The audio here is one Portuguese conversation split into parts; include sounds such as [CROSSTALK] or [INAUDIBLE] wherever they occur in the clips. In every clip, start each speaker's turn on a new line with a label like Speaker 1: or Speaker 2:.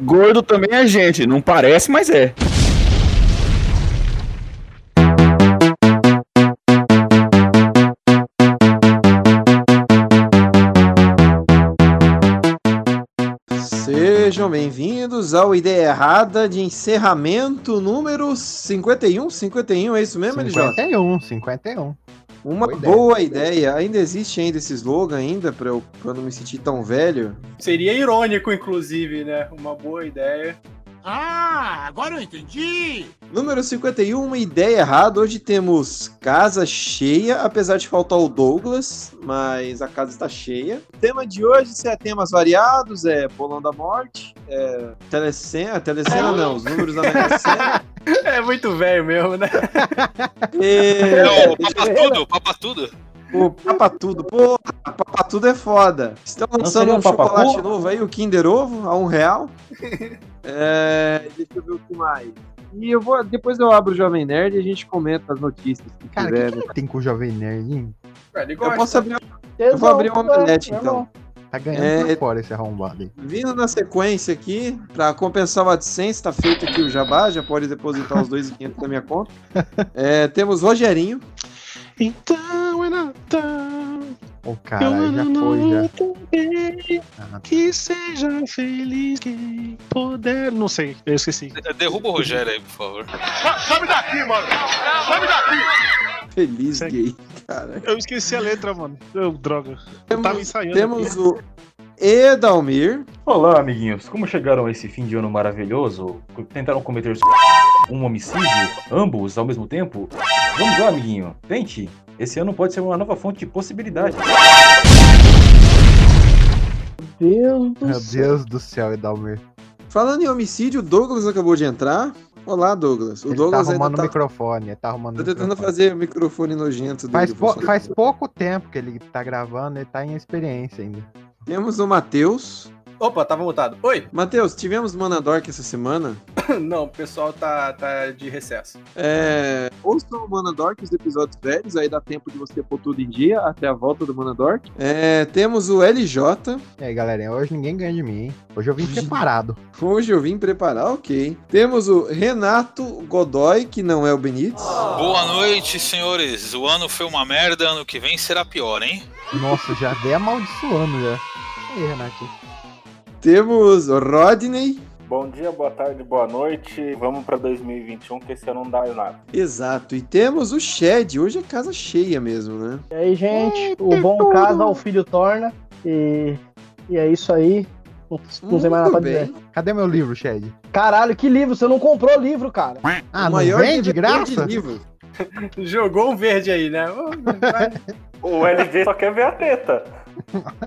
Speaker 1: Gordo também é gente, não parece, mas é.
Speaker 2: Sejam bem-vindos ao Ideia Errada de encerramento número 51. 51, é isso mesmo, LJ?
Speaker 3: 51, 51.
Speaker 2: Uma
Speaker 3: Boa ideia.
Speaker 2: boa ideia. Ainda existe ainda esse slogan ainda pra eu, pra eu não me sentir tão velho?
Speaker 4: Seria irônico, inclusive, né? Uma boa ideia.
Speaker 5: Ah, agora eu entendi!
Speaker 2: Número 51, uma ideia errada. Hoje temos casa cheia, apesar de faltar o Douglas, mas a casa está cheia. O tema de hoje se é temas variados, é Bolão da Morte, é telecena, telecena não, os números da Mega Sena.
Speaker 4: [LAUGHS] É muito velho mesmo, né?
Speaker 6: É
Speaker 2: E...
Speaker 6: o Papa Tudo, Papa Tudo.
Speaker 2: Pô, Papa Tudo, porra, Papa Tudo é foda. Estão lançando
Speaker 3: seria
Speaker 2: um
Speaker 3: um Papa
Speaker 2: chocolate
Speaker 3: Porra?
Speaker 2: novo aí, o Kinder Ovo, a um
Speaker 3: [LAUGHS]
Speaker 2: real. É, deixa eu ver o que mais. E eu vou, depois eu abro o Jovem Nerd e a gente comenta as notícias. Se
Speaker 3: Cara, o
Speaker 2: quiser,
Speaker 3: que, que ele tem com o Jovem Nerd? hein?
Speaker 4: Ele
Speaker 1: É
Speaker 2: Eu
Speaker 4: gosta.
Speaker 2: posso abrir, um- eu vou abrir uma omelete, então.
Speaker 3: Tá ganhando
Speaker 2: É.
Speaker 3: por fora esse arrombado aí.
Speaker 2: Vindo na sequência aqui, pra compensar o AdSense, tá feito aqui o Jabá, já pode depositar os 2,500 na minha [LAUGHS] conta. É, temos Rogerinho.
Speaker 7: Então é Natal, é
Speaker 3: Ô,
Speaker 7: eu
Speaker 3: cara, já foi, já. Ah,
Speaker 7: que seja feliz quem puder. Não sei, eu esqueci.
Speaker 6: Derruba o Rogério aí, por favor.
Speaker 2: Feliz
Speaker 7: Segue.
Speaker 2: gay, cara.
Speaker 7: Eu esqueci a letra, mano. Eu, droga. Eu tava
Speaker 2: Temos,
Speaker 7: ensaiando.
Speaker 2: temos o Edalmir.
Speaker 8: Olá, amiguinhos. Como chegaram a esse fim de ano maravilhoso? Tentaram cometer um homicídio? Ambos ao mesmo tempo? Vamos lá, amiguinho. Tente. Esse ano pode ser uma nova fonte de possibilidade.
Speaker 3: Meu Deus do céu, Edalmer.
Speaker 2: Falando em homicídio, o Douglas acabou de entrar. Olá, Douglas. O
Speaker 3: Ele tá
Speaker 2: Douglas ainda
Speaker 3: arrumando
Speaker 2: tá,
Speaker 3: o microfone, ele tá arrumando
Speaker 2: tá
Speaker 3: o
Speaker 2: tentando
Speaker 3: microfone.
Speaker 2: fazer tá- o microfone nojento dele.
Speaker 3: Faz, po-
Speaker 2: funcionar.
Speaker 3: faz pouco tempo que ele tá gravando, ele tá em experiência ainda.
Speaker 2: Temos o Matheus.
Speaker 4: Opa, tava mutado. Oi?
Speaker 2: Matheus, tivemos Manadork essa semana.
Speaker 4: Não, o pessoal tá, tá de recesso. [LAUGHS]
Speaker 2: É, ouçam o Manadork, os episódios velhos, aí dá tempo de você pôr tudo em dia até a volta do Manadork. É, temos o LJ.
Speaker 3: E aí, galerinha, hoje ninguém ganha de mim, hein? Hoje eu vim preparado.
Speaker 2: Hoje eu vim preparar, ok. Temos o Renato Godoy, que não é o Benítez.
Speaker 6: Boa noite, senhores. O ano foi uma merda, ano que vem será pior, hein?
Speaker 3: Nossa, já dei amaldiçoando já. E aí, Renato?
Speaker 2: Temos o Rodney.
Speaker 9: Bom dia, boa tarde, boa noite. Vamos pra 2021 que esse ano não dá nada.
Speaker 2: Exato. E temos o Shed. Hoje é casa cheia mesmo, né?
Speaker 10: E aí, gente, o bom caso ao filho torna. E, e é isso aí. Não, não sei mais nada pra
Speaker 2: Muito
Speaker 10: dizer.
Speaker 2: bem.
Speaker 3: Cadê meu livro, Shed?
Speaker 10: Caralho, que livro! Você não comprou livro, cara.
Speaker 3: Ah,
Speaker 2: O
Speaker 3: não
Speaker 2: maior
Speaker 3: vem de
Speaker 2: vendedor de
Speaker 3: graça?
Speaker 2: livro. é
Speaker 4: Jogou um verde aí, né? Ô, vai.
Speaker 8: [LAUGHS]
Speaker 9: O LJ só quer ver a teta.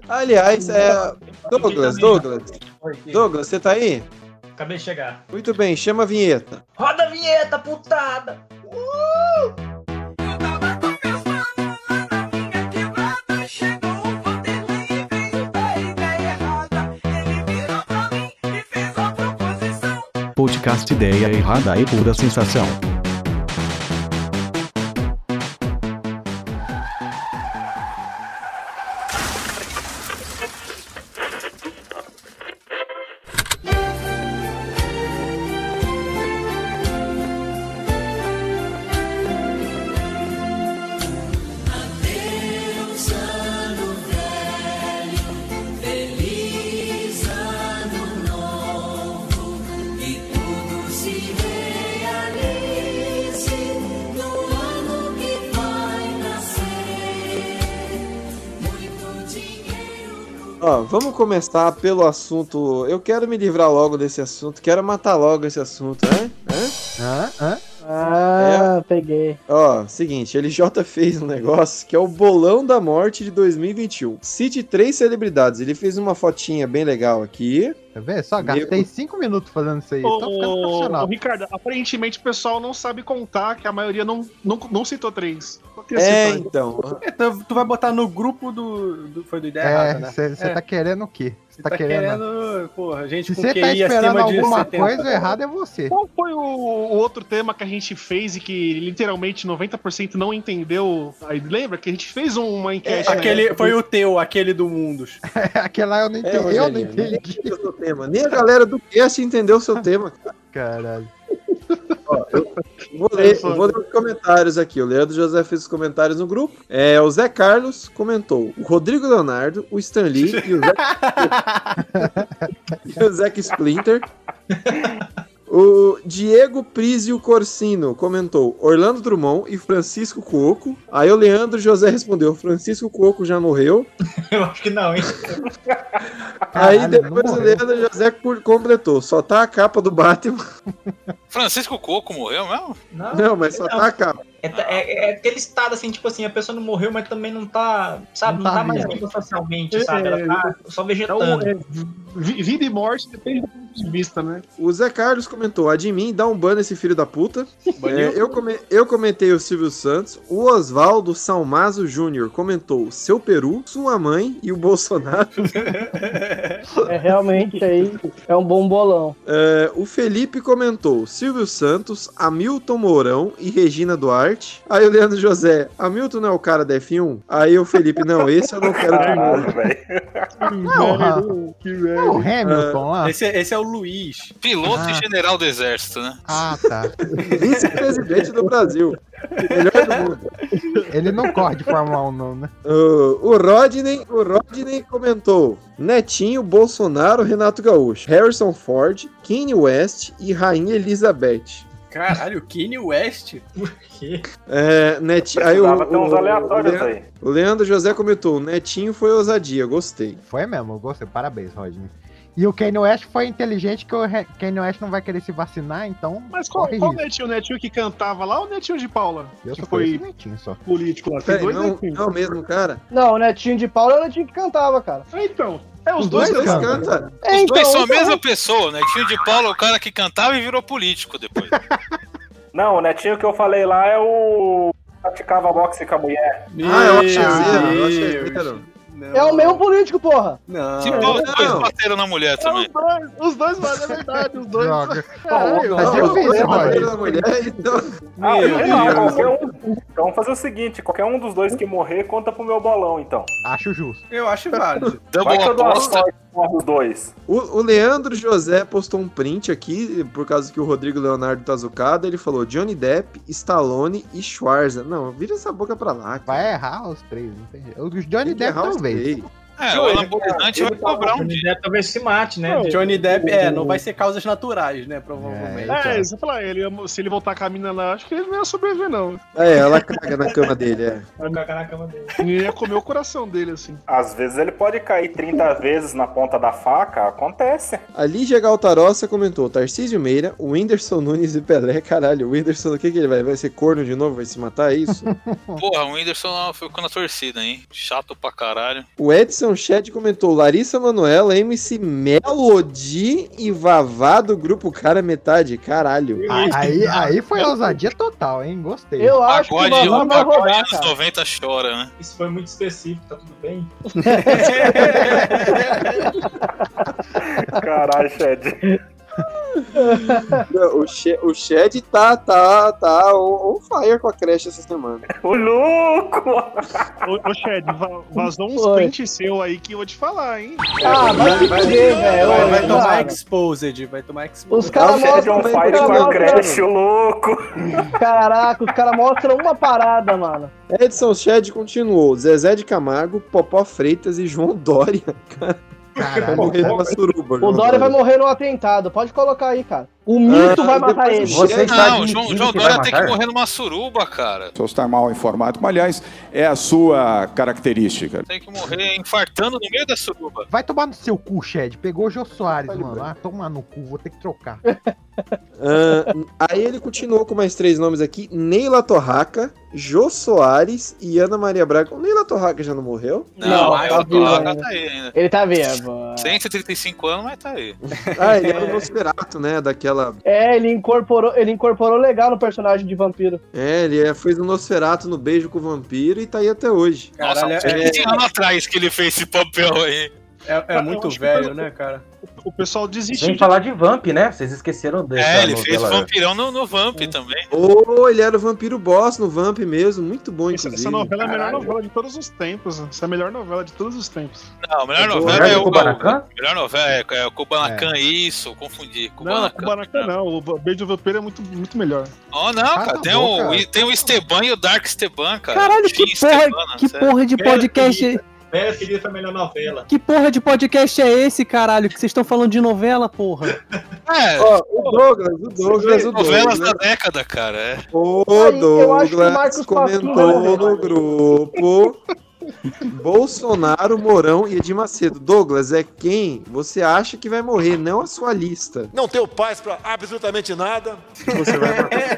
Speaker 2: Aliás, é... Douglas, Douglas, Douglas, você tá aí?
Speaker 11: Acabei de chegar.
Speaker 2: Muito bem, chama a vinheta.
Speaker 11: Roda a vinheta, putada!
Speaker 1: Podcast Ideia Errada e Pura Sensação.
Speaker 2: Ó, vamos começar pelo assunto. Eu quero me livrar logo desse assunto, quero matar logo esse assunto, né? Hã?
Speaker 3: Hã? Hã?
Speaker 2: É.
Speaker 10: Ah, peguei.
Speaker 2: Ó, seguinte, LJ [LAUGHS] fez um negócio que é o bolão da morte de 2021. Cite três celebridades. Ele fez uma fotinha bem legal aqui.
Speaker 3: Tá vendo? Só gastei cinco minutos fazendo isso aí.
Speaker 7: Ô,
Speaker 3: Tô ficando
Speaker 7: ô, ô,
Speaker 3: profissional.
Speaker 7: Ricardo, aparentemente o pessoal não sabe contar, que a maioria não, não, não citou três. Só queria
Speaker 2: É,
Speaker 7: citar.
Speaker 2: então.
Speaker 4: Então, tu vai botar no grupo do. do- foi do Ideia Errada,
Speaker 3: É,
Speaker 4: né?
Speaker 3: você
Speaker 4: É.
Speaker 3: tá querendo o quê? Você tá, querendo.
Speaker 4: Porra,
Speaker 3: Se
Speaker 12: tipo,
Speaker 4: gente com
Speaker 3: você tá
Speaker 4: QI
Speaker 3: esperando
Speaker 4: acima de
Speaker 3: alguma
Speaker 4: 70.
Speaker 3: coisa, errado é você. [LAUGHS]
Speaker 7: Qual foi o, o outro tema que a gente fez e que literalmente 90% não entendeu? Aí, lembra que a gente fez uma
Speaker 12: É,
Speaker 7: enquete? né?
Speaker 4: Aquele, foi o teu, aquele do Mundus.
Speaker 10: é
Speaker 3: Aquela eu não entendi. eu não
Speaker 2: É, Rogerinho, né?
Speaker 3: entendi.
Speaker 2: lembra do tema. Nem a galera do cast entendeu o seu tema, cara.
Speaker 3: Caralho.
Speaker 2: Vou ler, eu vou ler os comentários aqui. O Leandro José fez os comentários no grupo. É, o Zé Carlos comentou. O Rodrigo Leonardo, o Stan Lee e o Zack e o Zack Splinter. O Diego Prísio Corsino comentou Orlando Drummond e Francisco Cuoco. Aí o Leandro José respondeu: Francisco Cuoco já morreu.
Speaker 11: Eu acho que não, hein?
Speaker 2: Aí
Speaker 3: Caralho, não
Speaker 2: depois o
Speaker 3: morreu.
Speaker 2: Leandro José cur- completou: só tá a capa do Batman.
Speaker 6: Francisco Coco morreu né? mesmo?
Speaker 11: Não.
Speaker 2: Não, mas só tá a capa.
Speaker 11: É, ta- é- é aquele estado assim, tipo assim, a pessoa não morreu, mas também não tá, sabe,
Speaker 3: Não
Speaker 11: não,
Speaker 3: tá
Speaker 11: tá, mais
Speaker 3: viva.
Speaker 11: viva socialmente,
Speaker 7: É,
Speaker 11: sabe? Ela tá só
Speaker 7: É um-
Speaker 11: vegetando.
Speaker 7: é vi- vida e morte depende do ponto de vista, né?
Speaker 2: O Zé Carlos comentou: Admin, dá um ban nesse filho da puta.
Speaker 4: Baniu.
Speaker 2: É, eu, come- eu comentei o Silvio Santos. O Oswaldo Salmazo Júnior comentou seu Peru, sua mãe e o Bolsonaro.
Speaker 10: É realmente aí, é um bom bolão.
Speaker 2: É, o Felipe comentou Silvio Santos, Hamilton Mourão e Regina Duarte. Aí o Leandro José, Hamilton não é o cara da F1? Aí o Felipe, não, esse eu não quero ver. não."
Speaker 9: Caralho, velho.
Speaker 3: Não, ah,
Speaker 7: Que
Speaker 3: é o Hamilton
Speaker 12: Ah,
Speaker 3: lá.
Speaker 4: Esse, é- esse é o Luiz.
Speaker 6: Piloto
Speaker 3: Ah.
Speaker 6: e general do exército, né?
Speaker 3: Ah, tá.
Speaker 2: Vice-presidente do Brasil. Melhor do mundo.
Speaker 3: Ele não corre de Fórmula 1, não, né?
Speaker 2: Ah, O, o Rodney, o Rodney comentou: Netinho, Bolsonaro, Renato Gaúcho, Harrison Ford, Kanye West e Rainha Elizabeth.
Speaker 4: Caralho, Kanye West.
Speaker 2: É, Neti- aí o,
Speaker 9: Precisava ter uns
Speaker 2: o-
Speaker 9: aleatórios
Speaker 2: o Leandro,
Speaker 9: aí.
Speaker 2: o Leandro José comentou: Netinho foi ousadia, gostei.
Speaker 3: Foi mesmo, eu gostei. Parabéns, Rodney. E o Kanye West foi inteligente, que o Re- Kanye West não vai querer se vacinar, então.
Speaker 7: Mas qual,
Speaker 3: corre
Speaker 7: qual o
Speaker 3: risco.
Speaker 7: netinho? O netinho que cantava lá ou o netinho de Paula?
Speaker 3: Eu
Speaker 7: que
Speaker 3: só
Speaker 7: foi
Speaker 3: conheço o Netinho só.
Speaker 7: político lá. Tem
Speaker 2: Peraí,
Speaker 7: dois
Speaker 2: não,
Speaker 7: netinhos.
Speaker 2: não é o mesmo cara?
Speaker 10: Não, o Netinho de Paula era o Netinho que cantava, cara.
Speaker 7: É, então. É, os,
Speaker 3: Os
Speaker 7: dois,
Speaker 2: Os dois
Speaker 3: dois
Speaker 7: cantam.
Speaker 3: cantam.
Speaker 2: canta.
Speaker 10: É,
Speaker 6: Os dois são a
Speaker 10: então-
Speaker 6: mesma pessoa, né? Tio de Paulo é o cara que cantava e virou político depois.
Speaker 9: Não, o netinho que eu falei lá é o. Praticava boxe com a mulher.
Speaker 2: Ah, é o
Speaker 4: Meu
Speaker 2: Oxezeiro, é o
Speaker 4: Deus.
Speaker 2: Oxezeiro.
Speaker 4: Não.
Speaker 10: É o mesmo político, porra.
Speaker 4: Não.
Speaker 6: Se pau, Então, os dois
Speaker 2: não.
Speaker 6: bateram na mulher
Speaker 7: É, os
Speaker 6: também.
Speaker 7: dois, os dois, mas é verdade, os dois.
Speaker 3: Droga.
Speaker 7: Caralho,
Speaker 3: Mas
Speaker 2: Não,
Speaker 3: eu fiz,
Speaker 2: o Leandro
Speaker 3: Roger.
Speaker 2: era uma mulher, então-
Speaker 4: Meu
Speaker 9: Ah, eu
Speaker 7: é
Speaker 4: Deus.
Speaker 9: não, qualquer um. Então vamos fazer o seguinte: qualquer um dos dois que morrer, conta pro meu bolão, então.
Speaker 3: Acho justo.
Speaker 4: Eu acho válido.
Speaker 9: Vai
Speaker 6: Double
Speaker 9: que eu dou uma
Speaker 6: aposta.
Speaker 9: sorte com os dois.
Speaker 2: O, o Leandro José postou um print aqui, por causa que o Rodrigo Leonardo tá zucado. Ele falou Johnny Depp, Stallone e Schwarza. Não, vira essa boca pra lá. cara.
Speaker 3: Vai errar os três, não tem jeito. O Johnny
Speaker 2: Tem que
Speaker 3: Depp
Speaker 2: errar os
Speaker 3: talvez.
Speaker 2: três.
Speaker 6: É, o anabolizante
Speaker 7: tá
Speaker 6: vai cobrar um
Speaker 11: Johnny
Speaker 6: dia.
Speaker 11: Depp talvez se mate, né?
Speaker 4: Johnny Depp, é, não vai ser causas naturais, né? Provavelmente.
Speaker 3: É,
Speaker 7: É, você fala, ele, ia- se ele voltar com a mina lá, acho que ele não ia sobreviver, não.
Speaker 2: É, ela caga na cama dele, é.
Speaker 11: Vai cagar na cama dele.
Speaker 7: Ele ia comer o coração dele, assim.
Speaker 9: Às vezes ele pode cair 30 vezes na ponta da faca, acontece.
Speaker 2: A Lígia Galtarossa comentou Tarcísio Meira, o Whindersson Nunes e Pelé. Caralho, o Whindersson, o que que ele vai? Vai ser corno de novo? Vai se matar, é
Speaker 3: [LAUGHS]
Speaker 2: isso?
Speaker 6: Porra, o Whindersson lá ficou na torcida, hein? Chato pra caralho.
Speaker 2: o Edson Ched comentou Larissa Manoela, MC Melody e Vavá do Grupo Cara Metade. Caralho.
Speaker 3: Aí, aí foi ousadia total, hein? Gostei.
Speaker 10: Eu acho
Speaker 6: Pagode,
Speaker 10: que o
Speaker 6: o
Speaker 10: Vavá vai
Speaker 6: pagode
Speaker 10: rodar,
Speaker 6: anos
Speaker 10: cara.
Speaker 6: 90 chora, né?
Speaker 11: Isso foi muito específico, tá tudo bem?
Speaker 9: Caralho, Shed.
Speaker 2: Não, O, Che- o Shed tá, tá, tá on, on fire com a creche essa semana.
Speaker 9: O louco!
Speaker 7: Ô, ô Shed, va- vazou uns
Speaker 10: Foi.
Speaker 7: print seu aí que eu vou te falar, hein?
Speaker 10: Ah, vai se fuder, velho.
Speaker 4: Vai, vai
Speaker 10: Não,
Speaker 4: tomar
Speaker 10: cara.
Speaker 4: exposed, vai tomar exposed.
Speaker 10: Os caras
Speaker 2: Ah, o Shed
Speaker 9: Shed
Speaker 2: é
Speaker 10: mostram.
Speaker 9: on
Speaker 2: um
Speaker 10: os
Speaker 9: fire
Speaker 10: caras
Speaker 9: com a
Speaker 10: mostram-
Speaker 9: creche, o louco!
Speaker 10: Caraca, os caras mostram uma parada, mano.
Speaker 2: Edson Shed continuou. Zezé de Camargo, Popó Freitas e João Dória. Vai
Speaker 3: Caralho.
Speaker 2: morrer numa suruba.
Speaker 10: O Dória vai morrer num atentado. Pode colocar aí, cara. O mito
Speaker 2: Ah,
Speaker 10: vai matar
Speaker 2: depois
Speaker 10: ele.
Speaker 2: o Shed-
Speaker 1: Você está
Speaker 6: Não, o
Speaker 1: admitindo
Speaker 6: João, João
Speaker 1: que vai
Speaker 6: Dória tem que
Speaker 1: matar?
Speaker 6: morrer numa suruba, cara.
Speaker 1: Só está mal informado, mas aliás, é a sua característica.
Speaker 6: Tem que morrer infartando no meio da suruba.
Speaker 3: Vai tomar no seu cu, Shed. Pegou o Jô Soares, mano. Ah, toma no cu, vou ter que trocar.
Speaker 2: Ah, aí ele continuou com mais três nomes aqui: Neila Torraca, Jô Soares e Ana Maria Braga. O Neila Torraca já não morreu?
Speaker 6: Não,
Speaker 10: Não,
Speaker 6: aí
Speaker 10: tá
Speaker 6: o Dória
Speaker 10: vivo
Speaker 6: tá aí ainda.
Speaker 10: Ele tá vivo.
Speaker 6: 135 anos, mas tá aí.
Speaker 2: Ah, ele era o Nosferatu, né? Daquela.
Speaker 10: É, ele incorporou, ele incorporou legal no personagem de vampiro.
Speaker 2: É, ele fez o Nosferatu no Beijo com o Vampiro e tá aí até hoje.
Speaker 6: Nossa,
Speaker 12: é-
Speaker 4: Caralho,
Speaker 6: uns 15 anos atrás que ele fez esse papel aí.
Speaker 4: É, é
Speaker 7: Eu
Speaker 4: muito
Speaker 7: acho que
Speaker 4: velho,
Speaker 7: pelo-
Speaker 4: né, cara?
Speaker 7: O pessoal desistiu
Speaker 8: Sem falar de Vamp, né? Vocês esqueceram dessa
Speaker 6: É, ele fez
Speaker 8: novela.
Speaker 6: vampirão no, no Vamp também.
Speaker 2: Ô, ele era o vampiro boss no Vamp mesmo, muito bom,
Speaker 7: Essa,
Speaker 2: inclusive.
Speaker 7: essa novela é a melhor
Speaker 4: Caralho.
Speaker 7: novela de todos os tempos. Essa é a melhor novela de todos os tempos.
Speaker 6: Não, a melhor
Speaker 2: É do
Speaker 6: novela
Speaker 8: Renato
Speaker 6: é o.
Speaker 8: Kubanacan?
Speaker 6: a Melhor novela é, é o Kubanacan, isso, eu confundi.
Speaker 7: Não, não,
Speaker 6: Kubanacan.
Speaker 7: Kubanacan não. O Beijo do Vampiro é muito, muito melhor.
Speaker 6: Oh, não,
Speaker 3: Cala
Speaker 6: cara,
Speaker 3: a
Speaker 6: tem,
Speaker 3: boca.
Speaker 6: o, tem o Esteban e o Dark Esteban, cara.
Speaker 13: Caralho,
Speaker 6: Tim
Speaker 13: que porra,
Speaker 6: Esteban,
Speaker 14: é
Speaker 13: que
Speaker 6: sério.
Speaker 13: porra de
Speaker 11: Bela
Speaker 13: podcast. é
Speaker 11: Bela Feliz foi a melhor novela.
Speaker 13: Que porra de podcast é esse, caralho? Que vocês estão falando de novela, porra?
Speaker 6: É,
Speaker 2: Ó, o Douglas, o Douglas, o
Speaker 6: novelas
Speaker 2: Douglas. né?
Speaker 6: da
Speaker 10: né?
Speaker 6: década, cara. é.
Speaker 2: O
Speaker 10: Aí, eu acho que o
Speaker 2: Douglas
Speaker 10: Marcos
Speaker 2: comentou
Speaker 10: Pasquim-
Speaker 2: no [LAUGHS] grupo Bolsonaro, Mourão e Edir Macedo. Douglas, é quem você acha que vai morrer, não a sua lista.
Speaker 14: Não tenho paz pra absolutamente nada.
Speaker 2: Você vai matar.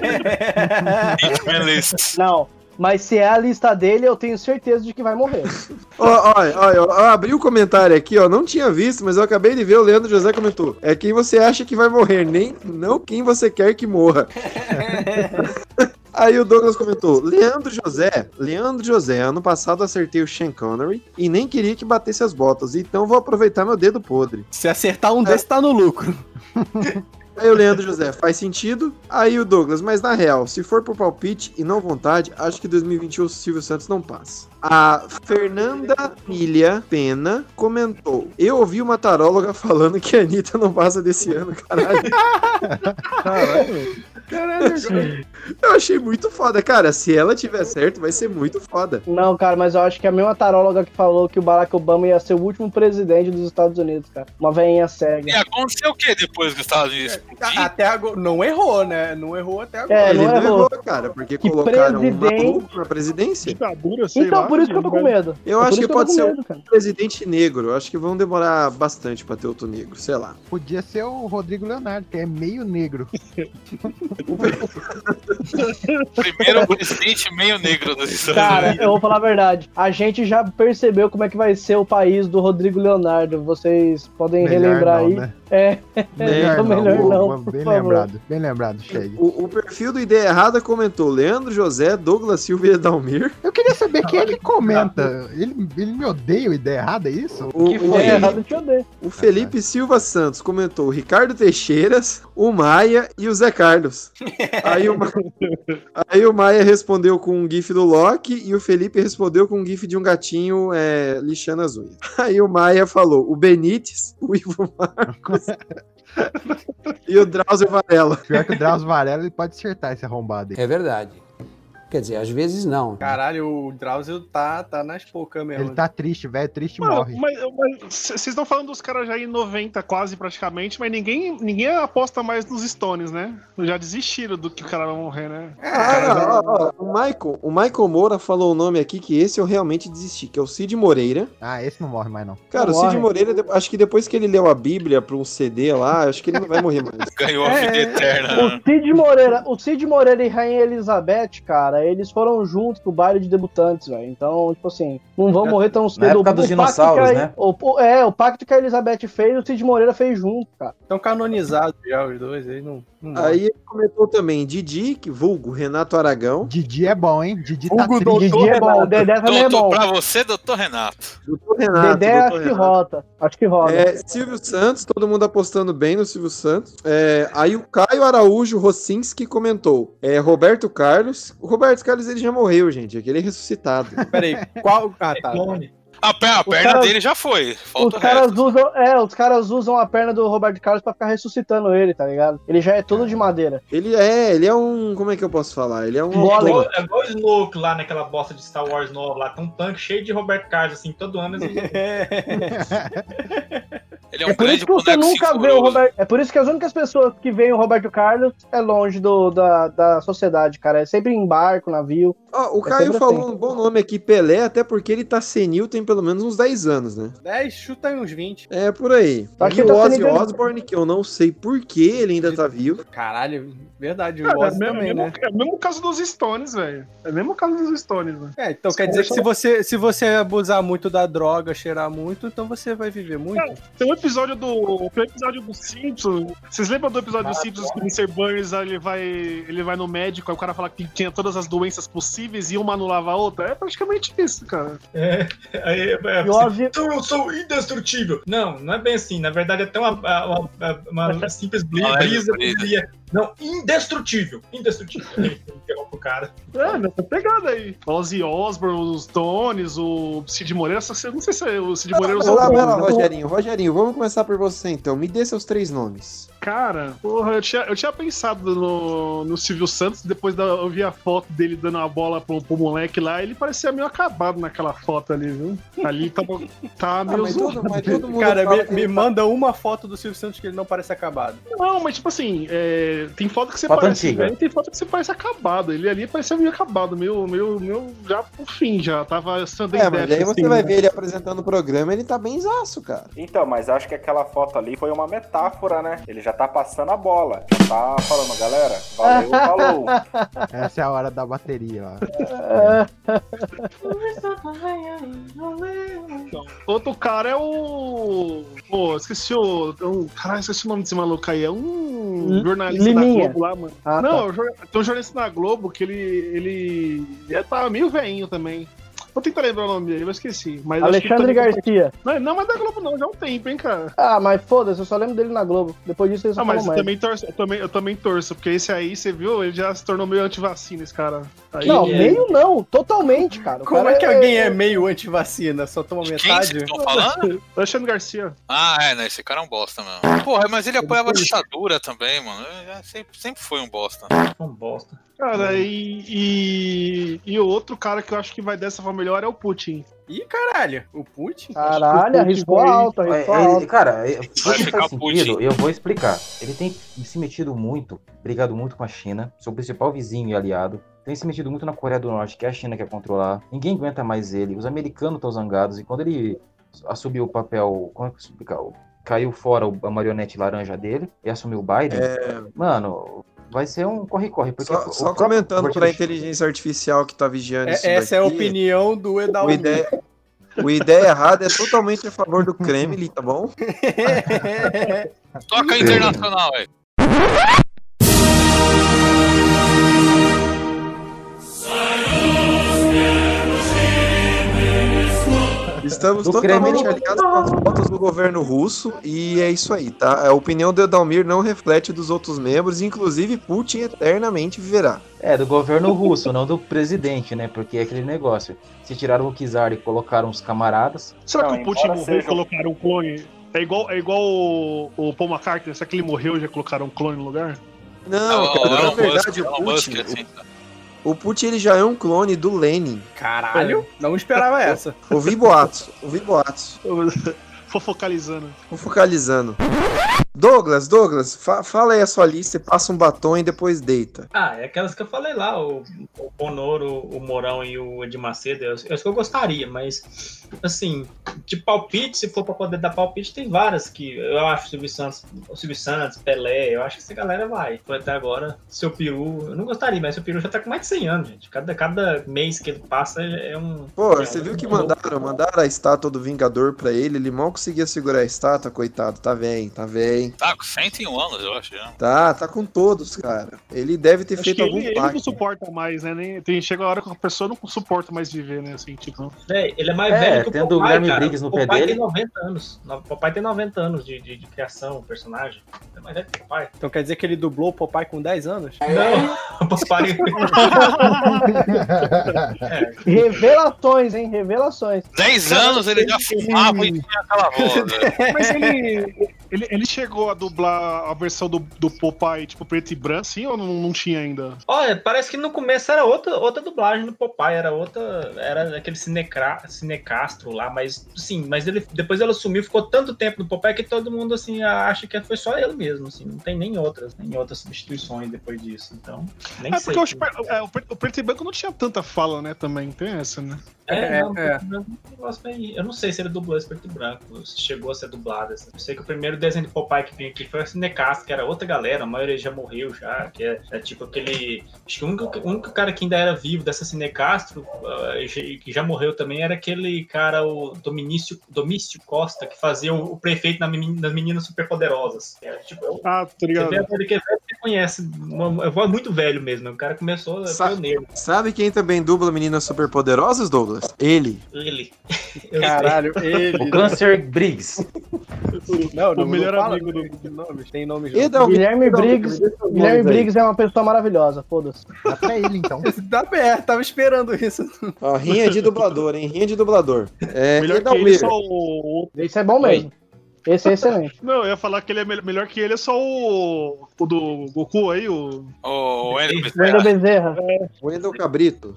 Speaker 6: Hitman List.
Speaker 10: Não, mas se é a lista dele, eu tenho certeza de que
Speaker 2: [LAUGHS]
Speaker 10: vai morrer.
Speaker 2: Ó, ó, ó, eu abri o comentário aqui, ó. Não tinha visto, mas eu acabei de ver. O Leandro José comentou. É quem você acha que vai morrer, nem não quem você quer que morra. Aí o Douglas comentou: Leandro José, Leandro José, ano passado acertei o Sean Connery e nem queria que batesse as botas, então vou aproveitar meu dedo podre.
Speaker 13: Se acertar um desses, tá no lucro.
Speaker 2: Aí o Leandro José, faz sentido? Aí o Douglas, mas na real, se for por palpite e não vontade, acho que 2021 o Silvio Santos não passa. A Fernanda Milha Pena comentou: Eu ouvi uma taróloga falando que a Anitta não passa desse ano, caralho.
Speaker 7: Caralho,
Speaker 2: Eu achei muito foda, cara. Se ela tiver certo, vai ser muito foda.
Speaker 10: Não, cara, mas eu acho que é a mesma taróloga que falou que o Barack Obama ia ser o último presidente dos Estados Unidos, cara. Uma veinha
Speaker 6: E
Speaker 2: É,
Speaker 10: cega.
Speaker 6: aconteceu o que depois que os Estados Unidos
Speaker 14: É.
Speaker 6: explodiram?
Speaker 4: Até agora. Não errou, né? Não errou até agora.
Speaker 10: É,
Speaker 2: Ele
Speaker 10: não
Speaker 2: não errou,
Speaker 10: errou.
Speaker 2: cara, porque colocaram um
Speaker 10: presidente.
Speaker 2: maluco na presidência.
Speaker 7: ditadura, sei
Speaker 10: Então,
Speaker 7: lá,
Speaker 10: por isso que eu tô com
Speaker 7: velho.
Speaker 10: medo.
Speaker 2: Eu
Speaker 10: É por
Speaker 2: acho
Speaker 10: isso
Speaker 2: que
Speaker 10: eu tô
Speaker 2: pode
Speaker 10: com
Speaker 2: ser
Speaker 10: medo, cara.
Speaker 2: um presidente negro. Eu acho que vão demorar bastante pra ter outro negro, sei lá.
Speaker 3: Podia ser o Rodrigo Leonardo, que é meio negro.
Speaker 10: [LAUGHS]
Speaker 6: Primeiro presidente meio negro dos Estados
Speaker 10: Cara,
Speaker 6: Unidos.
Speaker 10: eu vou falar a verdade. A gente já percebeu como é que vai ser o país do Rodrigo Leonardo. Vocês podem
Speaker 3: Melhor
Speaker 10: relembrar
Speaker 3: não,
Speaker 10: aí.
Speaker 3: né?
Speaker 10: É, [LAUGHS]
Speaker 2: Melhor
Speaker 10: então melhor
Speaker 3: boa,
Speaker 10: não.
Speaker 3: boa,
Speaker 10: por
Speaker 3: Bem
Speaker 10: favor.
Speaker 3: lembrado, bem lembrado, Chega.
Speaker 2: O, o perfil do Ideia Errada comentou Leandro José, Douglas Silva e Edalmir.
Speaker 3: Eu queria saber quem ele comenta. Ele, ele me odeia, a ideia errada, é isso?
Speaker 2: O, o
Speaker 10: É,
Speaker 2: Felipe-
Speaker 10: errado te odeio.
Speaker 2: o Felipe Silva Santos comentou o Ricardo Teixeiras, o Maia e o Zé Carlos. Aí o, Ma- aí o Maia respondeu com um gif do Loki e o Felipe respondeu com um gif de um gatinho é, lixando as unhas. [LAUGHS] Aí o Maia falou o Benítez, o Ivo Marcos e o Drauzio Varela.
Speaker 3: Pior que o Drauzio Varela, ele pode acertar esse arrombado aí.
Speaker 15: É verdade. Quer dizer, às vezes não.
Speaker 4: Caralho, o Drauzio tá, tá nas poucas mesmo.
Speaker 3: Ele tá triste, velho, triste
Speaker 7: Mano,
Speaker 3: morre.
Speaker 7: mas mas c- vocês estão falando dos caras já em 90 quase praticamente, mas ninguém, ninguém aposta mais nos Stones, né? Já desistiram do que o cara vai morrer, né?
Speaker 2: Cara, Ah, ó, ó, o, Michael, o Michael Moura falou o nome aqui que esse eu realmente desisti, que é o Cid Moreira.
Speaker 3: Ah, esse não morre mais não.
Speaker 2: Cara, o
Speaker 10: Morre.
Speaker 2: Cid Moreira, de- acho que depois que ele leu a Bíblia pra um CD lá, acho que ele não vai morrer mais. né?
Speaker 6: Ganhou a vida eterna. né?
Speaker 10: é, O Cid Moreira, o Cid Moreira e Rainha Elizabeth, cara, eles foram juntos pro baile de debutantes, velho. Então, tipo assim, não vão morrer tão cedo.
Speaker 8: época
Speaker 10: O-
Speaker 8: dos
Speaker 10: o pacto
Speaker 8: dinossauros,
Speaker 10: que a-
Speaker 8: né?
Speaker 10: o- o- é, o pacto que a Elizabeth fez, o Cid Moreira fez junto, cara.
Speaker 4: Estão canonizados já os dois, eles não. não morrem.
Speaker 2: Aí ele comentou também Didi, que vulgo Renato Aragão,
Speaker 3: Didi é bom, hein? Didi tá
Speaker 10: Hugo
Speaker 3: triste.
Speaker 10: Didi é bom,
Speaker 3: Renato.
Speaker 10: o Dedé também é
Speaker 6: Doutor,
Speaker 10: bom.
Speaker 6: pra você, doutor Renato.
Speaker 2: doutor Renato.
Speaker 10: Dedé é
Speaker 2: doutor
Speaker 10: acho que
Speaker 2: Renato.
Speaker 10: rota. Acho que roda.
Speaker 2: É, Silvio Santos, todo mundo apostando bem no Silvio Santos. É, aí o Caio Araújo Rocinski comentou. É, Roberto Carlos. O Roberto Carlos ele já morreu, gente. é que Ele é ressuscitado.
Speaker 4: Peraí, qual. Ah,
Speaker 7: É
Speaker 4: tá.
Speaker 7: um
Speaker 11: Clone.
Speaker 6: A, pe- a perna
Speaker 10: caras-
Speaker 6: dele já foi.
Speaker 10: Os
Speaker 6: Falta o
Speaker 10: caras,
Speaker 6: resto.
Speaker 10: usam, é, os caras usam a perna do Roberto Carlos pra ficar ressuscitando ele, tá ligado? Ele já é todo de madeira.
Speaker 2: Ele é, ele é um. Como é que eu posso falar? Ele é um.
Speaker 10: Golem.
Speaker 2: autor.
Speaker 11: É igual o Snoke lá naquela bosta de Star Wars nova lá. Tem um tanque cheio de Robert Carlos, assim, todo ano. eles-
Speaker 4: [LAUGHS]
Speaker 6: Ele é um
Speaker 10: É por
Speaker 6: grande
Speaker 10: isso que você
Speaker 6: boneco
Speaker 10: nunca vê o
Speaker 6: singuroso.
Speaker 10: Roberto. É por isso que as únicas pessoas que veem o Roberto Carlos é longe do, da, da sociedade, cara. É sempre em barco, navio.
Speaker 2: Ó, o
Speaker 10: É
Speaker 2: Caio
Speaker 10: sempre
Speaker 2: falou
Speaker 10: assim.
Speaker 2: um bom nome aqui, Pelé, até porque ele tá senil tem pelo menos uns 10 anos, né?
Speaker 4: 10 chuta aí uns 20.
Speaker 2: É, por aí.
Speaker 10: Só
Speaker 2: e
Speaker 10: que
Speaker 2: o
Speaker 10: tá
Speaker 2: Ozzy
Speaker 10: sendo inven-
Speaker 2: Osbourne, que eu não sei por que ele ainda tá vivo.
Speaker 4: Caralho, verdade, o
Speaker 7: Cara, é,
Speaker 4: Ozzy
Speaker 7: mesmo,
Speaker 4: também,
Speaker 7: mesmo-
Speaker 4: né?
Speaker 7: é o mesmo caso dos Stones, velho. É o mesmo caso dos Stones, velho.
Speaker 4: É, então quer dizer que se você, se você abusar muito da droga, cheirar muito, então você vai viver muito.
Speaker 7: Tem muito episódio do. O primeiro episódio do Simpsons. Vocês lembram do episódio do Simpsons que o Mr. Burns ah, ele vai, ele vai no médico, aí o cara fala que tinha todas as doenças possíveis e uma anulava a outra? É praticamente isso, cara.
Speaker 11: É, aí, é, é,
Speaker 7: Eu
Speaker 11: assim, então eu sou indestrutível. Não, não é bem assim. Na verdade, é até uma, uma, uma- uma simples bli-
Speaker 6: Ah, é,
Speaker 11: brisa.
Speaker 6: brisa.
Speaker 11: poderia- Não, indestrutível. Indestrutível. Aí, Interrompe o cara.
Speaker 7: É, nessa pegada aí. Ozzy Osbourne, os Tones, o Cid Moreira. só sei- Não sei se é o Cid Moreira
Speaker 2: Vai lá, vai lá,
Speaker 7: Tones, né?
Speaker 2: Rogerinho. Rogerinho, vamos começar por você então. Me dê seus três nomes.
Speaker 7: Cara, porra, eu tinha, eu tinha pensado no, no Silvio Santos, depois da, eu vi a foto dele dando a bola pro, pro moleque lá, ele parecia meio acabado naquela foto ali, viu? Ali tá,
Speaker 2: Ah,
Speaker 7: tá meio
Speaker 4: mas
Speaker 7: zoado.
Speaker 4: todo- mas todo mundo Ah, Cara, fala me- que ele me tá-
Speaker 7: manda uma foto do Silvio Santos que ele não parece acabado. Não, mas tipo assim, é, tem foto que você
Speaker 8: Foto
Speaker 7: parece
Speaker 8: antiga.
Speaker 7: velho, tem foto que você parece acabado. Ele ali parecia meio acabado, meio, meio, meio já pro fim, já tava
Speaker 4: um
Speaker 7: Sunday
Speaker 2: É, mas
Speaker 7: Death,
Speaker 2: aí você
Speaker 7: assim,
Speaker 2: vai
Speaker 7: né?
Speaker 2: ver ele apresentando o programa, ele tá benzaço, cara.
Speaker 9: Então, mas acho que aquela foto ali foi uma metáfora, né? Ele já tá passando a bola. Já tá falando, galera, valeu, falou.
Speaker 3: Essa é a hora da bateria, ó.
Speaker 7: Outro cara é o. Pô, esqueci o. é um- Caralho, esqueci o nome desse maluco aí. É um
Speaker 10: Li-
Speaker 7: jornalista
Speaker 10: Liminha.
Speaker 7: da Globo lá, mano.
Speaker 10: Ah,
Speaker 7: não,
Speaker 10: tá.
Speaker 7: é um jor- tem um jornalista da Globo que ele. Ele. ele tá meio veinho também. Vou tentar lembrar o nome dele, mas esqueci. Mas acho que
Speaker 10: Alexandre
Speaker 7: também-
Speaker 10: Garcia.
Speaker 7: Não, não, mas da Globo não, já há um tempo, hein, cara.
Speaker 10: Ah, mas foda-se, eu só lembro dele na Globo. Depois disso eles só
Speaker 7: Ah, mas
Speaker 10: falam
Speaker 7: eu
Speaker 10: mais.
Speaker 7: também, torço, eu, também, eu também torço, porque esse aí, você viu, ele já se tornou meio antivacina, esse cara. Aí-
Speaker 10: Não, meio não, totalmente, cara. O
Speaker 4: Como
Speaker 10: cara
Speaker 4: é que alguém é meio antivacina? Só toma metade?
Speaker 6: vocês estão tá falando?
Speaker 7: Alexandre Garcia.
Speaker 6: Ah, é, né? Esse cara é um bosta mesmo. Porra, mas ele apoiava a ditadura também, mano. Eu já sempre, sempre foi um bosta.
Speaker 11: Um bosta.
Speaker 7: Cara, e, e, e o outro cara que eu acho que vai dessa pra melhor é o Putin.
Speaker 4: Ih, caralho, o Putin?
Speaker 10: Caralho, arriscou
Speaker 7: vai-
Speaker 10: alto,
Speaker 7: vai-
Speaker 10: arriscou
Speaker 7: ele-
Speaker 10: alto.
Speaker 8: Cara, é-
Speaker 6: Vai
Speaker 8: não
Speaker 6: ficar
Speaker 8: faz sentido, eu vou explicar. Ele tem se metido muito, brigado muito com a China, seu principal vizinho e aliado. Tem se metido muito na Coreia do Norte, que é a China que quer controlar. Ninguém aguenta mais ele. Os americanos estão zangados. E quando ele assumiu o papel. Como é que eu explicar? Caiu fora o- a marionete laranja dele e assumiu o Biden.
Speaker 2: É.
Speaker 8: Mano, vai ser um corre-corre. porque
Speaker 2: Só,
Speaker 8: o
Speaker 2: só
Speaker 8: próprio
Speaker 2: comentando
Speaker 8: Robert
Speaker 2: pra
Speaker 8: Bush-
Speaker 2: inteligência artificial que tá vigiando
Speaker 4: É-
Speaker 2: isso
Speaker 4: essa é a
Speaker 2: daqui,
Speaker 4: opinião né? do
Speaker 2: O
Speaker 4: Edalmir.
Speaker 2: ideia, o ideia errada é totalmente a favor do Kremlin, tá bom?
Speaker 6: Toca internacional, velho.
Speaker 2: Estamos
Speaker 8: Do
Speaker 2: totalmente
Speaker 8: Kremlin.
Speaker 2: alinhados com as pautas do governo russo e é isso aí, tá? A opinião do Edalmir não reflete dos outros membros, inclusive Putin eternamente viverá.
Speaker 8: É, do governo russo, não do presidente, né? Porque é aquele negócio. Se tiraram o Kizar e colocaram os camaradas.
Speaker 7: Será que o Putin morreu e colocaram um clone? É igual, é igual o, o Paul McCartney, será que ele morreu e já colocaram um clone no lugar? [LAUGHS]
Speaker 2: Não,
Speaker 6: o
Speaker 2: cara, na
Speaker 6: Tá Elon
Speaker 2: verdade,
Speaker 6: Musk,
Speaker 2: o
Speaker 6: Elon
Speaker 2: Putin,
Speaker 6: Musk, assim.
Speaker 2: o Putin ele já é um clone do Lenin.
Speaker 4: [LAUGHS] Caralho, não esperava essa.
Speaker 2: Ouvi boatos, ouvi boatos.
Speaker 7: Fofocalizando.
Speaker 2: Vou focalizando. Douglas, Douglas, fa- fala aí a sua lista e passa um batom e depois deita.
Speaker 11: Ah, é aquelas que eu falei lá, o, o Bonoro, o Mourão e o Edir Macedo, eu, eu acho que eu gostaria, mas assim, de palpite, se for pra poder dar palpite, tem várias que eu acho o Silvio Santos, o Silvio Santos, Pelé, eu acho que essa galera vai. Foi até agora, seu peru, eu não gostaria, mas seu peru já tá com mais de 100 anos, gente. Cada, cada mês que ele passa é um.
Speaker 2: Pô,
Speaker 11: é
Speaker 2: você
Speaker 11: um-
Speaker 2: viu que mandaram, mandaram a estátua do Vingador pra ele, ele mal conseguia segurar a estátua, coitado, tá vem, tá vem.
Speaker 6: Tá com 101 anos, eu acho. Já.
Speaker 2: Tá, tá com todos, cara. Ele deve ter
Speaker 7: Acho
Speaker 2: feito
Speaker 7: que
Speaker 2: algum
Speaker 7: ele, ele não
Speaker 2: pacto.
Speaker 7: suporta mais, né? Nem, tem, chega a hora que a pessoa não suporta mais viver, né? Assim, tipo.
Speaker 11: É, ele é mais
Speaker 7: É,
Speaker 11: velho que o
Speaker 7: tendo o
Speaker 11: Popeye,
Speaker 7: Guilherme
Speaker 11: cara.
Speaker 7: Briggs no
Speaker 11: o
Speaker 7: pé
Speaker 11: Popeye
Speaker 7: dele.
Speaker 11: tem 90 anos. O Popeye tem 90 anos de, de, de criação, personagem. É mais velho que o Popeye.
Speaker 4: Então quer dizer que ele dublou o Popeye com 10 anos?
Speaker 11: Não, [LAUGHS] o Popeye...
Speaker 10: Revelações, hein? Revelações.
Speaker 6: 10 anos ele já fumava e tinha aquela voz. né? velho.
Speaker 7: Mas ele, ele, ele chegou a dublar a versão do, do Popeye, tipo, preto e branco, assim, ou não, não tinha ainda?
Speaker 11: Olha, parece que no começo era outra, outra dublagem do Popeye, era outra. Era aquele cinecra, cinecastro lá, mas sim, mas ele depois ele assumiu, ficou tanto tempo no Popeye que todo mundo assim acha que foi só ele mesmo, assim, não tem nem outras, nem outras substituições depois disso, então. Nem
Speaker 7: é
Speaker 11: sei.
Speaker 7: porque eu acho que, é, o, pre- o preto e branco não tinha tanta fala, né? Também tem essa, né?
Speaker 10: É,
Speaker 16: É,
Speaker 10: não,
Speaker 16: é.
Speaker 10: não, um negócio bem- Eu não sei se ele dublou esse preto e branco, se chegou a ser dublado. assim. Eu sei que o primeiro desenho de Popeye que vinha aqui foi o Cinecast, que era outra galera, a maioria já morreu já, que é, é tipo aquele. Acho que o único, o único cara que ainda era vivo dessa Cinecastro, ah, e já- e que já morreu também, era aquele cara, o Domício, Domício Costa, que fazia o, o prefeito na menina, nas meninas superpoderosas. Era tipo, é um-
Speaker 7: Ah, tá ligado.
Speaker 10: você vê a velha que é velho, você conhece. Uma- Eu vou muito velho mesmo. O cara começou, é
Speaker 2: Sa-
Speaker 10: pioneiro.
Speaker 2: Sabe quem também dubla Meninas Superpoderosas, Douglas? Ele.
Speaker 10: Ele.
Speaker 12: Caralho, ele.
Speaker 2: O Câncer
Speaker 17: Briggs.
Speaker 12: Não, não,
Speaker 7: O melhor
Speaker 12: não fala
Speaker 7: amigo
Speaker 12: nome, tem nome, tem nome
Speaker 18: é Guilherme Briggs, Guilherme Briggs é uma pessoa maravilhosa, foda-se.
Speaker 3: Até ele, então.
Speaker 12: Dá pé, tava esperando isso.
Speaker 2: Ó, rinha de dublador, hein? Rinha de dublador. É,
Speaker 7: Melhor que ele,
Speaker 2: Edalmir.
Speaker 7: só o.
Speaker 18: Esse é bom mesmo. Esse é excelente. [LAUGHS]
Speaker 7: Não, eu ia falar que ele é mel- melhor que ele, é só o. O do Goku aí, o.
Speaker 6: Ô, o Hélio
Speaker 18: Wendel
Speaker 6: Bezerra.
Speaker 18: Bezerra.
Speaker 2: Wendel Cabrito.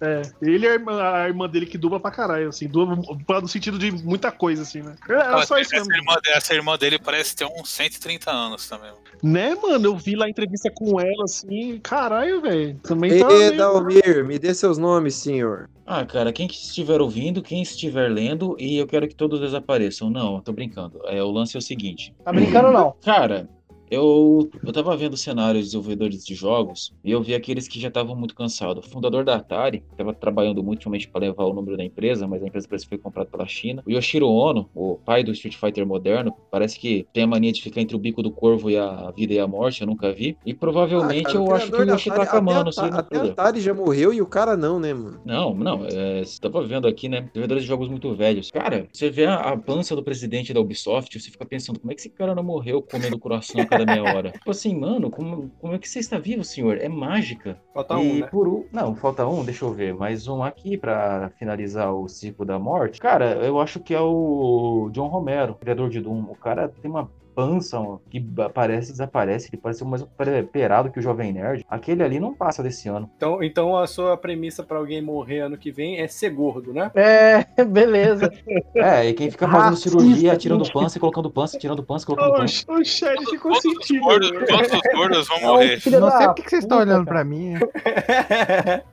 Speaker 7: É, ele e a irmã, a irmã dele que dubla pra caralho, assim, dubla pra- no sentido de muita coisa, assim, né? Era
Speaker 6: Ela-
Speaker 7: só isso
Speaker 6: essa,
Speaker 7: mesmo.
Speaker 6: irmã, de- essa irmã dele parece ter uns 130 anos também.
Speaker 7: Né, mano? Eu vi lá a entrevista com ela, assim, caralho, velho.
Speaker 18: Então,
Speaker 7: Também tá. meio-
Speaker 2: Edalmir, me dê seus nomes, senhor.
Speaker 8: Ah, cara, quem que estiver ouvindo, quem estiver lendo, e eu quero que todos desapareçam. Não, eu tô brincando. É, o lance é o seguinte.
Speaker 18: Tá brincando, não?
Speaker 8: Cara, eu, eu tava vendo cenários de desenvolvedores de jogos e eu vi aqueles que já estavam muito cansados. O fundador da Atari estava trabalhando muito ultimamente para levar o número da empresa, mas a empresa parece que foi comprada pela China. O Yoshiro Ono, o pai do Street Fighter moderno, parece que tem a mania de ficar entre o bico do corvo e a vida e a morte, eu nunca vi. E provavelmente
Speaker 2: Ah, Cara, o
Speaker 8: eu acho que o
Speaker 2: criador da
Speaker 8: Yoshi tá
Speaker 2: Atari-
Speaker 8: acamando,
Speaker 2: até
Speaker 8: sei
Speaker 2: a-
Speaker 8: lá,
Speaker 2: Até a
Speaker 8: tudo.
Speaker 2: Atari já morreu e o cara não, né, mano?
Speaker 8: Não, não, é, você tava vendo aqui, né? Desenvolvedores de jogos muito velhos. Cara, você vê a, a pança do presidente da Ubisoft, você fica pensando, como é que esse cara não morreu comendo coração a cada meia hora? Tipo assim, mano, como, como é que você está vivo, senhor? É mágica.
Speaker 12: Falta
Speaker 8: E
Speaker 12: um, né?
Speaker 8: por um- Não, falta um, deixa eu ver. Mais um aqui pra finalizar o ciclo da morte. Cara, eu acho que é o John Romero, criador de Doom. O cara tem uma pança ó, que aparece e desaparece. Ele parece mais perado que o Jovem Nerd. Aquele ali não passa desse ano.
Speaker 12: Então, então a sua premissa pra alguém morrer ano que vem é ser gordo,
Speaker 10: [LAUGHS]
Speaker 12: né?
Speaker 18: [LAUGHS] É, beleza.
Speaker 8: É, e quem fica fazendo cirurgia, atirando pança e colocando pança, tirando pança, colocando pança.
Speaker 7: O Shed ficou né? sentido.
Speaker 6: Todos os gordos vão
Speaker 10: [LAUGHS]
Speaker 6: morrer.
Speaker 3: Não sei por que que vocês estão olhando pra mim. É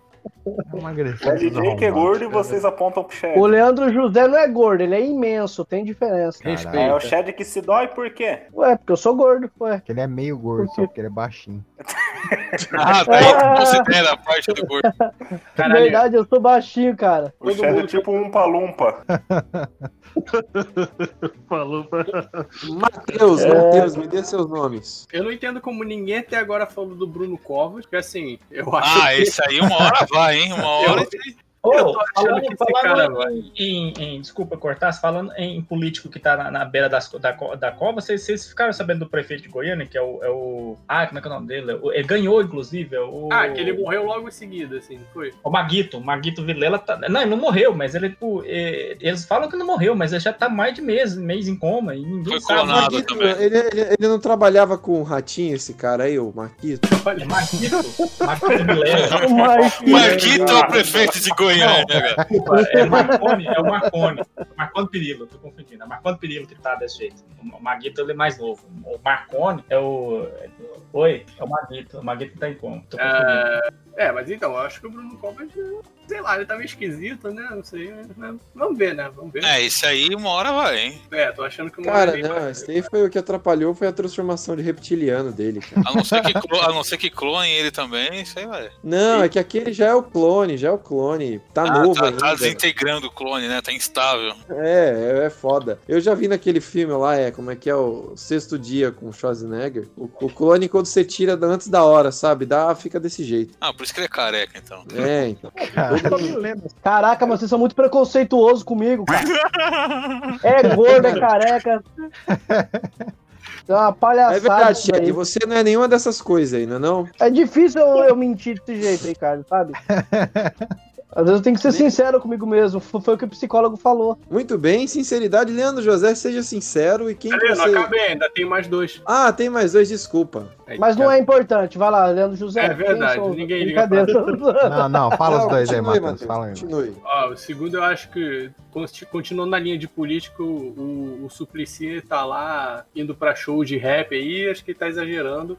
Speaker 3: uma agressão.
Speaker 19: O DJ que é gordo e vocês apontam pro Shed.
Speaker 18: O Leandro José não é gordo, ele é imenso, tem diferença.
Speaker 19: É o Shed que se dói por quê?
Speaker 18: Ué, porque eu sou gordo, ué.
Speaker 3: Ele é meio gordo, só porque ele é baixinho.
Speaker 6: Ah,
Speaker 18: Ah.
Speaker 6: daí considera a parte do gordo.
Speaker 18: Na verdade, eu sou baixinho, cara.
Speaker 19: O Shed é tipo um palumpa.
Speaker 7: Falou.
Speaker 2: Matheus,
Speaker 16: É.
Speaker 2: Matheus, me dê seus nomes.
Speaker 12: Eu não entendo como ninguém até agora falou do Bruno Covas, porque assim, eu acho
Speaker 6: Ah,
Speaker 12: que...
Speaker 6: esse aí uma hora vai, hein? Uma hora.
Speaker 10: Ô,
Speaker 12: Eu tô achando
Speaker 10: falando,
Speaker 12: que esse
Speaker 10: falando
Speaker 12: cara
Speaker 10: em-
Speaker 12: vai.
Speaker 10: em, em- desculpa cortar, falando em político que tá na, na beira das co- da, co- da cova, vocês, vocês ficaram sabendo do prefeito de Goiânia, que é o, é o- Ah, como é que é o nome dele? O- ele ganhou, inclusive. é o,
Speaker 12: Ah, que ele morreu logo em seguida, assim, não foi?
Speaker 10: O Maguito, o Maguito Vilela tá. Não, ele não morreu, mas ele, tipo, é, eles falam que não morreu, mas ele já tá mais de mês, mês em coma e ninguém sabe.
Speaker 2: Marquito, ele, ele, ele não trabalhava com um ratinho, esse cara aí, o Marquito?
Speaker 10: Olha, Maguito, Maguito Vilela.
Speaker 6: O Marquito é o prefeito de Goiânia, cara.
Speaker 10: Desculpa, é o Marconi, é o Marconi. Marconi Perillo, tô confundindo. É o Marconi Perillo que tá desse jeito. O Maguito ele é mais novo. O Marconi é o. Oi? É o Maguito. O Maguito tá em como? Tô confundindo.
Speaker 12: É... é, mas então, eu acho que o Bruno Covas, sei lá, ele tá meio esquisito, né? Não sei. né? Vamos ver, né? Vamos ver.
Speaker 6: É, esse aí uma hora vai, hein?
Speaker 12: É, tô achando que o
Speaker 2: Cara,
Speaker 12: Morelli-
Speaker 2: não, esse daí foi o que atrapalhou, foi a transformação de reptiliano dele,
Speaker 6: [LAUGHS]
Speaker 2: cara.
Speaker 6: A não ser que, clo- a não ser que clonem ele também, isso aí vai.
Speaker 2: Não, é que aquele já é o clone, já é o clone. Tá novo
Speaker 6: tá,
Speaker 2: ainda.
Speaker 6: tá desintegrando o clone, né? Tá instável.
Speaker 2: É, é, é foda. Eu já vi naquele filme lá, é como é que é o Sexto Dia com o Schwarzenegger. O, o clone, quando você tira da- antes da hora, sabe? Dá, fica desse jeito.
Speaker 6: Ah, por isso que ele é careca, então.
Speaker 2: É, então.
Speaker 18: Caraca, mas vocês são muito preconceituosos comigo, cara. É gordo, é careca. É uma palhaçada.
Speaker 2: É verdade,
Speaker 18: isso daí.
Speaker 2: Chad, você não é nenhuma dessas coisas aí, não é não?
Speaker 18: É difícil eu, eu mentir desse jeito, Ricardo, sabe? Às vezes eu tenho que ser sincero comigo mesmo. F- Foi o que o psicólogo falou.
Speaker 2: Muito bem, sinceridade. Leandro José, seja sincero e quem
Speaker 12: Cadê? Não
Speaker 2: você...
Speaker 12: acabei, ainda tem mais dois.
Speaker 2: Ah, tem mais dois, desculpa.
Speaker 18: Mas não é importante. Vai lá, Leandro José.
Speaker 12: É
Speaker 18: quem
Speaker 12: verdade,
Speaker 18: sou?
Speaker 12: ninguém liga
Speaker 18: [LAUGHS]
Speaker 12: pra
Speaker 18: Brincadeira.
Speaker 3: Não, [LAUGHS] não, fala os dois aí,
Speaker 2: continue,
Speaker 3: Matheus. Fala aí.
Speaker 12: Ó, o segundo eu acho que, consti- continuando na linha de político, o, o Suplicy tá lá indo pra show de rap aí, acho que ele tá exagerando.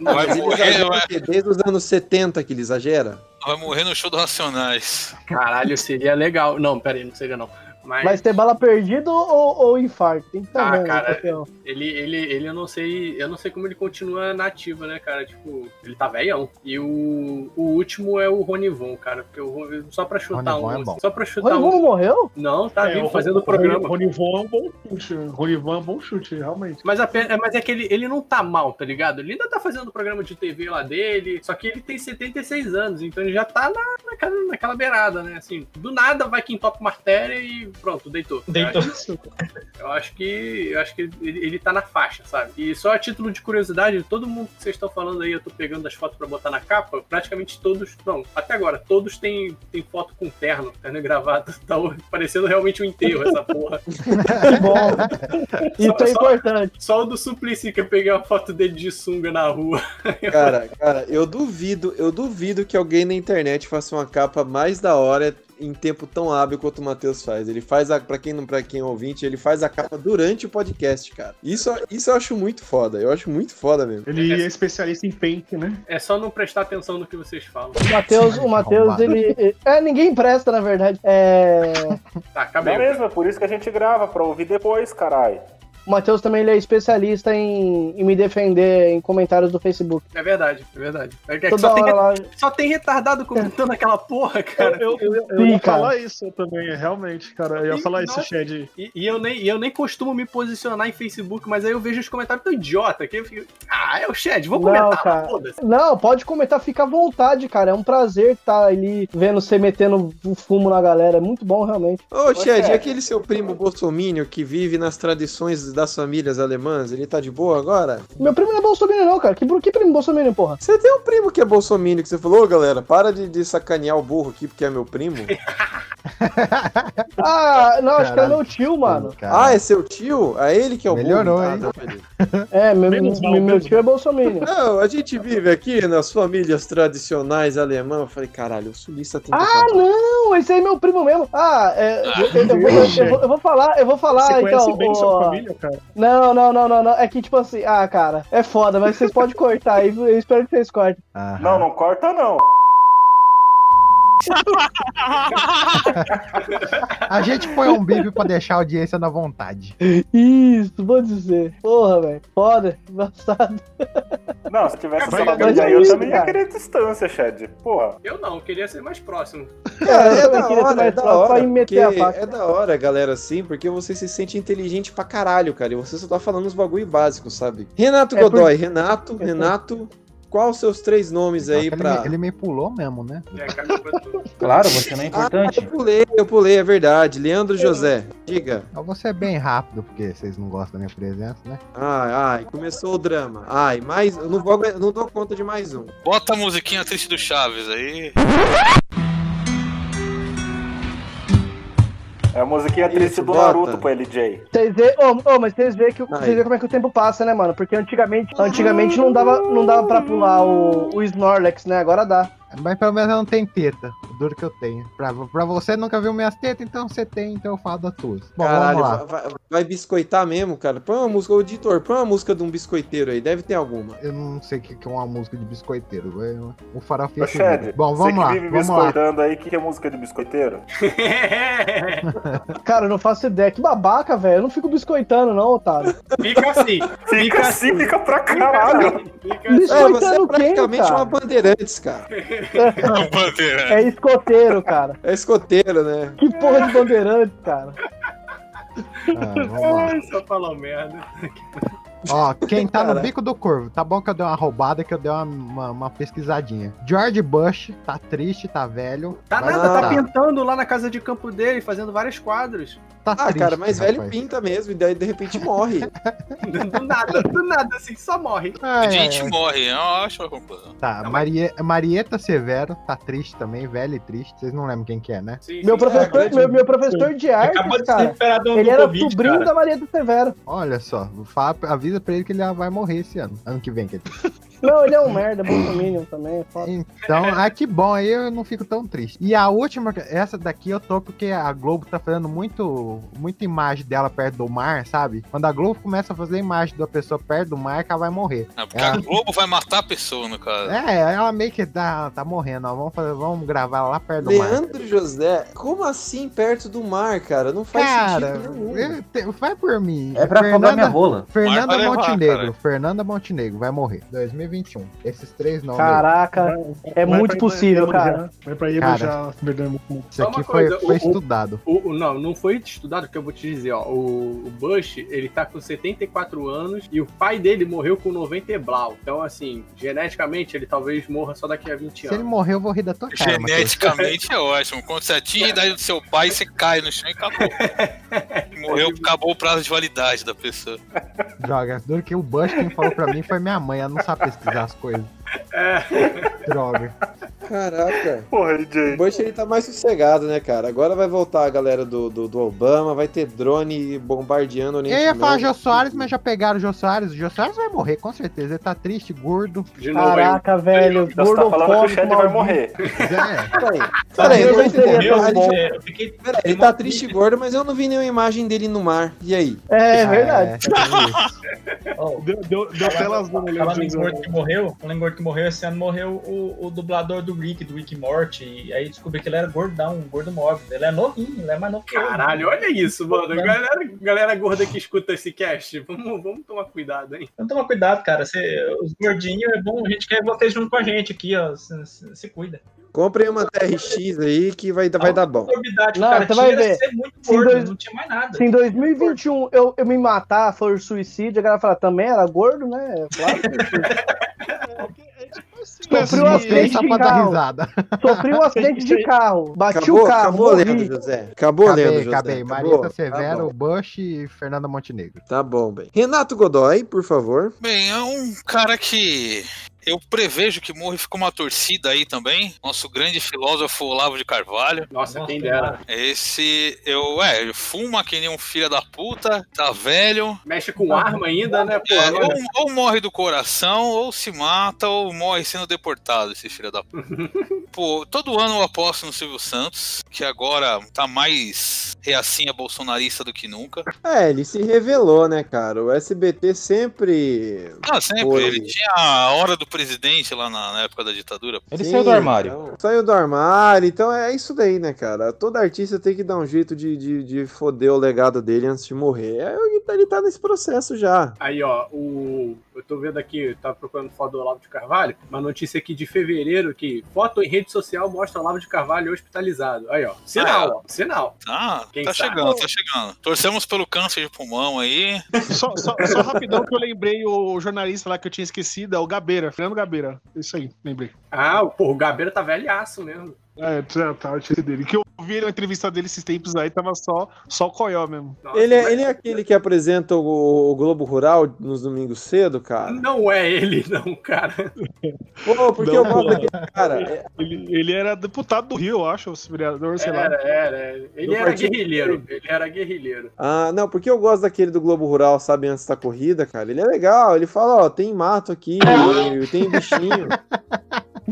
Speaker 2: Mas ele exagera o quê? Desde os anos 70 que ele exagera?
Speaker 6: Vai morrer no show do Racionais.
Speaker 12: Caralho, seria legal. Não, pera aí, não seria não. Mas,
Speaker 10: Mas ter bala perdida ou, ou infarto? Tem que tá
Speaker 12: ah,
Speaker 18: né,
Speaker 10: vendo,
Speaker 12: cara,
Speaker 10: campeão.
Speaker 12: ele, ele, ele, eu não sei, eu não sei como ele continua nativo, né, cara? Tipo, ele tá velhão. E o, o último é o Ronivon, cara, porque o Ron- só pra chutar
Speaker 7: Ronivon
Speaker 12: um,
Speaker 7: é bom.
Speaker 12: assim, só pra chutar
Speaker 10: Rony Von
Speaker 12: um,
Speaker 10: morreu?
Speaker 12: não, tá
Speaker 7: É,
Speaker 12: vivo fazendo o programa.
Speaker 7: Ronivon é um bom chute. Ronivon é um bom chute, realmente.
Speaker 12: Mas, a pena- mas é que ele, ele não tá mal, tá ligado? Ele ainda tá fazendo o programa de TV lá dele, só que ele tem 76 anos, então ele já tá na, naquela, naquela beirada, né? Assim, do nada vai quem toca uma artéria e pronto, deitou.
Speaker 11: Deitou.
Speaker 12: Eu acho isso, cara. Eu acho que, eu acho que ele, ele tá na faixa, sabe? E só a título de curiosidade, todo mundo que vocês estão falando aí, eu tô pegando as fotos pra botar na capa, praticamente todos, não, até agora, todos têm, têm foto com terno, terno e gravata, tá parecendo realmente um enterro essa porra. [LAUGHS]
Speaker 10: Isso é importante.
Speaker 12: Só o do Suplicy que eu peguei a foto dele de sunga na rua.
Speaker 2: Cara, cara, eu duvido, eu duvido que alguém na internet faça uma capa mais da hora em tempo tão hábil quanto o Matheus faz. Ele faz a, para quem não, para quem é ouvinte, ele faz a capa durante o podcast, cara. Isso, isso eu acho muito foda. Eu acho muito foda mesmo.
Speaker 7: Ele é especialista em paint, né?
Speaker 12: É só não prestar atenção no que vocês falam.
Speaker 10: O Matheus, o Matheus, ele. ele- É, ninguém presta, na verdade. É.
Speaker 12: Tá,
Speaker 9: É mesmo, é por isso que a gente grava, pra ouvir depois, caralho.
Speaker 10: O Matheus também ele é especialista em, em me defender em comentários do Facebook.
Speaker 12: É verdade, é verdade. É que
Speaker 10: Toda
Speaker 12: só, tem,
Speaker 10: hora É. lá-
Speaker 12: só tem retardado comentando aquela porra, cara.
Speaker 7: Eu, eu, eu
Speaker 10: Sim,
Speaker 7: ia
Speaker 10: cara.
Speaker 7: falar isso também, realmente, cara. Eu ia falar isso, Shed.
Speaker 12: E, e eu nem, e eu nem costumo me posicionar em Facebook, mas aí eu vejo os comentários tão idiota que eu fico. Ah, é o Chad, vou
Speaker 10: Não,
Speaker 12: comentar,
Speaker 10: cara.
Speaker 12: foda-se.
Speaker 10: Não, pode comentar, fica à vontade, cara. É um prazer estar ali vendo você metendo o fumo na galera. É muito bom, realmente.
Speaker 2: Ô, Chad,
Speaker 10: Chad.
Speaker 2: e aquele seu primo Bolsominion que vive nas tradições das famílias alemãs, ele tá de boa agora?
Speaker 10: Meu primo não é Bolsonaro, não, cara. Que, que primo Bolsonaro, porra?
Speaker 2: Você tem um primo que é Bolsominion que você falou, ô galera, para de, de sacanear o burro aqui porque é meu primo.
Speaker 10: Ah, não, acho que é
Speaker 2: Caralho.
Speaker 10: meu tio, mano.
Speaker 2: Ah, é seu tio? É ele que é o
Speaker 10: Melhorou,
Speaker 2: burro? Ah,
Speaker 10: hein?
Speaker 2: tá, beleza.
Speaker 10: É, meu,
Speaker 2: Menos mal,
Speaker 10: meu, meu
Speaker 2: menos
Speaker 10: tio
Speaker 12: [LAUGHS]
Speaker 10: é Bolsonaro.
Speaker 2: Não, a gente vive aqui nas famílias tradicionais alemãs. Eu falei, caralho, o sulista tem que
Speaker 10: Ah, não, esse aí é meu primo mesmo. Ah, é, eu, eu- eu vou- eu vou, eu vou falar, eu vou falar,
Speaker 7: Você conhece
Speaker 10: então.
Speaker 7: bem
Speaker 10: ó,
Speaker 7: sua família, cara?
Speaker 10: Não, não, não, não, não. É que tipo assim, ah, cara, é foda, mas vocês podem cortar aí. Eu espero que vocês cortem.
Speaker 3: Ah.
Speaker 9: Não, não corta não.
Speaker 3: A gente põe um bip pra deixar a audiência na vontade.
Speaker 10: Isso, vou dizer. Porra, velho. Foda, embaçado.
Speaker 9: Não, se tivesse essa
Speaker 10: Vai,
Speaker 9: bagulho
Speaker 10: vai,
Speaker 9: aí, eu
Speaker 10: vai,
Speaker 9: também ia
Speaker 10: cara.
Speaker 9: querer distância, Shed. Porra.
Speaker 12: Eu não, eu queria ser mais próximo.
Speaker 2: Cara, é,
Speaker 10: eu também
Speaker 2: da hora,
Speaker 10: queria ser
Speaker 2: é
Speaker 10: mais
Speaker 2: da
Speaker 10: só- só
Speaker 2: hora,
Speaker 10: em meter
Speaker 2: porque
Speaker 10: a faca.
Speaker 2: é da hora, galera, assim, porque você se sente inteligente pra caralho, cara, e você só tá falando uns bagulho básico, sabe? Renato
Speaker 3: É por-
Speaker 2: Godoy, Renato, Renato, qual os seus três nomes aí
Speaker 3: ele,
Speaker 2: pra...
Speaker 3: me, ele me pulou mesmo, né?
Speaker 12: É,
Speaker 8: Claro, você não é importante.
Speaker 2: Eu pulei, eu pulei, é verdade. Leandro José, diga.
Speaker 3: Eu vou ser é bem rápido, porque vocês não gostam da minha presença, né?
Speaker 2: Ai, ai, começou o drama. Ai, mais, eu não, vou, agu- eu não dou conta de mais um.
Speaker 6: Bota a musiquinha triste do Chaves aí.
Speaker 9: É a musiquinha triste do
Speaker 2: bota.
Speaker 9: Naruto pro LJ.
Speaker 10: Vocês vê, ô, ô, mas vocês vê que o-
Speaker 9: Aí.
Speaker 10: vocês vê como é que o tempo passa, né, mano? Porque antigamente, antigamente não dava, não dava para pular o, o Snorlax, né? Agora dá.
Speaker 3: Mas pelo menos eu não tenho teta, o duro que eu tenho. Pra, pra você nunca viu minhas tetas, então você tem, então eu falo das tuas. Bom,
Speaker 2: Caralho,
Speaker 3: vamos lá.
Speaker 2: vai, vai- vai biscoitar mesmo, cara. Põe uma música, ô, editor, põe uma música de um biscoiteiro aí, deve ter alguma.
Speaker 3: Eu não sei o que que é uma música de biscoiteiro, velho. O farofinha
Speaker 9: Ô, Shed,
Speaker 3: Bom,
Speaker 9: você
Speaker 3: vamos
Speaker 9: que
Speaker 3: lá,
Speaker 9: vive
Speaker 3: vamos lá.
Speaker 9: biscoitando aí, o que que é música de biscoiteiro?
Speaker 10: Cara, eu não faço ideia. Que babaca, velho. Eu não fico biscoitando, não, otário.
Speaker 12: [LAUGHS] Fica assim.
Speaker 9: Fica assim, fica pra caralho.
Speaker 2: É, você é
Speaker 10: Biscoitando quem,
Speaker 2: praticamente
Speaker 10: cara?
Speaker 2: uma bandeirantes, cara.
Speaker 10: É escoteiro, cara.
Speaker 2: É escoteiro, né?
Speaker 10: Que porra de bandeirante, cara.
Speaker 12: [LAUGHS] Ai, assim, só falar merda.
Speaker 3: É, Ó, quem tá
Speaker 12: Cara.
Speaker 3: no bico do corvo, tá bom que eu dei uma roubada, que eu dei uma, uma, uma pesquisadinha. George Bush tá triste, tá velho.
Speaker 12: Tá
Speaker 3: Vai
Speaker 12: nada, tá
Speaker 3: voltar.
Speaker 12: pintando lá na casa de campo dele, fazendo
Speaker 3: [LAUGHS]
Speaker 12: vários quadros.
Speaker 3: Tá
Speaker 2: ah,
Speaker 3: triste,
Speaker 2: cara, mas velho
Speaker 3: rapaz.
Speaker 2: pinta mesmo, e daí de
Speaker 3: [LAUGHS]
Speaker 2: repente morre.
Speaker 12: Do nada, do nada, assim, só morre.
Speaker 3: Ai,
Speaker 6: Gente
Speaker 3: ai, ai.
Speaker 6: morre, é uma ótima conclusão.
Speaker 3: Tá, Marie- Marieta Severo tá triste também, velho e triste. Vocês não lembram quem que é, né?
Speaker 10: Meu professor, meu, meu professor de
Speaker 3: Acabou
Speaker 10: artes,
Speaker 3: de ser
Speaker 10: cara.
Speaker 3: imperador do
Speaker 10: Ele era
Speaker 3: Covid,
Speaker 10: sobrinho
Speaker 3: cara.
Speaker 10: da Maria do Severo.
Speaker 3: Olha só, fala- avisa pra ele que ele vai morrer esse ano. Ano que vem, quer dizer.
Speaker 10: Não, ele é um merda, Bolsominion também. é Foda.
Speaker 3: Então, ah, que bom, aí eu não fico tão triste. E a última, essa daqui eu tô porque a Globo tá fazendo muito, muita imagem dela perto do mar, sabe? Quando a Globo começa a fazer imagem da pessoa perto do mar, que ela vai morrer.
Speaker 6: É, porque a Globo vai matar a pessoa, no caso.
Speaker 3: É, ela meio que tá, tá morrendo, ó. Vamos, fazer, vamos gravar lá perto É do mar.
Speaker 2: Leandro José, como assim perto do mar, cara? Não faz
Speaker 3: Cara,
Speaker 2: sentido nenhum.
Speaker 3: eu te- vai por mim.
Speaker 2: É pra afundar minha
Speaker 8: rola.
Speaker 3: Fernanda
Speaker 2: Vai levar,
Speaker 3: Montenegro.
Speaker 2: cara.
Speaker 3: Fernanda Montenegro vai morrer. 2021. Esses três nomes.
Speaker 10: Caraca, é
Speaker 7: Vai
Speaker 10: muito
Speaker 7: pra
Speaker 10: possível,
Speaker 7: Iemanjá,
Speaker 10: cara.
Speaker 7: Vai pra
Speaker 3: Cara,
Speaker 7: Iemanjá, perdemos muito.
Speaker 3: Isso aqui foi, foi estudado.
Speaker 12: O- o- não, não foi estudado, porque eu vou te dizer, ó. O, o Bush, ele tá com 74 anos e o pai dele morreu com 90 e blau. Então, assim, geneticamente, ele talvez morra só daqui a 20
Speaker 3: Se ele
Speaker 12: anos.
Speaker 3: morrer, eu vou rir da
Speaker 2: É
Speaker 3: tua cara. Matheus.
Speaker 6: Geneticamente é ótimo. Quando você atinge a idade do seu pai, você cai no
Speaker 3: [LAUGHS]
Speaker 6: chão e acabou. Morreu, acabou o prazo de validade da pessoa.
Speaker 3: Droga, duro que o Bush quem falou pra mim foi minha mãe, ela não sabe pesquisar as coisas.
Speaker 2: É.
Speaker 3: Droga.
Speaker 2: Caraca. O Bush ele tá mais sossegado, né, cara? Agora vai voltar a galera do, do, do Obama, vai ter drone bombardeando o
Speaker 3: Eu
Speaker 2: Oriente
Speaker 3: ia falar
Speaker 2: Médio.
Speaker 3: Jô Soares, mas já pegaram o Jô Soares. O Jô Soares vai morrer, com certeza. Ele tá triste, gordo.
Speaker 12: De
Speaker 10: Caraca, velho.
Speaker 12: Então você tá falando que o Chad vai morrer.
Speaker 3: tá
Speaker 2: Peraí, eu
Speaker 10: Deus
Speaker 2: não
Speaker 10: não seria
Speaker 2: entendi.
Speaker 10: tão
Speaker 2: Ele
Speaker 10: bom.
Speaker 2: já- Peraí, ele tá triste e gordo, mas eu não vi nenhuma imagem dele no mar. E aí?
Speaker 10: É,
Speaker 2: Ah,
Speaker 10: verdade.
Speaker 7: Deu, deu, deu
Speaker 11: Falando-
Speaker 7: tela azul ali.
Speaker 11: Falando em
Speaker 7: José.
Speaker 11: gordo que morreu, falando em gordo que morreu, esse ano morreu o, o dublador do Rick, do Rick Morty, e aí descobri que ele era gordão, um gordo mórbido. Ele é novinho, ele é mais novo que eu. né?
Speaker 12: Caralho, olha isso, mano.
Speaker 11: Não.
Speaker 12: Galera, galera gorda que escuta esse cast, vamos, vamos tomar cuidado, hein?
Speaker 11: Então toma cuidado, cara. Você, os gordinhos é bom, a gente quer vocês junto com a gente aqui, ó. Se, se- se cuida.
Speaker 2: Comprei uma TRX aí que vai, vai dar bom.
Speaker 11: Comorbidade,
Speaker 10: Não,
Speaker 11: Tá, tipo, cara,
Speaker 10: você vai
Speaker 11: tinha
Speaker 10: ver.
Speaker 11: ser muito
Speaker 10: Se em
Speaker 11: gordo,
Speaker 10: dois-
Speaker 11: não tinha mais nada.
Speaker 10: Se Assim, em 2021 eu, eu me matar, for suicídio, a galera fala, também era gordo, né? Claro que [LAUGHS] Sofri um acidente
Speaker 3: Só
Speaker 10: de
Speaker 3: pra dar
Speaker 10: carro.
Speaker 3: risada.
Speaker 10: Sofri um acidente de carro. Bati o carro.
Speaker 2: acabou
Speaker 10: morri.
Speaker 2: Leandro José. Acabou
Speaker 3: acabei,
Speaker 2: Leandro José.
Speaker 3: acabei.
Speaker 2: acabou.
Speaker 3: Marita
Speaker 2: Tá
Speaker 3: Severo,
Speaker 2: bom.
Speaker 3: Bush e Fernanda Montenegro.
Speaker 2: Tá bom, bem. Renato Godoy, por favor.
Speaker 6: Bem, é um cara que eu prevejo que morre ficou uma torcida aí também. Nosso grande filósofo Olavo de Carvalho.
Speaker 12: Nossa, quem dera.
Speaker 6: Esse, eu, é, ele fuma que nem um filho da puta, tá velho.
Speaker 12: Mexe com arma ainda, né, pô?
Speaker 6: É, ou, ou morre do coração, ou se mata, ou morre sendo deportado, esse filho da puta. Pô, todo ano eu aposto no Silvio Santos, que agora tá mais reacinha bolsonarista do que nunca.
Speaker 2: É, ele se revelou, né, cara? O SBT sempre.
Speaker 6: Ah, sempre.
Speaker 2: foi-
Speaker 6: Ele tinha a hora do presidente lá na, na época da ditadura.
Speaker 2: Sim, então, saiu do armário, então é isso daí, né, cara? Todo artista tem que dar um jeito de, de, de foder o legado dele antes de morrer. É, ele tá- Ele tá nesse processo já.
Speaker 12: Aí, ó, o. Eu tô vendo aqui, eu tava procurando foto do Olavo de Carvalho, uma notícia aqui de fevereiro que foto em rede social mostra Olavo de Carvalho hospitalizado. Aí, ó. Sinal,
Speaker 7: é.
Speaker 6: Ah,
Speaker 12: ó. Sinal.
Speaker 6: Tá,
Speaker 12: Quem
Speaker 6: tá
Speaker 12: sabe?
Speaker 6: chegando, tá chegando. Torcemos pelo câncer de pulmão aí.
Speaker 7: Só, só- só rapidão que eu lembrei o jornalista lá que eu tinha esquecido, é o Gabeira, Fernando Gabeira. Isso aí, lembrei.
Speaker 12: Ah, o- pô, o Gabeira tá velhaço mesmo.
Speaker 7: É, tá, tá, eu tirei dele. Que eu vi na entrevista dele esses tempos aí, tava só, só o Coió mesmo.
Speaker 2: Ele é, ele é aquele que apresenta o, o Globo Rural nos domingos cedo, cara?
Speaker 12: Não é ele, [LAUGHS] não, cara.
Speaker 2: Pô, porque eu
Speaker 7: Não,
Speaker 2: gosto
Speaker 7: pô.
Speaker 2: daquele [LAUGHS] cara.
Speaker 7: Ele, ele era deputado do Rio, eu acho, ou vereador, sei
Speaker 12: Era,
Speaker 8: É,
Speaker 7: lá.
Speaker 12: era. era. Ele
Speaker 2: Do
Speaker 12: era
Speaker 2: partido.
Speaker 12: guerrilheiro. Ele era guerrilheiro.
Speaker 2: Ah, não, porque eu gosto daquele do Globo Rural, sabe, antes da corrida, cara. Ele é legal, ele fala, ó, tem mato aqui, tem [LAUGHS] bichinho.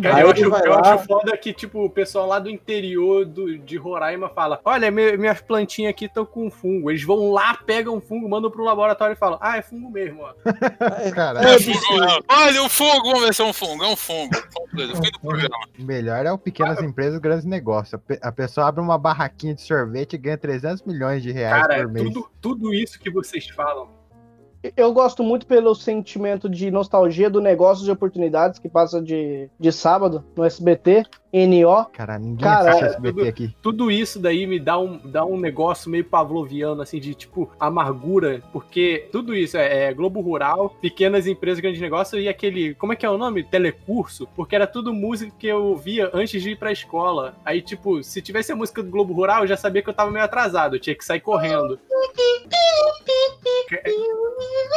Speaker 12: Cara,
Speaker 2: Aí
Speaker 12: eu,
Speaker 2: ele
Speaker 12: acho,
Speaker 2: vai
Speaker 12: eu
Speaker 2: lá.
Speaker 12: acho foda que, tipo, o pessoal lá do interior do, de Roraima fala: Olha, me- minhas plantinhas aqui estão com fungo. Eles vão lá, pegam fungo, mandam pro laboratório e falam: Ah, é fungo mesmo, ó.
Speaker 3: Cara,
Speaker 6: É fungo, é. Olha um fungo, vamos ver se é um fungo, é um fungo. Completo, Fim do programa.
Speaker 3: melhor é o pequenas empresas, grandes negócios. A pe- A pessoa abre uma barraquinha de sorvete e ganha 300 milhões de reais
Speaker 12: Cara,
Speaker 3: por
Speaker 2: é
Speaker 3: mês.
Speaker 12: tudo, tudo isso que vocês falam.
Speaker 10: Eu gosto muito pelo sentimento de nostalgia do negócio de oportunidades que passa de, de sábado no SBT, NO.
Speaker 3: Cara, ninguém
Speaker 12: Cara,
Speaker 3: assiste
Speaker 12: é
Speaker 3: SBT
Speaker 12: tudo-
Speaker 3: aqui.
Speaker 12: Tudo isso daí me dá um, dá um negócio meio pavloviano, assim, de tipo amargura, porque tudo isso é, é Globo Rural, pequenas empresas, grandes negócios e aquele, como é que é o nome? Telecurso, porque era tudo música que eu via antes de ir pra escola. Aí, tipo, se tivesse a música do Globo Rural, eu já sabia que eu tava meio atrasado, eu tinha que sair correndo.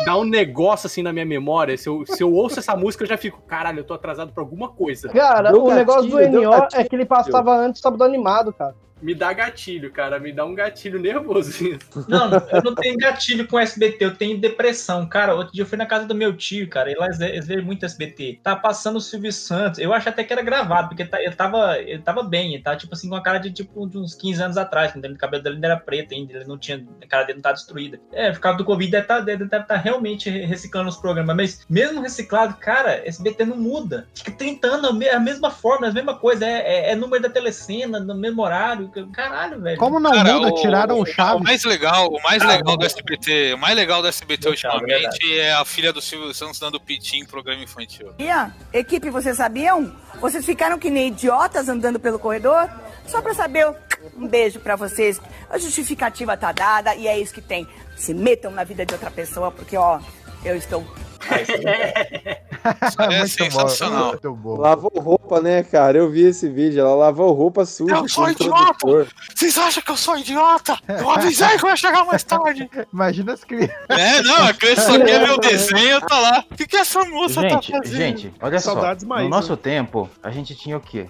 Speaker 12: Dá um negócio assim na minha memória. Se eu, se eu ouço essa música, eu já fico, caralho, eu tô atrasado pra alguma coisa.
Speaker 10: Cara,
Speaker 12: Deu
Speaker 10: o negócio
Speaker 12: gatilho,
Speaker 10: do
Speaker 12: deu
Speaker 10: NO
Speaker 12: gatilho.
Speaker 10: é que ele passava antes do sábado animado, cara.
Speaker 12: me dá gatilho, cara. Me dá um gatilho nervoso. [LAUGHS] isso.
Speaker 11: Não, eu não tenho gatilho com SBT, eu tenho depressão. Cara, outro dia eu fui na casa do meu tio, cara, e lá eles, eles veem muito SBT. Tá passando o Silvio Santos. Eu acho até que era gravado, porque tá- ele tava, ele tava bem, ele tava tipo assim com a cara de tipo de uns 15 anos atrás, entendeu? O cabelo dele ainda era preto ainda, ele não tinha, a cara dele não tá destruída. É, por causa do Covid deve tá, deve tá, tá realmente reciclando os programas, mas mesmo reciclado, cara, SBT não muda. Fica 30 anos, a me- a mesma forma, a mesma coisa, é, é- é número da telecena, no mesmo horário, caralho, velho.
Speaker 3: Como não
Speaker 11: Cara,
Speaker 3: muda?
Speaker 11: o-
Speaker 3: Tiraram o
Speaker 6: O
Speaker 3: Chaves.
Speaker 6: mais legal, o mais
Speaker 11: Ah,
Speaker 6: legal
Speaker 11: não.
Speaker 6: do SBT, o mais legal do SBT ultimamente
Speaker 11: verdade.
Speaker 6: é a filha do Silvio Santos dando pitim em programa infantil.
Speaker 10: [LAUGHS]
Speaker 20: Ian, equipe, vocês sabiam? Vocês ficaram que nem idiotas andando pelo corredor? Só pra saber, um beijo pra vocês. A justificativa tá dada e é isso que tem. Se metam na vida de outra pessoa, porque, ó, eu estou.
Speaker 2: É
Speaker 6: sensacional.
Speaker 2: Lavou roupa, né, cara? Eu vi esse vídeo. Ela lavou roupa suja.
Speaker 6: Eu sou
Speaker 2: com
Speaker 6: idiota!
Speaker 2: produtor.
Speaker 6: Vocês acham que eu sou idiota? Eu avisei que eu ia chegar mais tarde.
Speaker 3: Imagina as crianças.
Speaker 6: [LAUGHS] É, não, a criança só quer ver o desenho, tá lá. O que, que essa moça
Speaker 8: Gente,
Speaker 6: tá fazendo?
Speaker 8: gente, olha só.
Speaker 6: Saudades
Speaker 8: no
Speaker 6: Maísa.
Speaker 8: nosso tempo, a gente tinha o quê?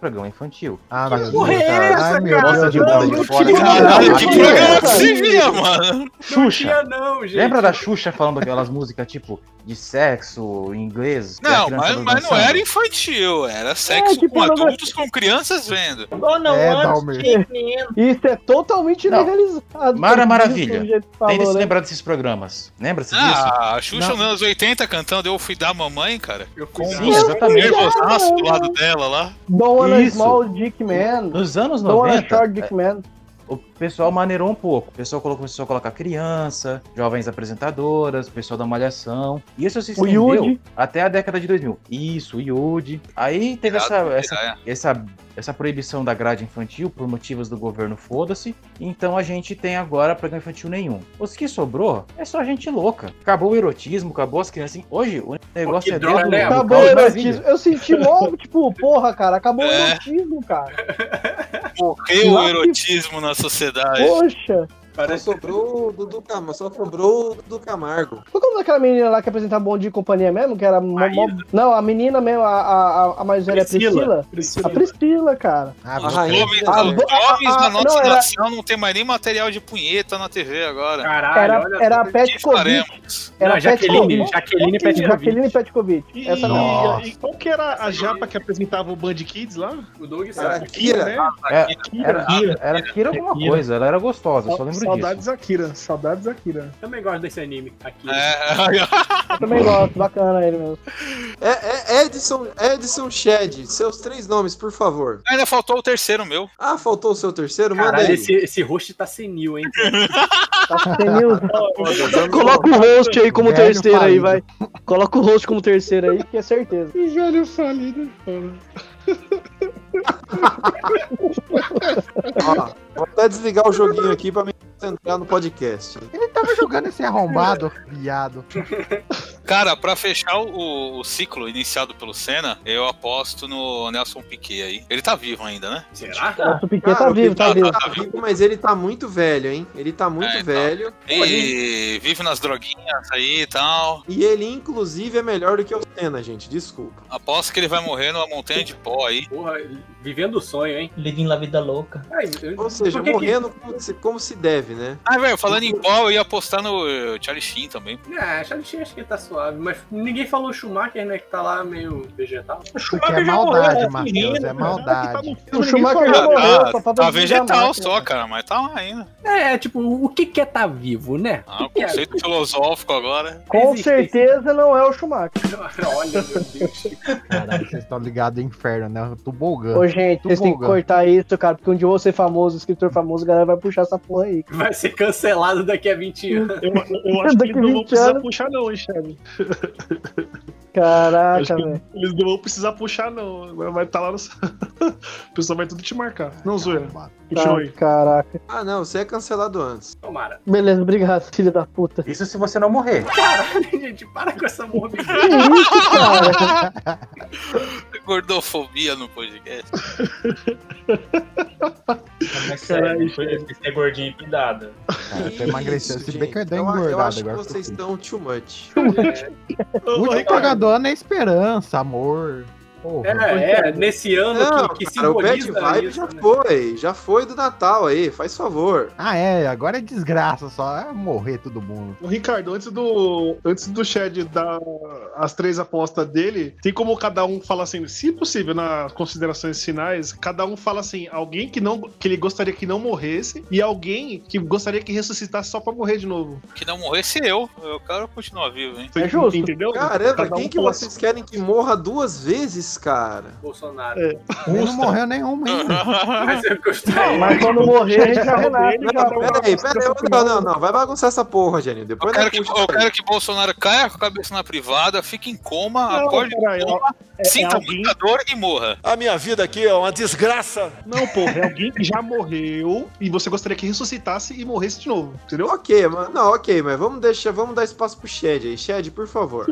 Speaker 8: Programa infantil.
Speaker 3: Ah, meu
Speaker 8: porra
Speaker 3: Deus,
Speaker 8: é
Speaker 3: cara.
Speaker 8: essa,
Speaker 3: Ai, meu
Speaker 8: cara?
Speaker 3: Deus, de
Speaker 8: Não,
Speaker 3: bola
Speaker 8: não
Speaker 3: de fora.
Speaker 8: tinha,
Speaker 3: Caralho,
Speaker 8: não
Speaker 3: que
Speaker 8: tinha,
Speaker 3: programa
Speaker 8: cara.
Speaker 3: que se
Speaker 6: via, mano.
Speaker 8: Xuxa.
Speaker 12: não, gente.
Speaker 8: Lembra da Xuxa falando aquelas músicas tipo de sexo, em inglês? que a
Speaker 6: Não,
Speaker 8: criança
Speaker 6: mas,
Speaker 8: tá
Speaker 6: mas não
Speaker 8: dançando?
Speaker 6: era infantil, era sexo
Speaker 8: que
Speaker 6: com
Speaker 8: pornografia.
Speaker 6: adultos com crianças vendo.
Speaker 11: Oh, não,
Speaker 8: É,
Speaker 11: antes
Speaker 8: Dalmer.
Speaker 11: tinha menino.
Speaker 10: Isso é totalmente
Speaker 8: Não.
Speaker 10: legalizado.
Speaker 8: Mara
Speaker 10: Isso,
Speaker 8: Maravilha.
Speaker 10: do jeito que
Speaker 8: Tem de se
Speaker 10: falou, né?
Speaker 8: lembrar desses programas. Lembra-se disso?
Speaker 6: Ah, a Xuxa nos anos 80 cantando Eu Fui Dar Mamãe, cara. Eu com
Speaker 8: Sim,
Speaker 6: um
Speaker 8: exatamente.
Speaker 6: nervosaço do lado dela lá.
Speaker 10: Dona
Speaker 8: Isso.
Speaker 10: Small Dick Man.
Speaker 8: Nos anos é,
Speaker 10: Don't wanna
Speaker 8: 90,
Speaker 10: short Dick Man.
Speaker 8: O pessoal maneirou um pouco. O pessoal colocou- começou a colocar criança, jovens apresentadoras, pessoal da malhação. E isso se
Speaker 10: O
Speaker 8: estendeu
Speaker 10: Yuji.
Speaker 8: até a década de 2000. Isso, o Yudi. Aí teve essa,
Speaker 6: é.
Speaker 8: essa, essa, essa proibição da grade infantil por motivos do governo foda-se. Então a gente tem agora programa infantil nenhum. Os que sobrou é só gente louca. Acabou o erotismo, acabou as crianças. assim. Hoje o negócio
Speaker 12: que
Speaker 8: é
Speaker 12: droga,
Speaker 8: dedo
Speaker 12: né?
Speaker 8: no
Speaker 10: Acabou o
Speaker 8: caos,
Speaker 10: erotismo.
Speaker 8: maravilha.
Speaker 10: Tá Eu senti logo, [LAUGHS] tipo, porra, cara, acabou o
Speaker 6: É.
Speaker 10: erotismo, cara.
Speaker 6: Morreu o erotismo na sociedade.
Speaker 10: Poxa.
Speaker 2: Só sobrou o Dudu Camargo. Só sobrou o Dudu Camargo.
Speaker 10: Qual que é o nome daquela menina lá que apresentava Bom Dia e Companhia mesmo? Que era. mó- mó- Não, a menina mesmo, a, a, a- a mais velha
Speaker 6: Priscila.
Speaker 10: Priscila.
Speaker 6: Priscila.
Speaker 10: A Priscila, cara.
Speaker 6: Os
Speaker 10: Ah,
Speaker 6: jovens,
Speaker 10: ah,
Speaker 6: os jovens
Speaker 10: [LAUGHS] ah, ah,
Speaker 6: da nossa
Speaker 10: não, era-
Speaker 6: nação não tem mais nem material de punheta na TV agora.
Speaker 10: Era, era a Pet Covid. Era a
Speaker 7: Jaqueline, Jaqueline
Speaker 10: Petkovic.
Speaker 7: Petkovic.
Speaker 10: Jaqueline Petkovic. Essa mesmo.
Speaker 7: E, e qual que era a japa que apresentava o Band Kids lá?
Speaker 12: O Doug
Speaker 7: Era
Speaker 12: sabe.
Speaker 7: a Kira, né?
Speaker 8: É,
Speaker 7: Akira,
Speaker 8: Era,
Speaker 7: Akira.
Speaker 8: era Akira alguma
Speaker 7: Akira.
Speaker 8: coisa, ela era gostosa, eu só lembro
Speaker 7: saudades
Speaker 8: disso.
Speaker 7: Akira, saudades Akira.
Speaker 12: Também gosto desse anime aqui.
Speaker 6: É,
Speaker 10: Eu também gosto, bacana ele mesmo.
Speaker 2: É, é Edson, Edson Shed. Seus três nomes, por favor.
Speaker 6: Ainda faltou o terceiro meu.
Speaker 2: Ah, faltou o seu terceiro? Manda
Speaker 12: Caralho,
Speaker 2: aí.
Speaker 12: esse, esse host tá senil,
Speaker 6: [LAUGHS]
Speaker 12: hein?
Speaker 10: [LAUGHS] Coloca o host aí como
Speaker 2: Velho
Speaker 10: terceiro aí,
Speaker 2: falido.
Speaker 3: então.
Speaker 10: vai. Coloca o host como terceiro aí, que é certeza.
Speaker 7: Velho falido, foda.
Speaker 2: Ó, vou até desligar o joguinho aqui pra me concentrar no podcast.
Speaker 3: Ele tava jogando esse arrombado, viado.
Speaker 6: Cara, pra fechar o, o ciclo iniciado pelo Senna, eu aposto no Nelson Piquet aí. Ele tá vivo ainda, né?
Speaker 12: Será?
Speaker 10: Cara, o Piquet tá vivo, tá vivo.
Speaker 2: Tá vivo, mas ele tá muito velho, hein? Ele tá muito velho.
Speaker 6: E vive nas droguinhas aí e tal.
Speaker 2: E ele, inclusive, é melhor do que o Senna, gente. Desculpa.
Speaker 6: Aposto que ele vai morrer numa montanha de pó aí.
Speaker 12: Porra, vivendo o sonho, hein?
Speaker 11: Living la vida louca.
Speaker 2: Ou seja,
Speaker 6: Por que que-
Speaker 2: morrendo como se- como se deve, né?
Speaker 6: Ah, velho, falando em pó, eu ia apostar no eh, Charlie Sheen também.
Speaker 12: É, Charlie acho que tá suave, mas ninguém falou Schumacher, né? Que tá lá meio vegetal.
Speaker 3: Porque é maldade, Matheus, é maldade.
Speaker 10: O Schumacher já
Speaker 6: Ah,
Speaker 10: morreu,
Speaker 6: tá,
Speaker 10: só falta
Speaker 6: tá
Speaker 10: desligar a
Speaker 6: vegetal
Speaker 10: máquina.
Speaker 6: só, cara, mas tá lá ainda.
Speaker 12: É, tipo, o que que é tá vivo, né?
Speaker 6: Ah,
Speaker 10: é?
Speaker 6: um conceito filosófico agora.
Speaker 10: tá? Com certeza não é o Schumacher.
Speaker 12: [LAUGHS] Olha, meu Deus.
Speaker 3: Caralho, vocês estão ligados ao inferno, né? Eu tô bolgando.
Speaker 10: Ô, gente, vocês têm que cortar isso, cara, porque um dia eu vou ser famoso, escritor famoso, a galera vai puxar essa porra aí.
Speaker 12: Vai ser cancelado daqui a 20 anos.
Speaker 7: Ah, Eu,
Speaker 10: [LAUGHS]
Speaker 7: eu acho que
Speaker 10: Daqui
Speaker 7: eles não vão
Speaker 10: 20
Speaker 7: precisar
Speaker 10: anos.
Speaker 7: puxar não, hein, Chave?
Speaker 10: Caraca,
Speaker 7: Acho que
Speaker 10: velho.
Speaker 7: eles não vão precisar puxar não. Agora vai estar lá no... [LAUGHS] O pessoal vai tudo te marcar. Não, zoeira.
Speaker 10: Tá,
Speaker 7: Continue.
Speaker 10: caraca.
Speaker 2: Ah, não, você é cancelado antes.
Speaker 12: Tomara. [LAUGHS]
Speaker 10: Beleza, obrigado, filho da puta.
Speaker 8: Isso se você não morrer.
Speaker 12: Gente, para com essa morbidez.
Speaker 10: Que isso, cara?
Speaker 6: [LAUGHS] Gordofobia no podcast.
Speaker 11: Mas sério, é? foi foi ser gordinho e cuidado.
Speaker 3: Você emagreceu, se bem que eu dei
Speaker 2: Eu, eu
Speaker 3: engordado
Speaker 2: acho que
Speaker 3: agora.
Speaker 2: vocês estão too much.
Speaker 3: O último jogador na esperança, é amor.
Speaker 12: É, é, nesse ano
Speaker 2: Não,
Speaker 12: que, que
Speaker 2: cara, o Bad
Speaker 12: simboliza
Speaker 2: Vibe
Speaker 12: isso,
Speaker 2: já
Speaker 12: né?
Speaker 2: foi, já foi do Natal aí, faz favor.
Speaker 3: Ah, é, agora é desgraça só, é morrer todo mundo.
Speaker 7: Ô, Ricardo, antes do, antes do Shed dar as três apostas dele, tem como cada um falar assim, se possível, nas considerações finais, cada um fala assim, alguém que não que ele gostaria que não morresse e alguém que gostaria que ressuscitasse só pra morrer de novo.
Speaker 6: Que não morresse eu. Eu quero continuar vivo, hein? [LAUGHS]
Speaker 7: É justo. Entendeu?
Speaker 2: Caramba,
Speaker 7: Cada um
Speaker 2: quem que
Speaker 7: fala
Speaker 2: vocês querem que morra duas vezes, cara?
Speaker 12: Bolsonaro.
Speaker 3: Ele não morreu nenhum
Speaker 12: Mas eu
Speaker 2: Não,
Speaker 12: gostei.
Speaker 2: mas
Speaker 10: [LAUGHS] quando morrer, a
Speaker 7: É,
Speaker 10: gente vai renascer.
Speaker 7: assim,
Speaker 2: Peraí, peraí, não, não, não, vai bagunçar essa porra, Janine.
Speaker 6: Eu
Speaker 2: Depois
Speaker 6: quero,
Speaker 2: não
Speaker 6: que, eu quero que Bolsonaro caia com a cabeça na privada, fique em coma,
Speaker 2: Não,
Speaker 7: "Ah,
Speaker 6: acorde em
Speaker 2: caralho,
Speaker 6: coma,
Speaker 2: é- é
Speaker 6: sinta
Speaker 2: alguém-
Speaker 6: muita dor e morra.
Speaker 14: A minha vida aqui é uma desgraça.
Speaker 7: Não, porra, é alguém que já morreu e você gostaria que ressuscitasse e morresse de novo, entendeu?
Speaker 2: Ok, mano. Não, ok, mas vamos deixar, vamos dar espaço pro Shed aí. Shed, por favor.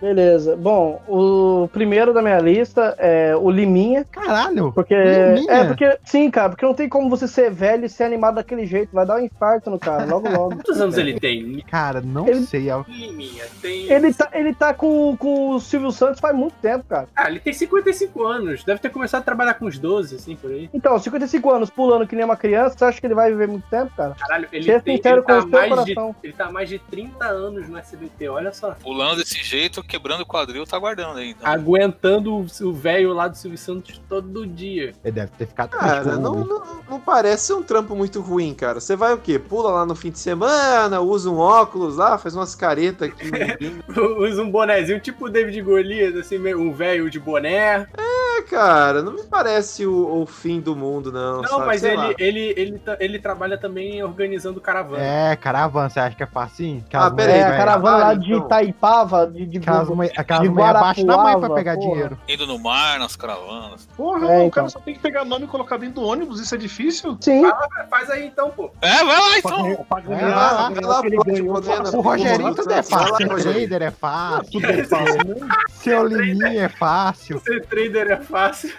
Speaker 10: Beleza. Bom, o primeiro da minha lista é o Liminha.
Speaker 3: Caralho!
Speaker 10: Porque.
Speaker 3: Liminha?
Speaker 10: É, porque. Sim, cara, porque não tem como você ser velho e ser animado daquele jeito. Vai dar um infarto no cara, logo logo. [LAUGHS]
Speaker 12: Quantos anos ele tem?
Speaker 3: Cara, não sei. é o-
Speaker 12: Minha, tem...
Speaker 10: Ele tá, ele tá com, com o Silvio Santos faz muito tempo, cara.
Speaker 12: Ah, ele tem 55 anos. Deve ter começado a trabalhar com uns 12, assim, por aí.
Speaker 10: Então, 55 anos pulando que nem uma criança, você acha que ele vai viver muito tempo, cara?
Speaker 12: Caralho, ele,
Speaker 10: Seja
Speaker 12: tem,
Speaker 10: sincero
Speaker 12: ele,
Speaker 10: com
Speaker 12: tá
Speaker 10: o seu
Speaker 12: mais de,
Speaker 10: coração.
Speaker 12: ele tá há mais de 30 anos no SBT, olha só.
Speaker 6: Pulando desse jeito, quebrando o quadril, tá guardando aí.
Speaker 2: Ah.
Speaker 6: Então.
Speaker 12: Aguentando o- o velho lá do Silvio Santos todo dia. [LAUGHS]
Speaker 3: Ele deve ter ficado tipo
Speaker 2: Cara,
Speaker 3: com-
Speaker 2: não, não, não parece ser um trampo muito ruim, cara. Você vai o quê? Pula lá no fim de semana, usa um óculos lá, faz umas caretas
Speaker 12: [LAUGHS]
Speaker 2: aqui.
Speaker 12: Usa um bonézinho tipo o David Golias, assim, meio- um velho de boné.
Speaker 2: É, cara, não me parece o, o fim do mundo, não.
Speaker 12: Não,
Speaker 2: sabe?
Speaker 12: mas
Speaker 2: Sei
Speaker 12: ele,
Speaker 2: lá.
Speaker 12: ele, ele, tá- ele trabalha também organizando caravana.
Speaker 3: É, caravana, você acha que é facinho?
Speaker 2: Ah, peraí,
Speaker 10: é,
Speaker 3: velho.
Speaker 10: a caravana lá de
Speaker 2: então.
Speaker 10: Itaipava, de, de,
Speaker 3: Aquelas
Speaker 10: de-
Speaker 3: mulher-
Speaker 10: de
Speaker 3: aquelas mulher abaixo da mãe pra
Speaker 10: Guarapuava,
Speaker 3: pegar
Speaker 10: porra.
Speaker 3: dinheiro.
Speaker 6: Indo no mar, nas caravanas.
Speaker 7: Porra,
Speaker 10: É,
Speaker 7: o cara
Speaker 10: então.
Speaker 7: só tem que pegar nome e colocar dentro do ônibus, isso é difícil?
Speaker 10: Sim.
Speaker 12: Faz aí então, pô.
Speaker 6: É, vai lá
Speaker 7: então.
Speaker 3: Vai
Speaker 2: Ah,
Speaker 3: lá, vai lá, pode poder, né? O Rogerinho tudo é
Speaker 2: Vai
Speaker 3: fácil.
Speaker 2: lá,
Speaker 3: Ser
Speaker 2: Rogerinho.
Speaker 3: trader é fácil.
Speaker 7: Tudo é fácil.
Speaker 10: [LAUGHS]
Speaker 3: Seu Liminha é fácil.
Speaker 12: [LAUGHS] Ser trader é fácil.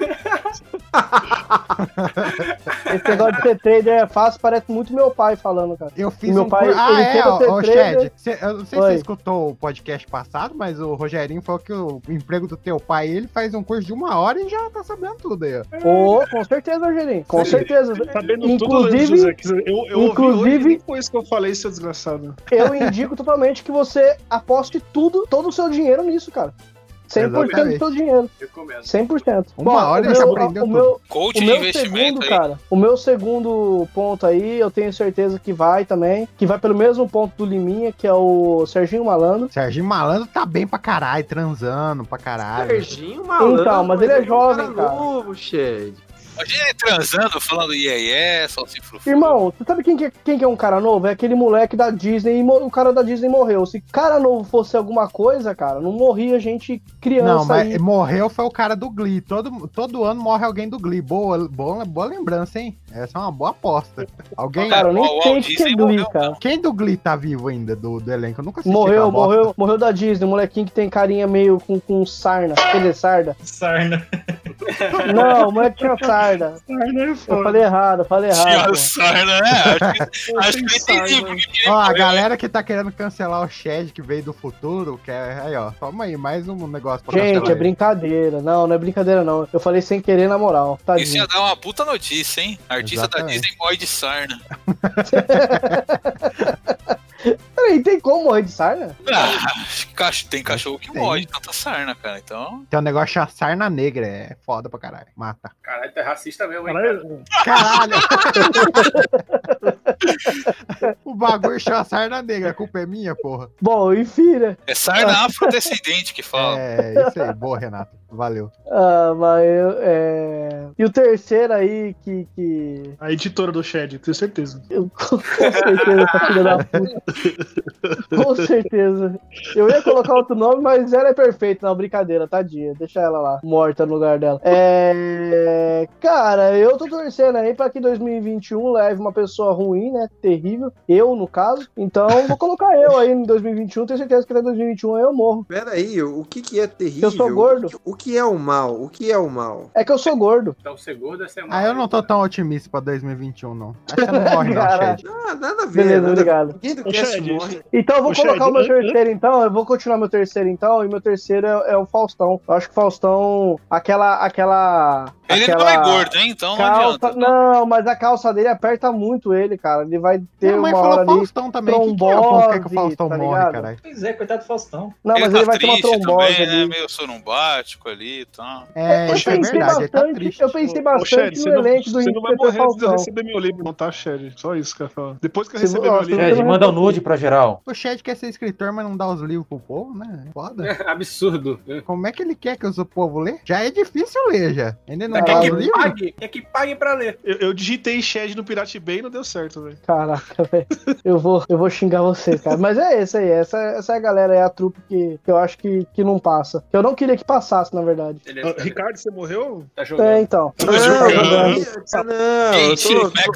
Speaker 10: Esse negócio de ser trader é fácil, parece muito meu pai falando, cara.
Speaker 3: Eu fiz
Speaker 10: meu
Speaker 3: um
Speaker 10: pai,
Speaker 3: cur- Ah,
Speaker 10: ele
Speaker 3: é,
Speaker 10: tenta
Speaker 3: ó,
Speaker 10: ser
Speaker 3: ó,
Speaker 10: trader.
Speaker 3: Chad, cê- eu não sei se
Speaker 10: Oi.
Speaker 3: você escutou o podcast passado, mas o Rogerinho falou que o emprego do teu pai, ele faz um curso de uma hora e já tá sabendo tudo aí. ó.
Speaker 10: Ô, com certeza, Rogerinho. Com certeza.
Speaker 7: Sabendo
Speaker 10: inclusive,
Speaker 7: tudo, José, que eu, eu ouvi hoje,
Speaker 10: inclusive,
Speaker 7: nem foi isso que eu falei, seu desgraçado.
Speaker 10: eu indico totalmente que você aposte tudo, todo o seu dinheiro nisso, cara. 100% do seu dinheiro. 100%.
Speaker 3: Uma hora
Speaker 10: o
Speaker 3: já
Speaker 10: meu-
Speaker 3: aprendeu
Speaker 10: o meu,
Speaker 6: Coach
Speaker 10: o
Speaker 6: de
Speaker 10: meu
Speaker 6: investimento
Speaker 10: segundo,
Speaker 6: aí.
Speaker 10: cara, o meu segundo ponto aí, eu tenho certeza que vai também, que vai pelo mesmo ponto do Liminha, que é o Serginho Malandro.
Speaker 3: Serginho Malandro tá bem pra caralho, transando pra caralho.
Speaker 2: Serginho Malandro,
Speaker 10: Então, mas ele é jovem,
Speaker 2: um
Speaker 10: cara.
Speaker 2: novo, Shed.
Speaker 6: Imagina ele transando, falando iê, iê, só se fru.
Speaker 10: Irmão, você sabe quem que, é- quem que é um cara novo? É aquele moleque da Disney e mo- o cara da Disney morreu. Se cara novo fosse alguma coisa, cara, não morria gente criança.
Speaker 3: Não, mas é
Speaker 10: aí.
Speaker 3: morreu foi o cara do Glee. Todo, todo ano morre alguém do Glee. Boa, boa, boa lembrança, hein? Essa é uma boa aposta. Alguém.
Speaker 10: Cara, eu nem Ó, o sei Walt quem que é Disney Glee, morreu, cara.
Speaker 3: Quem do Glee tá vivo ainda do, do elenco? Eu nunca assisti
Speaker 10: Morreu,
Speaker 3: aquela bosta.
Speaker 10: morreu, morreu da Disney, molequinho que tem carinha meio com, com sarna. Quer dizer, sarda?
Speaker 11: Sarna.
Speaker 10: Não, o moleque tinha sarda.
Speaker 7: é
Speaker 10: Eu falei errado, eu falei errado. pô.
Speaker 6: Sarna, né? Acho que, acho que eu
Speaker 10: né?
Speaker 2: né?
Speaker 6: entendi. porque que ele
Speaker 3: Ó, a
Speaker 6: foi,
Speaker 3: galera que tá querendo cancelar o Shed que veio do futuro, que é. Aí, ó, toma aí, mais um negócio pra
Speaker 10: Gente,
Speaker 3: cancelar
Speaker 10: é
Speaker 3: ele.
Speaker 10: brincadeira. Não, não é brincadeira, não. Eu falei sem querer, na moral.
Speaker 6: né? Isso ia
Speaker 10: [LAUGHS] Tadinho.
Speaker 6: dar uma puta notícia, hein? Artista da Disney morre de sarna.
Speaker 10: Peraí, tem como morrer de sarna?
Speaker 6: Ah, cach- tem cachorro que morre de tanta sarna, cara. Então.
Speaker 3: Tem um negócio chamado sarna negra, é foda pra caralho. Mata.
Speaker 12: Caralho, tu é racista mesmo, hein?
Speaker 3: Caralho! [LAUGHS] o bagulho chama sarna negra, a culpa é minha, porra.
Speaker 10: Bom, enfim, né?
Speaker 6: É sarna afrodescendente que fala.
Speaker 3: É, isso aí. Boa, Renato. Valeu.
Speaker 10: Ah, mas eu, é... E o terceiro aí, que. que...
Speaker 7: A editora do Shed, tenho certeza.
Speaker 10: Eu, [LAUGHS] com certeza, essa filha da puta. Com certeza. Eu ia colocar outro nome, mas ela é perfeita. Não, brincadeira, tadinha. Deixa ela lá, morta no lugar dela. É. Cara, eu tô torcendo aí pra que 2021 leve uma pessoa ruim, né? Terrível. Eu, no caso. Então, vou colocar eu aí em 2021. Tenho certeza que até 2021 eu morro.
Speaker 2: Peraí, o que que é terrível?
Speaker 10: Eu sou gordo.
Speaker 2: O que é o mal? O que é o mal?
Speaker 10: É que eu sou gordo.
Speaker 12: Então, ser gordo é ser
Speaker 3: Ah, eu não tô tão otimista pra 2021, não. Acho que eu não morre, não,
Speaker 10: [LAUGHS] Caralho.
Speaker 3: Shed.
Speaker 2: Ah, nada a ver.
Speaker 10: Beleza,
Speaker 2: nada a ver.
Speaker 10: obrigado.
Speaker 2: Ninguém do
Speaker 10: O
Speaker 2: cast
Speaker 10: Chad, Então eu vou
Speaker 7: Ô,
Speaker 10: colocar
Speaker 7: Chad,
Speaker 10: o meu
Speaker 7: an- an-
Speaker 10: terceiro então, eu vou continuar meu terceiro então, e meu terceiro é, é o Faustão. Eu acho que o Faustão, aquela. aquela
Speaker 6: Ele
Speaker 10: aquela...
Speaker 6: não é gordo, hein? Então não
Speaker 10: calça-
Speaker 6: adianta.
Speaker 10: Não, mas a calça dele aperta muito ele, cara. Ele vai ter
Speaker 3: Minha mãe
Speaker 10: uma
Speaker 3: falou
Speaker 10: hora ali.
Speaker 3: Faustão também. Que que é o Faustão? Quer que o Faustão
Speaker 10: tá
Speaker 3: morre,
Speaker 10: ligado?
Speaker 3: caralho?
Speaker 11: Pois é, coitado do Faustão.
Speaker 10: Não, mas ele vai ter uma trombose
Speaker 6: tá também, né?
Speaker 10: ali.
Speaker 6: Meio sorumbático ali então. e tal.
Speaker 3: É,
Speaker 10: eu pensei
Speaker 3: tá
Speaker 10: bastante, eu pensei
Speaker 7: Ô, Shed,
Speaker 10: bastante
Speaker 7: você
Speaker 10: no
Speaker 7: não,
Speaker 10: elenco do
Speaker 7: você
Speaker 10: Rio
Speaker 7: não vai
Speaker 10: de
Speaker 7: morrer antes de eu
Speaker 10: Faustão.
Speaker 7: receber meu livro, não, tá, Shed? Só isso que eu ia falar. Depois que eu
Speaker 10: Você
Speaker 7: receber
Speaker 10: não- né?
Speaker 7: meu
Speaker 10: ó,
Speaker 7: livro.
Speaker 8: Chad, manda um nude pra geral.
Speaker 3: O Chad quer ser escritor, mas não dá os livros pro povo, né? Foda.
Speaker 12: É. Absurdo.
Speaker 3: Como é que ele quer que os- o povo lê? Já é difícil ler, já. Ele não dá
Speaker 12: Mas quer
Speaker 3: os
Speaker 12: que
Speaker 3: livros?
Speaker 12: pague? Quer que pague pra ler.
Speaker 7: Eu, eu digitei Shed no Pirate Bay e não deu certo, velho.
Speaker 10: Caraca, velho. [LAUGHS] Eu vou, eu vou xingar você, cara. Mas é esse aí. Essa, essa é a galera, é a trupe que, que eu acho que, que não passa. Que eu não queria que passasse, na verdade.
Speaker 6: É,
Speaker 7: Ah, Ricardo, você morreu?
Speaker 12: é, Tá
Speaker 10: É, então.
Speaker 7: Tá jogando.
Speaker 2: Não, eu
Speaker 6: é
Speaker 7: tô,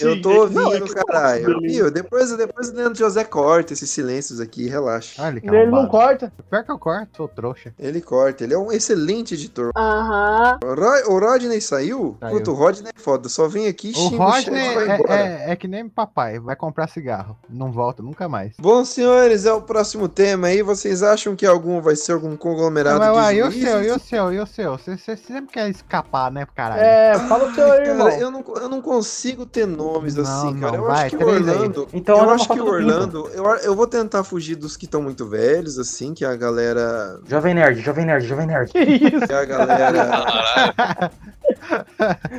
Speaker 2: eu tô
Speaker 7: Sim, não, é
Speaker 2: ouvindo,
Speaker 7: que-
Speaker 2: caralho. Viu? Depois, depois o Leandro José corta esses silêncios aqui, relaxa.
Speaker 3: Olha,
Speaker 10: Ele não corta.
Speaker 3: Pior que eu corto, sou trouxa.
Speaker 2: Ele corta, ele é um excelente editor.
Speaker 10: Aham.
Speaker 2: O Ro- O Rodney saiu?
Speaker 3: Saiu.
Speaker 2: Puta, o Rodney é foda. Só vem aqui,
Speaker 3: O
Speaker 2: xinga
Speaker 3: Rodney
Speaker 2: chefe e vai
Speaker 3: é,
Speaker 2: embora.
Speaker 3: é- é que nem papai, vai comprar cigarro. Não volta nunca mais.
Speaker 2: Bom, senhores, é o próximo tema aí. Vocês acham que algum vai ser algum conglomerado
Speaker 3: Mas, uai,
Speaker 2: de
Speaker 3: e o
Speaker 2: juízes?
Speaker 3: seu, e o seu, e o seu? Você você sempre quer escapar, né, caralho?
Speaker 10: É, fala o seu aí, irmão.
Speaker 2: Cara, eu não, eu não consigo ter nomes assim, cara. Eu
Speaker 3: vai,
Speaker 2: acho que o
Speaker 3: três aí.
Speaker 2: Orlando.
Speaker 3: Então,
Speaker 2: eu
Speaker 3: olha
Speaker 2: acho
Speaker 3: uma
Speaker 2: que o
Speaker 3: foto do
Speaker 2: Orlando. Eu, eu vou tentar fugir dos que estão muito velhos, assim, que a galera.
Speaker 8: Jovem Nerd, Jovem Nerd, Jovem Nerd.
Speaker 10: Que isso?
Speaker 2: Que a
Speaker 10: [LAUGHS]
Speaker 2: galera.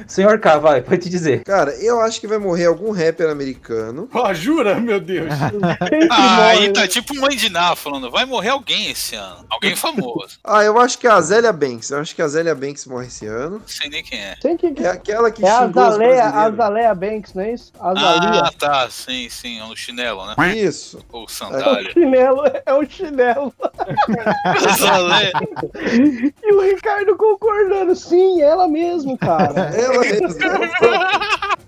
Speaker 8: Senhor K, vai, pode te dizer.
Speaker 2: Cara, eu acho que vai morrer algum rapper americano.
Speaker 12: Ó, jura? Meu Deus.
Speaker 6: [LAUGHS] Ah,
Speaker 10: né?
Speaker 6: aí tá tipo mãe de Ná falando, vai morrer alguém esse ano. Alguém famoso.
Speaker 2: Ah, eu acho que é a Zélia Banks. Eu acho que a Zélia Banks morre esse ano.
Speaker 6: Não sei nem quem é.
Speaker 10: Tem que...
Speaker 2: É aquela que
Speaker 10: É a
Speaker 2: xingou os
Speaker 10: Azalea,
Speaker 2: brasileiros.
Speaker 10: Azalea Banks, não é isso? Azalea.
Speaker 6: Ah, tá, sim, sim, é um chinelo, né?
Speaker 2: Isso.
Speaker 6: Ou
Speaker 10: É um
Speaker 6: sandália.
Speaker 10: chinelo, é um chinelo.
Speaker 6: [LAUGHS]
Speaker 10: É.
Speaker 6: Azalea.
Speaker 10: e o Ricardo concordando, sim, ela
Speaker 6: [LAUGHS]
Speaker 10: mesmo, cara.
Speaker 2: Ela é né?
Speaker 3: [LAUGHS]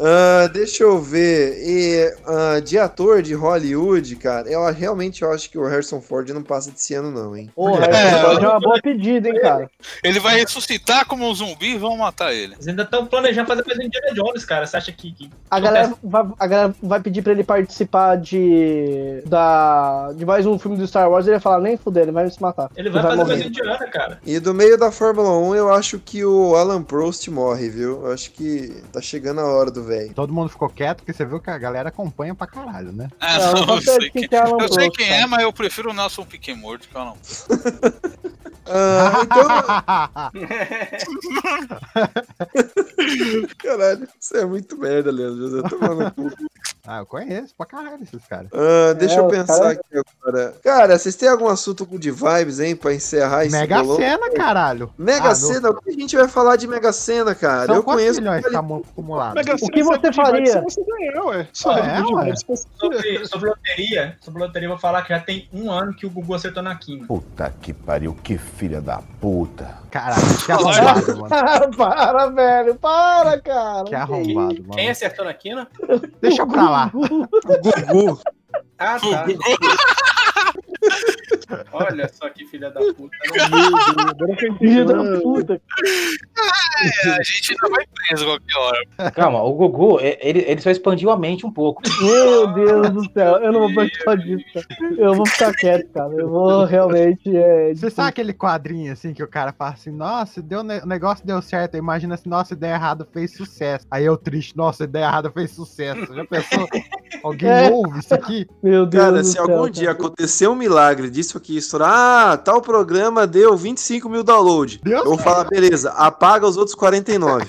Speaker 2: Ah, deixa eu ver. E, ah, de ator de Hollywood, cara, eu realmente acho que o Harrison Ford não passa desse ano, não, hein?
Speaker 10: Pô,
Speaker 3: né?
Speaker 10: é, é uma boa pedida, hein, cara.
Speaker 6: Ele vai ressuscitar como um zumbi e vão matar ele.
Speaker 11: Eles ainda estão planejando fazer coisa do Indiana Jones, cara. Você acha que. que-
Speaker 10: A galera, vai, a galera vai pedir pra ele participar de. Da, de mais um filme do Star Wars, ele vai falar, nem fuder, ele vai se matar.
Speaker 11: Ele vai fazer coisa do Indiana, cara.
Speaker 2: E do meio da Fórmula 1, eu acho que o Alan Prost morre, viu? Eu acho que tá chegando a hora do velho.
Speaker 3: Todo mundo ficou quieto porque você viu que a galera acompanha pra caralho, né? [LAUGHS]
Speaker 6: Ah,
Speaker 11: um
Speaker 2: Não,
Speaker 6: [LAUGHS] não,
Speaker 2: eu não
Speaker 6: eu
Speaker 2: sei
Speaker 6: sei
Speaker 2: quem
Speaker 6: quem,
Speaker 2: que é Alan
Speaker 6: eu sei
Speaker 2: Prost,
Speaker 6: quem é, mas eu prefiro o Nelson Piquet morto que o Alan Prost.
Speaker 3: [LAUGHS]
Speaker 2: Ah, então. Caralho, isso é muito merda, Leandro. José, toma no cu.
Speaker 3: Ah, eu conheço pra caralho esses caras.
Speaker 2: Ah, deixa
Speaker 3: É,
Speaker 2: eu
Speaker 3: os
Speaker 2: pensar
Speaker 3: caras-
Speaker 2: aqui agora. Cara, vocês têm algum assunto de vibes, hein, pra encerrar esse
Speaker 3: Mega
Speaker 2: bolão?
Speaker 3: Sena, caralho.
Speaker 2: Mega
Speaker 3: Ah, não.
Speaker 2: Sena? O que a gente vai falar de Mega Sena, cara?
Speaker 3: São
Speaker 2: eu
Speaker 3: quantos
Speaker 2: conheço.
Speaker 3: milhões que tá mu- acumulado?
Speaker 7: Mega Sena
Speaker 10: que
Speaker 7: só
Speaker 10: você
Speaker 7: de vibes
Speaker 10: faria? Ah,
Speaker 7: Se você ganhar, ué. Só
Speaker 3: É,
Speaker 7: de
Speaker 3: ué.
Speaker 7: vibes se você
Speaker 11: Sobre, sobre loteria, sobre loteria, eu vou falar que já tem um ano que o Gugu acertou na quina.
Speaker 21: Puta que pariu, que filha da puta.
Speaker 3: Caralho, que
Speaker 21: arrombado,
Speaker 10: Cara, [LAUGHS] para, velho, para, cara.
Speaker 21: Que arrombado,
Speaker 7: é
Speaker 12: Quem acertou na quina?
Speaker 3: Deixa pra lá.
Speaker 2: Gugu.
Speaker 12: Ah, tá. [LAUGHS] Olha só que filha da puta.
Speaker 10: Filho da puta.
Speaker 6: É, a gente ainda vai preso qualquer hora.
Speaker 8: [LAUGHS] Calma, o Gugu, é- ele, ele só expandiu a mente um pouco.
Speaker 10: Meu Deus do céu, eu não vou participar disso, cara. Eu vou ficar quieto, cara. Eu vou realmente. É,
Speaker 3: Você sabe aquele quadrinho assim que o cara fala assim, nossa, deu ne- o negócio deu certo, aí imagina se nossa ideia errada fez sucesso. Aí eu triste, nossa, ideia errada fez sucesso. Já
Speaker 7: [LAUGHS]
Speaker 3: pensou? Alguém
Speaker 2: É.
Speaker 3: ouve isso aqui?
Speaker 10: Meu
Speaker 2: Cara, se algum dia
Speaker 10: [LAUGHS]
Speaker 2: acontecer um milagre disso aqui, estourar, ah, tal programa deu 25 mil download. eu vou falar, beleza, apaga os outros 49.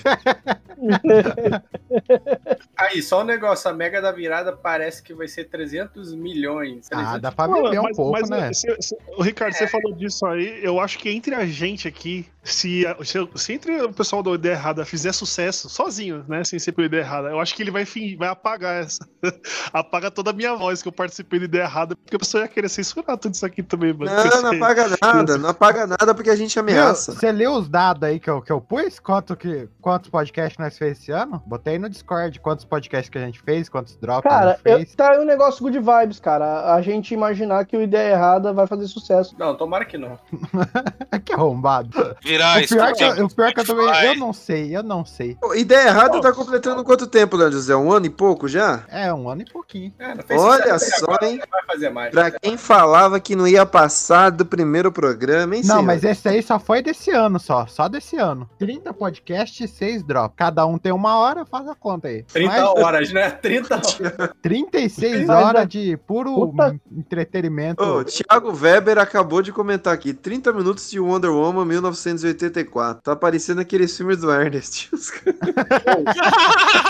Speaker 12: Aí, só um negócio. A Mega da Virada parece que vai ser 300 milhões.
Speaker 3: Ah,
Speaker 12: 300
Speaker 3: dá pra
Speaker 7: Pô,
Speaker 3: beber um
Speaker 7: mas-
Speaker 3: pouco,
Speaker 7: mas,
Speaker 3: né?
Speaker 7: se- se- o Ricardo,
Speaker 2: É.
Speaker 7: você falou disso aí. Eu acho que entre a gente aqui, se, a- se, eu- se entre o pessoal do Ideia Errada fizer sucesso sozinho, né? Sem ser pelo Ideia Errada, eu acho que ele vai, fingir, vai apagar essa. [LAUGHS] apaga toda a minha voz que eu participei do Ideia Errada, porque a pessoa ia querer censurar tudo isso aqui também, mano.
Speaker 2: Não, não apaga nada, não apaga nada porque a gente ameaça.
Speaker 3: Meu, Você leu os dados aí que eu, que eu pus? Quanto que, quantos podcasts nós fez esse ano? Botei no Discord. Quantos quantos podcasts que a gente fez, quantos drops a
Speaker 10: Cara,
Speaker 3: gente
Speaker 10: eu,
Speaker 3: fez.
Speaker 10: tá aí um negócio good vibes, cara. A- A gente imaginar que o Ideia Errada vai fazer sucesso.
Speaker 12: Não, tomara que não.
Speaker 3: É Que arrombado.
Speaker 12: Ah,
Speaker 6: Virar
Speaker 3: o pior, é que, eu- o pior que eu também. Eu
Speaker 6: Spotify.
Speaker 3: não sei, eu não sei.
Speaker 2: Pô, Ideia errada tá completando quanto tempo, Leandro José? Um ano e pouco já?
Speaker 3: É, um ano e pouquinho.
Speaker 2: Olha só, hein?
Speaker 12: Vai fazer mais.
Speaker 2: Pra quem falava que não ia passar do primeiro programa, hein,
Speaker 3: Não,
Speaker 2: senhor?
Speaker 3: mas esse aí só foi desse ano, só. Só desse ano. 30 podcasts, 6 drops. Cada um tem uma hora, faz a conta aí. é
Speaker 12: 30
Speaker 3: Mais
Speaker 12: horas, né? 30 horas.
Speaker 3: 36
Speaker 12: Mas,
Speaker 3: horas
Speaker 12: ó,
Speaker 3: de puro entretenimento.
Speaker 2: Ô, O Thiago Weber acabou de comentar aqui: 30 minutos de Wonder Woman 1984. Tá parecendo aqueles filmes do Ernest. [LAUGHS]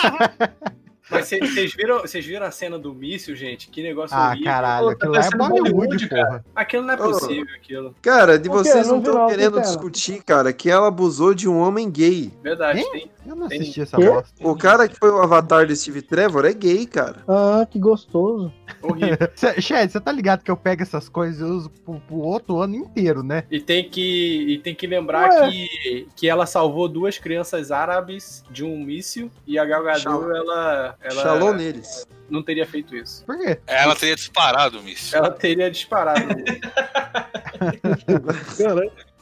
Speaker 12: Mas cê- vocês viram, vocês viram a cena do míssil, gente? Que negócio
Speaker 3: Ah,
Speaker 12: horrível.
Speaker 3: caralho,
Speaker 12: Pô, tá
Speaker 3: aquilo lá é
Speaker 12: parecendo
Speaker 3: Bollywood,
Speaker 12: cara.
Speaker 3: porra.
Speaker 12: Aquilo não é
Speaker 2: Ô,
Speaker 12: possível, aquilo.
Speaker 2: Cara, de
Speaker 12: Por quê?
Speaker 2: vocês não
Speaker 12: Não vi não,
Speaker 2: estão
Speaker 12: o que que
Speaker 2: querendo
Speaker 12: era?
Speaker 2: discutir, cara, que ela abusou de um homem gay.
Speaker 12: Verdade,
Speaker 3: Hein?
Speaker 12: tem.
Speaker 3: Eu não
Speaker 12: tem-
Speaker 3: assisti essa
Speaker 2: Quê?
Speaker 3: bosta.
Speaker 2: O cara que foi o avatar de Steve Trevor é gay, cara.
Speaker 10: Ah, que gostoso.
Speaker 3: Cê- Shed, você tá ligado que eu pego essas coisas e uso pro, pro outro ano inteiro, né?
Speaker 12: E tem que, e tem que lembrar
Speaker 3: Ué.
Speaker 12: que, que ela salvou duas crianças árabes de um míssil e a Gal Gadot, ela, ela... é
Speaker 2: Shalom neles.
Speaker 12: Não teria feito isso.
Speaker 3: Por quê?
Speaker 6: Ela teria disparado, Miss.
Speaker 12: Ela teria
Speaker 6: [LAUGHS]
Speaker 12: disparado.
Speaker 7: né?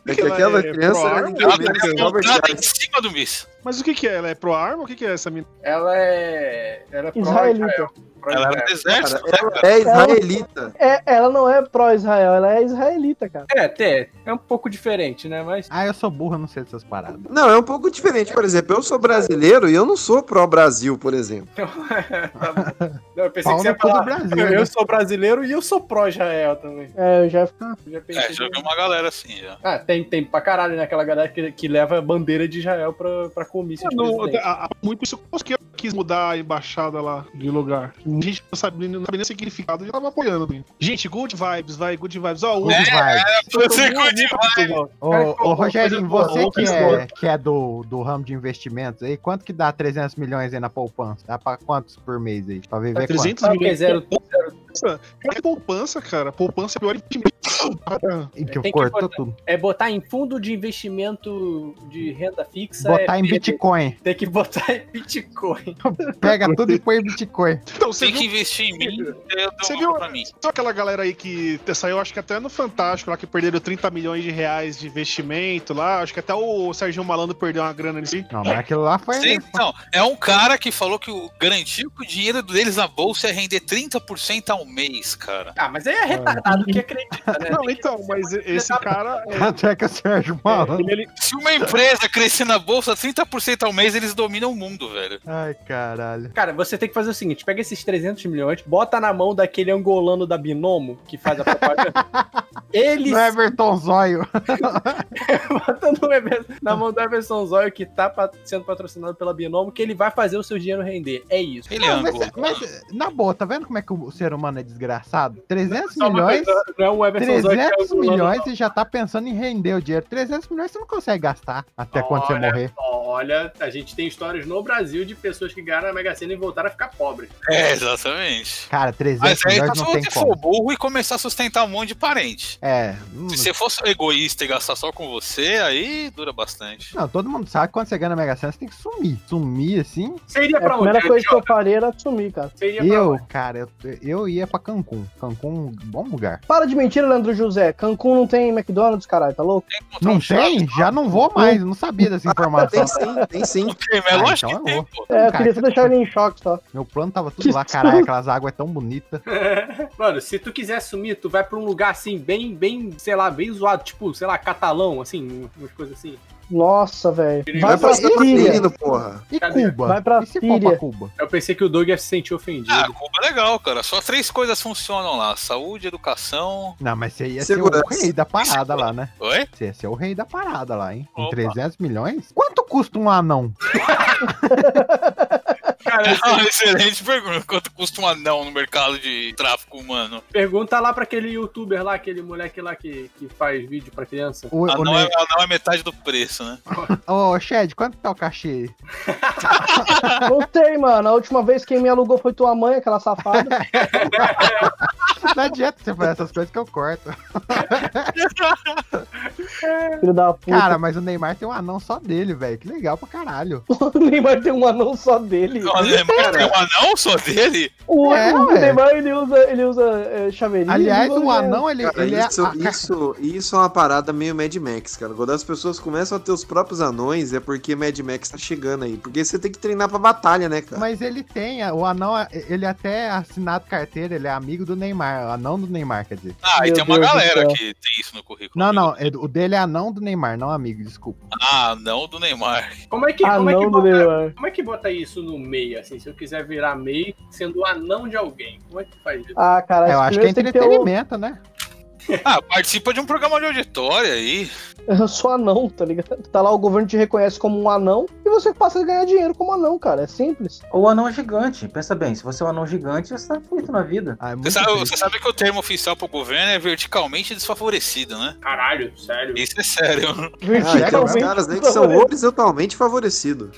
Speaker 2: É que aquela criança era ninguém
Speaker 6: Ela
Speaker 2: menos que
Speaker 6: teria
Speaker 2: o Robert
Speaker 6: montada em
Speaker 2: Pattinson.
Speaker 6: cima do Miss.
Speaker 7: Mas o que que é? Ela é pro arma? O que que é essa mina?
Speaker 12: Ela é. Ela é
Speaker 10: Israelita.
Speaker 6: Ela era do exército, né, cara?
Speaker 2: É israelita.
Speaker 10: É, ela não é pró-Israel, ela é israelita, cara.
Speaker 12: É, até. É um pouco diferente, né? Mas. [LAUGHS]
Speaker 3: Ah, eu sou burro, eu não sei dessas paradas.
Speaker 2: Não, é um pouco diferente. Por exemplo, eu sou brasileiro e eu não sou pró-Brasil, por exemplo.
Speaker 12: Tá bom. Não, eu pensei
Speaker 2: Pau
Speaker 12: que você
Speaker 3: é
Speaker 12: ia
Speaker 2: no cu do
Speaker 12: falar.
Speaker 2: Brasil,
Speaker 12: eu
Speaker 2: né?"
Speaker 12: sou brasileiro e eu sou pró-Israel também.
Speaker 10: É, eu já
Speaker 12: Eu já pensei
Speaker 6: É, já vi uma galera assim, já.
Speaker 12: Ah, tem, tem pra caralho, né? Aquela galera que, que leva a bandeira de Israel pra, pra comício de
Speaker 7: Não,
Speaker 12: presidente.
Speaker 7: há há muito isso que eu quis mudar a embaixada lá de lugar. A gente não sabe, nem- não sabe nem o significado, já tava apoiando. assim. Gente, good vibes, vai, good vibes. Ó, o
Speaker 12: É,
Speaker 3: Good vibes.
Speaker 7: Você good vibes.
Speaker 3: Ô, ô Rogerinho, você que é, que é do, do ramo de investimentos aí, quanto que dá 300 milhões aí na poupança? Dá pra quantos por mês aí? Pra viver
Speaker 7: É 300
Speaker 3: quanto?
Speaker 7: milhões. Poupança? Cara, é poupança, cara. Poupança é o pior investimento.
Speaker 3: E que
Speaker 12: Tem que
Speaker 3: cortou
Speaker 12: botar-
Speaker 3: tudo.
Speaker 12: É botar em fundo de investimento de renda fixa.
Speaker 3: Botar
Speaker 12: é
Speaker 3: em
Speaker 12: perder.
Speaker 3: Bitcoin.
Speaker 12: Tem que botar [LAUGHS] em Bitcoin.
Speaker 3: Pega tudo e põe em Bitcoin.
Speaker 7: Então,
Speaker 6: Tem que investir em mim, eu dou
Speaker 7: Você
Speaker 6: uma
Speaker 7: viu,
Speaker 6: pra mim.
Speaker 7: sabe aquela galera aí que saiu, acho que até no Fantástico, lá que perderam 30 milhões de reais de investimento lá, acho que até o Serginho Malandro perdeu uma grana nisso.
Speaker 3: Não, mas aquilo lá foi...
Speaker 6: Sim, não, é um cara que falou que o- garantiu que o dinheiro deles na bolsa ia render 30% ao mês, cara.
Speaker 12: Ah, mas aí é retardado que É, acredita, né?
Speaker 7: Não, então,
Speaker 12: [LAUGHS]
Speaker 7: mas esse cara.
Speaker 3: [LAUGHS]
Speaker 7: é-
Speaker 3: Até que o Sérgio Malandro...
Speaker 6: Se uma empresa crescer na bolsa 30% ao mês, eles dominam o mundo, velho.
Speaker 3: Ai, caralho.
Speaker 12: Cara, você tem que fazer o seguinte: pega esses 300 milhões, bota na mão daquele angolano da Binomo que faz a
Speaker 10: [LAUGHS]
Speaker 12: propaganda. Ele
Speaker 3: No é
Speaker 10: é
Speaker 12: [LAUGHS]
Speaker 3: Everton Zóio.
Speaker 12: bota no Ever- na mão do Everson Zóio que tá pa- sendo patrocinado pela Binomo, que ele vai fazer o seu dinheiro render. É isso.
Speaker 6: Ele
Speaker 3: Não, mas, mas, na boa, tá vendo como é que o ser humano é desgraçado? 300
Speaker 12: Só uma
Speaker 3: milhões...
Speaker 12: coisa, não é o Everson Zóio que é o
Speaker 3: 300
Speaker 12: angolano,
Speaker 3: milhões
Speaker 12: não.
Speaker 3: e já tá pensando em render o dinheiro. 300 milhões você não consegue gastar até quando você
Speaker 12: Olha,
Speaker 3: morrer.
Speaker 12: Olha, a gente tem histórias no Brasil de pessoas que ganharam a Mega Sena e voltaram a ficar pobres.
Speaker 6: É, exatamente.
Speaker 3: Cara, 300
Speaker 6: Mas aí tá
Speaker 3: milhões
Speaker 6: só
Speaker 3: não
Speaker 6: se
Speaker 3: tem
Speaker 6: você
Speaker 3: como.
Speaker 6: for burro e começar a sustentar um monte de parente.
Speaker 3: É.
Speaker 6: Se você fosse egoísta e gastar só com você, aí dura bastante.
Speaker 3: Não, todo mundo sabe que quando você ganha na Mega Sena, você tem que sumir. Sumir, assim.
Speaker 12: Seria
Speaker 10: É a primeira coisa que eu faria era sumir, cara.
Speaker 3: Eu, cara, eu, eu ia pra Cancún. Cancún é um bom lugar.
Speaker 10: Para de mentira, Leandro José. Cancún não tem McDonald's, caralho, tá louco?
Speaker 3: Não
Speaker 6: um
Speaker 3: tem? Já não vou mais. Eu não sabia dessa informação.
Speaker 10: tem sim,
Speaker 2: tem sim.
Speaker 3: Ah,
Speaker 10: lógico
Speaker 3: então eu vou.
Speaker 10: É, eu
Speaker 3: Cara,
Speaker 10: queria só deixar ele em choque só.
Speaker 3: Meu plano tava tudo lá, caralho. Aquelas águas tão bonitas.
Speaker 12: Mano, se tu quiser sumir, tu vai pra um lugar assim, bem, bem, sei lá, bem zoado, tipo, sei lá, catalão, assim, umas coisas assim.
Speaker 10: Nossa, velho. Vai
Speaker 12: Vai
Speaker 10: pra
Speaker 12: passar
Speaker 10: Síria.
Speaker 12: patrocínio,
Speaker 2: porra.
Speaker 3: E
Speaker 12: Cadê?
Speaker 3: Cuba?
Speaker 10: Vai pra Síria.
Speaker 3: Cuba?
Speaker 12: Eu pensei que o Doug ia se sentir ofendido.
Speaker 6: Ah, Cuba é legal, cara. Só três coisas funcionam lá: saúde, educação.
Speaker 3: Não, mas você ia
Speaker 6: Segurança.
Speaker 3: ser o rei da parada lá, né?
Speaker 6: Oi? [LAUGHS]
Speaker 3: Você ia ser o rei da parada lá, hein? Com
Speaker 6: Opa.
Speaker 3: 300 milhões? Quanto custa um anão?
Speaker 6: Ah, excelente pergunta. Quanto custa um anão no mercado de tráfico humano?
Speaker 12: [LAUGHS] Pergunta lá pra aquele youtuber lá, aquele moleque lá que, que faz vídeo pra criança.
Speaker 3: O- o
Speaker 6: Anão
Speaker 3: ne-
Speaker 6: é, anão é metade do preço, né?
Speaker 3: Ô, Shed, quanto tá o cachê?
Speaker 10: Não tem, mano. A última vez quem me alugou foi tua mãe, aquela safada.
Speaker 3: [LAUGHS] Não adianta você fazer essas coisas que eu corto.
Speaker 10: filho da puta.
Speaker 3: Cara, mas o Neymar tem um anão só dele, velho. Que legal pra caralho.
Speaker 10: [LAUGHS] o Neymar tem um anão só dele.
Speaker 6: O Neymar é um anão só dele?
Speaker 10: O,
Speaker 3: É,
Speaker 10: o
Speaker 3: ué.
Speaker 10: Neymar ele usa, ele usa é, chaveirinho.
Speaker 3: Aliás,
Speaker 10: ele usa-
Speaker 3: o anão, ele,
Speaker 2: Cara,
Speaker 3: ele
Speaker 2: isso,
Speaker 3: é. a-
Speaker 2: isso, isso é uma parada meio Mad Max, cara. Quando as pessoas começam a ter os próprios anões, é porque Mad Max tá chegando aí. Porque você tem que treinar pra batalha, né, cara?
Speaker 3: Mas ele tem, o anão, ele até é assinado carteira, ele é amigo do Neymar, o anão do Neymar, quer dizer.
Speaker 6: Ah, e
Speaker 3: Meu
Speaker 6: tem uma
Speaker 3: Deus do
Speaker 6: galera
Speaker 3: céu.
Speaker 6: que tem isso no currículo.
Speaker 3: Não, não, é- o dele é anão do Neymar, não amigo, desculpa.
Speaker 6: Ah, não do Neymar. [LAUGHS]
Speaker 12: Como é que,
Speaker 3: Ah,
Speaker 12: como é
Speaker 3: não,
Speaker 12: que
Speaker 3: do
Speaker 12: bota,
Speaker 3: Neymar.
Speaker 12: como é que bota isso no meio, assim? Se eu quiser virar meio sendo anão de alguém, como é que faz isso?
Speaker 10: Ah, cara,
Speaker 3: eu acho que é
Speaker 10: primeiro tem que ter um
Speaker 3: entretenimento, né?
Speaker 6: Ah, participa de um programa de auditória aí.
Speaker 10: [LAUGHS] Eu sou anão, tá ligado? Tá lá, o governo te reconhece como um anão e você passa a ganhar dinheiro como anão, cara. É
Speaker 2: Ah,
Speaker 10: simples.
Speaker 8: Ou anão gigante. Pensa bem, se você é um anão gigante, você tá feito na vida.
Speaker 3: Ah, é
Speaker 6: Você sabe, você sabe que o termo oficial pro governo é verticalmente desfavorecido, né?
Speaker 12: Caralho, sério.
Speaker 6: Isso é sério.
Speaker 10: [LAUGHS]
Speaker 2: Ah, tem uns caras aí que são horizontalmente favorecidos.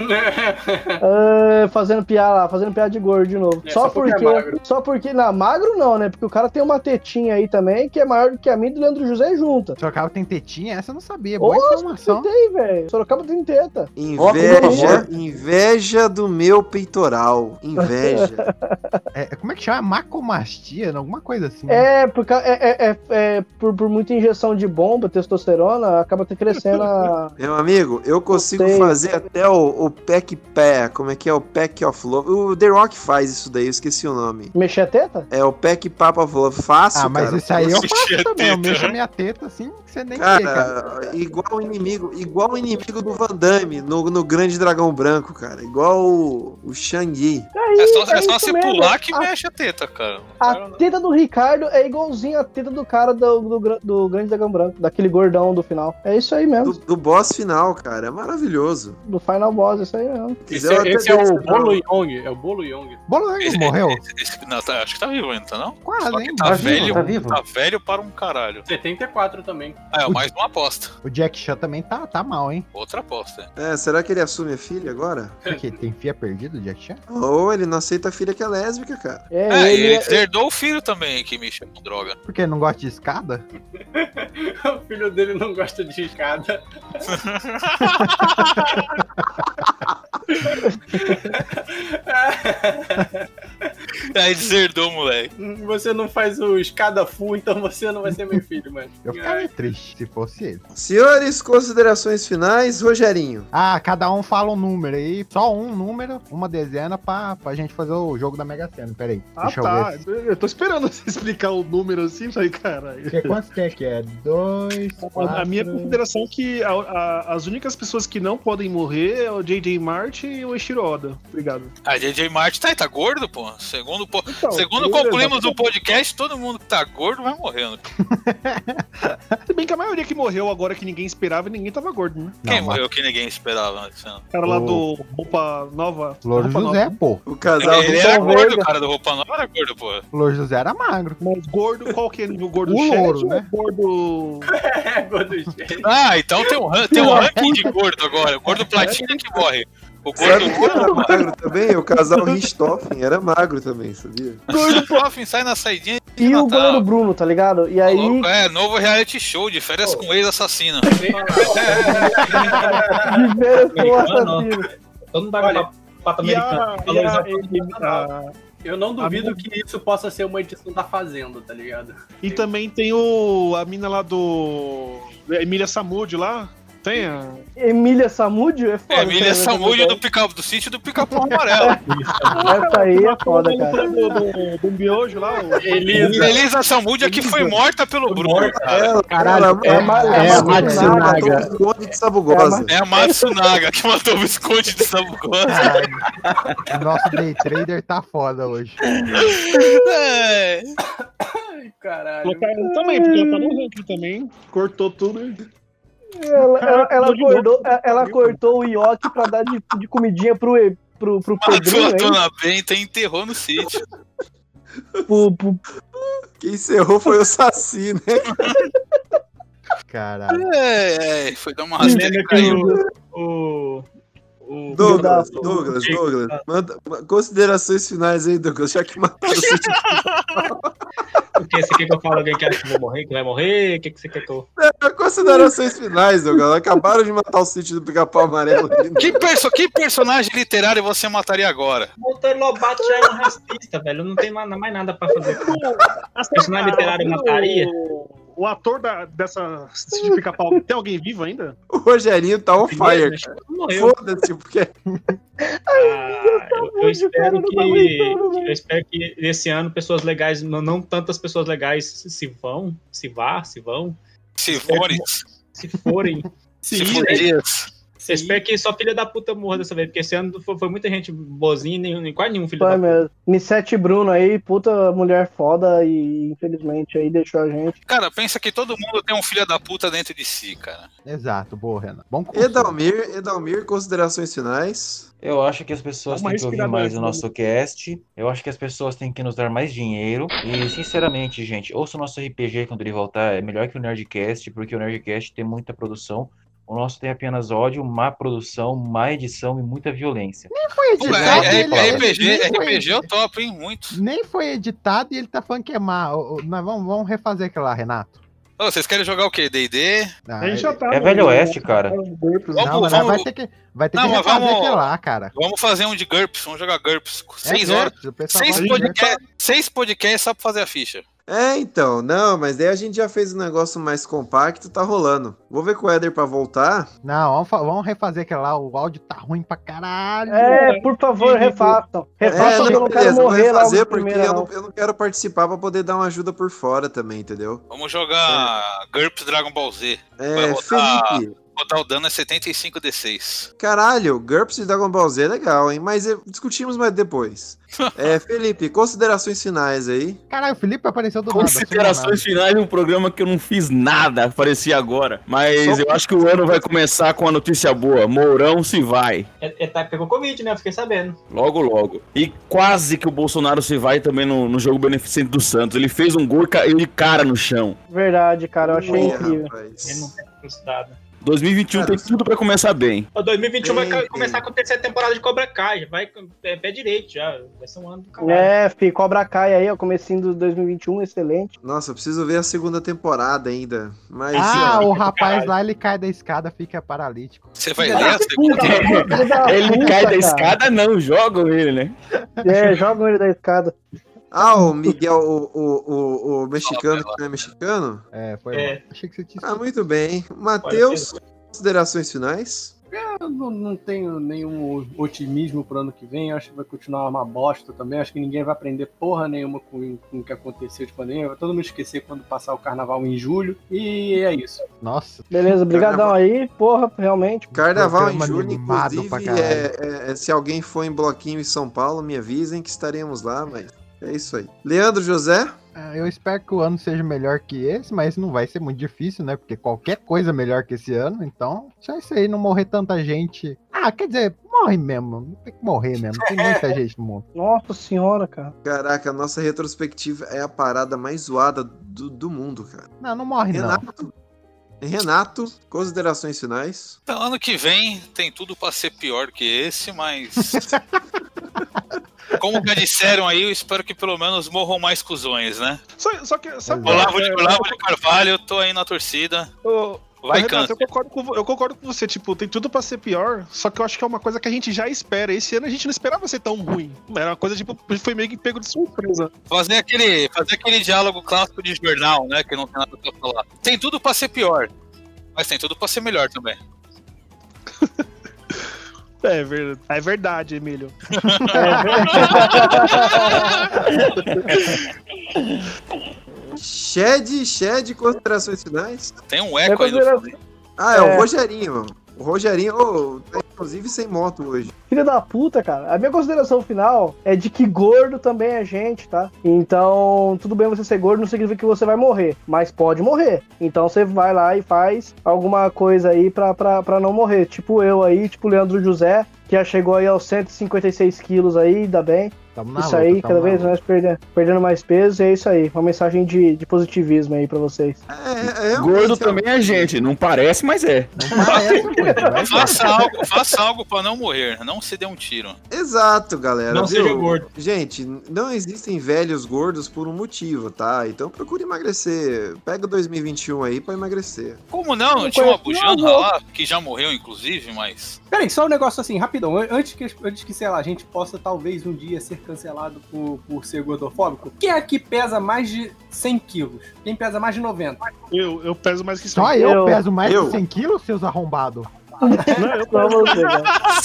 Speaker 10: Ah, fazendo piada lá, fazendo piada de gordo de novo.
Speaker 2: É,
Speaker 10: só,
Speaker 2: só porque
Speaker 10: porque.
Speaker 2: é magro.
Speaker 10: só porque. Na magro não, né? Porque o cara tem uma tetinha aí também que é maior do que a minha e do Leandro José junta.
Speaker 3: Sorocaba tem tetinha? Essa eu não sabia.
Speaker 10: Boa
Speaker 3: Boa
Speaker 10: informação. Tem, velho. Sorocaba tem teta.
Speaker 2: Inveja, inveja do meu peitoral. Inveja.
Speaker 3: É, como é que chama? Macomastia, né? alguma coisa assim.
Speaker 10: É, por, ca- é, é- é- é por, por muita injeção de bomba, testosterona, acaba te crescendo a. [LAUGHS]
Speaker 2: Meu amigo, eu consigo fazer até o, o Pack Pé, como é que é? O Pack of Love. O The Rock faz isso daí, eu esqueci o nome.
Speaker 10: Mexer a teta?
Speaker 2: É o Pack Papa of Love. Fácil,
Speaker 3: Ah, mas
Speaker 2: cara.
Speaker 3: isso aí eu faço
Speaker 6: é
Speaker 2: Mexer
Speaker 3: também. Eu
Speaker 2: teta,
Speaker 3: mexo a
Speaker 2: né?
Speaker 3: minha teta assim que você nem vê, cara.
Speaker 2: Cara, igual o inimigo, igual o inimigo do Van Damme no, no Grande Dragão Branco, cara. Igual o, o Shang-Chi.
Speaker 6: É só, é
Speaker 10: é
Speaker 6: só
Speaker 10: isso
Speaker 6: você
Speaker 10: mesmo.
Speaker 6: pular que
Speaker 10: Ah.
Speaker 6: mexe a teta, cara.
Speaker 10: A teta do Ricardo é igualzinha a teta do cara do, do, gra- do Grande Dragão Branco, daquele gordão do final. É isso aí mesmo.
Speaker 2: Do, do boss final, cara. É maravilhoso.
Speaker 10: Do Final Boss, é isso aí mesmo.
Speaker 12: [LAUGHS] Esse, é- esse é
Speaker 2: né?
Speaker 12: o Bolo Young, é o Bolo Young.
Speaker 3: Bolo
Speaker 6: Esse-
Speaker 3: morreu?
Speaker 6: esse- esse- não, tá- acho que tá vivo ainda, tá não?
Speaker 3: Quase,
Speaker 6: Só que
Speaker 3: hein?
Speaker 6: Tá,
Speaker 3: Tá vivo,
Speaker 6: velho,
Speaker 3: tá
Speaker 6: tá
Speaker 3: vivo.
Speaker 6: velho para um caralho.
Speaker 12: 74 também. [LAUGHS]
Speaker 6: Ah, é mais uma aposta.
Speaker 3: O Jack Chan também tá, tá mal,
Speaker 6: [LAUGHS]
Speaker 3: hein?
Speaker 6: Outra aposta.
Speaker 2: É, será que ele assume a filha agora?
Speaker 3: Porque tem fia perdida, o Jack Chan?
Speaker 2: Ou ele não aceita a filha que é lésbica, cara.
Speaker 10: É,
Speaker 6: É, e ele herdou o filho também que mexe com droga.
Speaker 3: Porque não gosta de escada?
Speaker 12: o filho dele não gosta de
Speaker 6: [LAUGHS]
Speaker 12: escada. [LAUGHS] É,
Speaker 6: Aí É, deserdou, moleque.
Speaker 12: Você não faz o escada full, então você não vai ser meu filho, mano. É,
Speaker 3: Eu
Speaker 6: É.
Speaker 3: ficaria triste se fosse ele.
Speaker 2: Senhores, considerações finais, Rogerinho.
Speaker 3: Ah, cada um fala um número aí. Só um número, uma dezena pra, pra gente fazer o jogo da Mega Sena. Pera aí.
Speaker 7: Ah,
Speaker 3: deixa eu
Speaker 7: tá.
Speaker 3: ver.
Speaker 7: Eu, tô esperando você explicar o número assim, falei, caralho.
Speaker 3: Porque quantos tem aqui? É dois, quatro...
Speaker 7: A minha consideração é que a- a- as únicas pessoas que não podem morrer é o J.J. Martin e o Eiichiro Oda. Obrigado.
Speaker 6: Ah, JJ Martin tá, tá gordo, pô. Segundo, po...
Speaker 7: Então,
Speaker 6: Segundo
Speaker 7: beleza.
Speaker 6: concluímos o podcast, todo mundo que tá gordo vai morrendo.
Speaker 7: Se bem que a maioria que morreu agora que ninguém esperava, ninguém tava gordo, né?
Speaker 6: Quem morreu que ninguém esperava antes? né?
Speaker 7: O cara lá do Roupa Nova.
Speaker 3: Louro
Speaker 7: Roupa
Speaker 3: José,
Speaker 7: Nova.
Speaker 3: pô.
Speaker 2: O
Speaker 6: Ele, é ele era gordo, o cara do Roupa Nova era gordo, pô.
Speaker 3: Louro José era magro.
Speaker 7: Mas gordo, qual que é? O gordo
Speaker 3: O
Speaker 7: chefe
Speaker 3: louro,
Speaker 7: ou
Speaker 3: né?
Speaker 7: gordo...
Speaker 12: É, gordo gente.
Speaker 6: Ah, então tem um, ran- tem um ranking de gordo agora. O gordo platina que morre. O gordo
Speaker 2: Sabe quem era magro também? O casal Richthofen era magro também, sabia?
Speaker 6: gordo Coffin sai na saidinha.
Speaker 10: E o goleiro Bruno, tá ligado? E aí.
Speaker 6: Louco, é, novo reality show de férias com ex-assassino.
Speaker 11: [LAUGHS]
Speaker 6: é.
Speaker 10: tá
Speaker 11: Todo mundo vai pra pata
Speaker 12: e a-
Speaker 11: americana.
Speaker 12: e
Speaker 11: valorizar
Speaker 12: a-
Speaker 11: o
Speaker 7: nacional.
Speaker 12: Eu não duvido
Speaker 7: A minha-
Speaker 12: que isso possa ser uma edição da Fazenda, tá ligado? [LAUGHS]
Speaker 7: E também tem o... A mina lá do... Emília Samud lá. Tem a...
Speaker 10: Emília Samúdio é foda.
Speaker 6: Emília Samúdio do, pica, do sítio do Pica-Pau Amarelo.
Speaker 10: Essa aí é foda, cara.
Speaker 7: Do, do, do miojo lá. o-
Speaker 6: Elisa, Elisa Samúdia que foi morta pelo Bruno. cara.
Speaker 2: Caralho, é,
Speaker 6: é a
Speaker 2: Matsunaga. matou o Conde de Sabugosa.
Speaker 6: É a Matsunaga que matou o Visconde de Sabugosa.
Speaker 3: Caralho. O nosso day trader tá foda hoje.
Speaker 6: É.
Speaker 12: Caralho.
Speaker 7: Colocaram também, porque ela tá no ranking também. Cortou tudo.
Speaker 10: Ela, ela, ela
Speaker 7: Caralho,
Speaker 10: acordou, ela cortou o iote pra dar de, de comidinha pro, E- pro, pro
Speaker 6: Matou
Speaker 10: Pedrinho,
Speaker 6: a
Speaker 10: hein?
Speaker 6: Dona Benta e enterrou no sítio.
Speaker 10: Pro- pro-
Speaker 2: Quem encerrou foi o [LAUGHS] Saci, né?
Speaker 3: Caralho.
Speaker 6: É, é, foi dar uma
Speaker 11: Lembra
Speaker 6: rasteira
Speaker 11: que
Speaker 6: e caiu.
Speaker 11: o, o, o
Speaker 2: Douglas, Douglas, Douglas. manda- ma- considerações finais aí, Douglas, já que mataram o seu
Speaker 6: [LAUGHS]
Speaker 2: time.
Speaker 11: O que você quer que eu fale? Alguém que acha que eu vou morrer, que vai morrer? O que, que você quer que eu.
Speaker 2: Considerações finais, Douglas. Acabaram de matar o sítio do pica-pau amarelo.
Speaker 6: Que, perso- que personagem literário você mataria agora?
Speaker 11: Monteiro Lobato já é um racista, velho. Não tem ma- mais nada pra
Speaker 10: [LAUGHS]
Speaker 11: fazer.
Speaker 7: é
Speaker 11: Personagem literário é mataria.
Speaker 7: Ah, O, o ator da, dessa Cid Pica-Pau, tem alguém vivo ainda?
Speaker 2: O Rogerinho tá on fire, cara.
Speaker 7: Morreu.
Speaker 2: Foda-se, porque.
Speaker 11: Ah, Eu espero que. Eu espero que esse ano pessoas legais, não, não tantas pessoas legais se- se vão, se vá, se vão.
Speaker 6: Se forem.
Speaker 11: Se
Speaker 12: [LAUGHS]
Speaker 11: forem.
Speaker 6: Se forem
Speaker 10: é.
Speaker 6: dias.
Speaker 11: Eu espero que só filha da puta morra dessa vez, porque esse ano foi, foi muita gente boazinha, nem, nem- quase nenhum filho
Speaker 10: Foi
Speaker 11: da puta.
Speaker 10: mesmo. Nissete Bruno aí, puta mulher foda e infelizmente aí deixou a gente.
Speaker 6: Cara, pensa que todo mundo tem um filho da puta dentro de si, cara.
Speaker 3: Exato, boa, Renan. Bom
Speaker 2: Edalmir, Edalmir, considerações finais.
Speaker 8: Eu acho que as pessoas
Speaker 2: Dá uma
Speaker 8: têm que ouvir
Speaker 2: respirada
Speaker 8: mais
Speaker 2: antes,
Speaker 8: o
Speaker 2: né?
Speaker 8: nosso cast. Eu acho que as pessoas têm que nos dar mais dinheiro. E, sinceramente, gente, ouça o nosso RPG quando ele voltar. É melhor que o Nerdcast, porque o Nerdcast tem muita produção. O nosso tem apenas ódio, má produção, má edição e muita violência. Nem
Speaker 3: foi
Speaker 6: Pô,
Speaker 3: editado.
Speaker 6: é, é-
Speaker 3: ele-
Speaker 6: é
Speaker 3: ele
Speaker 6: RPG,
Speaker 3: nem foi-
Speaker 6: RPG é o top, hein? Muito.
Speaker 3: Nem foi editado e ele tá falando que é má. Ô, ô, Nós vamos, vamos refazer aquilo lá, Renato.
Speaker 6: Ô, vocês querem jogar o quê? D&D?
Speaker 3: Ah, ele-
Speaker 7: tá
Speaker 8: É
Speaker 3: É um Não, mas nós vai ter que, vai ter
Speaker 6: Não,
Speaker 3: que
Speaker 6: mas
Speaker 3: refazer
Speaker 6: vamos-
Speaker 3: aquilo lá, cara. É
Speaker 6: Vamos fazer um de GURPS, vamos jogar GURPS. Seis
Speaker 2: GURPS,
Speaker 6: horas.
Speaker 2: o pessoal
Speaker 6: Seis
Speaker 3: tá
Speaker 2: gosta de
Speaker 6: podcasts seis podcast só pra fazer a ficha.
Speaker 2: É, então, não, mas daí a gente já fez um negócio mais compacto, tá rolando. Vou ver com o Éder pra voltar.
Speaker 3: Não, vamos, fa- vamos refazer aquilo lá. O áudio tá ruim pra caralho.
Speaker 10: É, por favor, refaçam.
Speaker 11: É,
Speaker 2: É,
Speaker 10: Refaçam, É, eu não quero morrer
Speaker 2: vou
Speaker 10: lá
Speaker 2: fazer
Speaker 10: no
Speaker 2: porque
Speaker 10: primeiro.
Speaker 2: eu
Speaker 10: Não.
Speaker 2: não, eu não quero participar pra poder dar uma ajuda por fora também, entendeu?
Speaker 6: Vamos jogar GURPS Dragon Ball Z.
Speaker 2: É,
Speaker 6: Vai botar,
Speaker 2: Felipe.
Speaker 6: botar o dano é 75d6.
Speaker 2: Caralho, GURPS e Dragon Ball Z é legal, hein? Mas eh, discutimos mais
Speaker 6: [LAUGHS]
Speaker 2: depois. É, Felipe, considerações finais aí.
Speaker 3: Caralho, o Felipe apareceu do nada.
Speaker 22: Considerações finais de um programa que eu não fiz nada, apareci agora. Mas
Speaker 11: Só-
Speaker 22: eu acho que o ano vai começar com uma notícia boa. Mourão se vai.
Speaker 11: É, é, tá, pegou Covid, né? Eu fiquei sabendo.
Speaker 22: Logo, logo. E quase que o Bolsonaro se vai também no, no jogo beneficente do Santos. Ele fez um gol e caiu de cara no chão.
Speaker 10: Verdade, cara, eu achei
Speaker 11: Porra,
Speaker 10: incrível.
Speaker 11: Ele não tem frustrado.
Speaker 22: 2021 tem tudo pra começar bem.
Speaker 11: Ó, 2021 vai ca- começar a acontecer a temporada de Cobra Kai. Vai com- é, pé direito já. Vai ser um ano do caralho.
Speaker 10: É, fi, Cobra Kai aí, ó, comecinho do 2021, excelente.
Speaker 2: Nossa, eu preciso ver a segunda temporada ainda. Mas.
Speaker 3: Ah,
Speaker 2: ó,
Speaker 3: o rapaz lá, ele cai da escada, fica paralítico.
Speaker 6: Você
Speaker 2: vai ler a
Speaker 10: é segunda?
Speaker 22: Ele cai da
Speaker 10: Puta, cara.
Speaker 22: escada, não. Jogam ele, né?
Speaker 10: É, jogam ele da escada.
Speaker 2: Ah, o Miguel, o, o, o, o mexicano que não é mexicano?
Speaker 3: É, foi.
Speaker 2: É.
Speaker 3: Achei que você tinha.
Speaker 2: Ah, muito bem. Matheus, considerações finais?
Speaker 4: Eu não, não tenho nenhum otimismo pro ano que vem. Eu acho que vai continuar uma bosta também. Eu Acho que ninguém vai aprender porra nenhuma com, com o que aconteceu de pandemia. Vai todo mundo esquecer quando passar o carnaval em julho. E é isso.
Speaker 3: Nossa.
Speaker 10: Beleza, brigadão aí, porra, realmente.
Speaker 2: Carnaval em
Speaker 10: Programa
Speaker 2: julho,
Speaker 10: animado pra
Speaker 2: inclusive,
Speaker 10: caralho.
Speaker 2: é- é- é- se alguém for em bloquinho em São Paulo, me avisem que estaremos lá, mas é isso aí. Leandro José,
Speaker 3: Ah, Eu espero que o ano seja melhor que esse, mas não vai ser muito difícil, né? Porque qualquer coisa é melhor que esse ano, então só isso aí, não morrer tanta gente. Ah, quer dizer, morre mesmo. Tem que morrer mesmo. [LAUGHS] Tem muita gente no mundo.
Speaker 10: Nossa senhora, cara.
Speaker 2: caraca, a nossa retrospectiva é a parada mais zoada do, do mundo, cara.
Speaker 3: Não, não morre não.
Speaker 2: Renato, Renato, considerações finais?
Speaker 6: Então, ano que vem tem tudo pra ser pior que esse, mas. Como já disseram aí, eu espero que pelo menos morram mais cuzões, né?
Speaker 7: Só, só que, sabe,
Speaker 6: Olavo de,
Speaker 7: é,
Speaker 6: Olavo de Carvalho, eu tô aí na torcida.
Speaker 7: Ô,
Speaker 6: Vai,
Speaker 7: ô, Renato,
Speaker 6: Câncer.
Speaker 7: eu concordo, com, vo- eu concordo com você, tipo, tem tudo pra ser pior, só que eu acho que é uma coisa que a gente já espera. Esse ano a gente não esperava ser tão ruim. Era uma coisa, tipo, foi meio que pego de surpresa.
Speaker 6: Fazer aquele, fazer aquele diálogo clássico de jornal, né? Que não tem nada pra falar. Tem tudo pra ser pior, mas tem tudo pra ser melhor [LAUGHS] também.
Speaker 7: É, ver- é verdade, Emílio.
Speaker 2: Shed, Shed, considerações finais?
Speaker 6: Tem um eco aí do
Speaker 2: Ah, é, o
Speaker 10: É.
Speaker 2: Rogerinho. O Rogerinho, ô, tá inclusive sem moto hoje.
Speaker 10: Filho da puta, cara. A minha consideração final é de que gordo também é gente, tá? Então, tudo bem você ser gordo, não significa que você vai morrer, mas pode morrer. Então você vai lá e faz alguma coisa aí pra, pra, pra não morrer. Tipo eu aí, tipo o Leandro José, que já chegou aí aos 156 quilos aí, ainda bem.
Speaker 3: Tamo na
Speaker 10: Isso
Speaker 3: luta,
Speaker 10: aí,
Speaker 3: tamo
Speaker 10: cada
Speaker 3: na
Speaker 10: vez
Speaker 3: luta.
Speaker 10: mais perde- perdendo mais peso, e é isso aí. Uma mensagem de, de positivismo aí pra vocês.
Speaker 2: É,
Speaker 22: Gordo também é gente, não parece, mas é.
Speaker 3: né?
Speaker 6: Faça algo, faça algo pra não morrer. Não se dê um tiro.
Speaker 2: Exato, galera.
Speaker 6: Não
Speaker 2: viu?
Speaker 6: seja gordo.
Speaker 2: Gente, não existem velhos gordos por um motivo, tá? Então procure emagrecer. Pega o 2021 aí pra emagrecer.
Speaker 6: Como não?
Speaker 12: Não
Speaker 6: Tinha uma
Speaker 12: conheço nenhum
Speaker 6: bujana
Speaker 12: avô.
Speaker 6: lá, que já morreu, inclusive, mas.
Speaker 12: Peraí, só um negócio assim, rapidão. An- Antes que, antes que sei lá, a gente possa talvez um dia ser cancelado por, por ser gordofóbico, quem aqui pesa mais de 100 quilos? Quem pesa mais de 90?
Speaker 3: Ah,
Speaker 7: Eu, eu peso mais que
Speaker 3: Só eu, peso mais de 100 quilos, seus arrombados.
Speaker 10: Só você,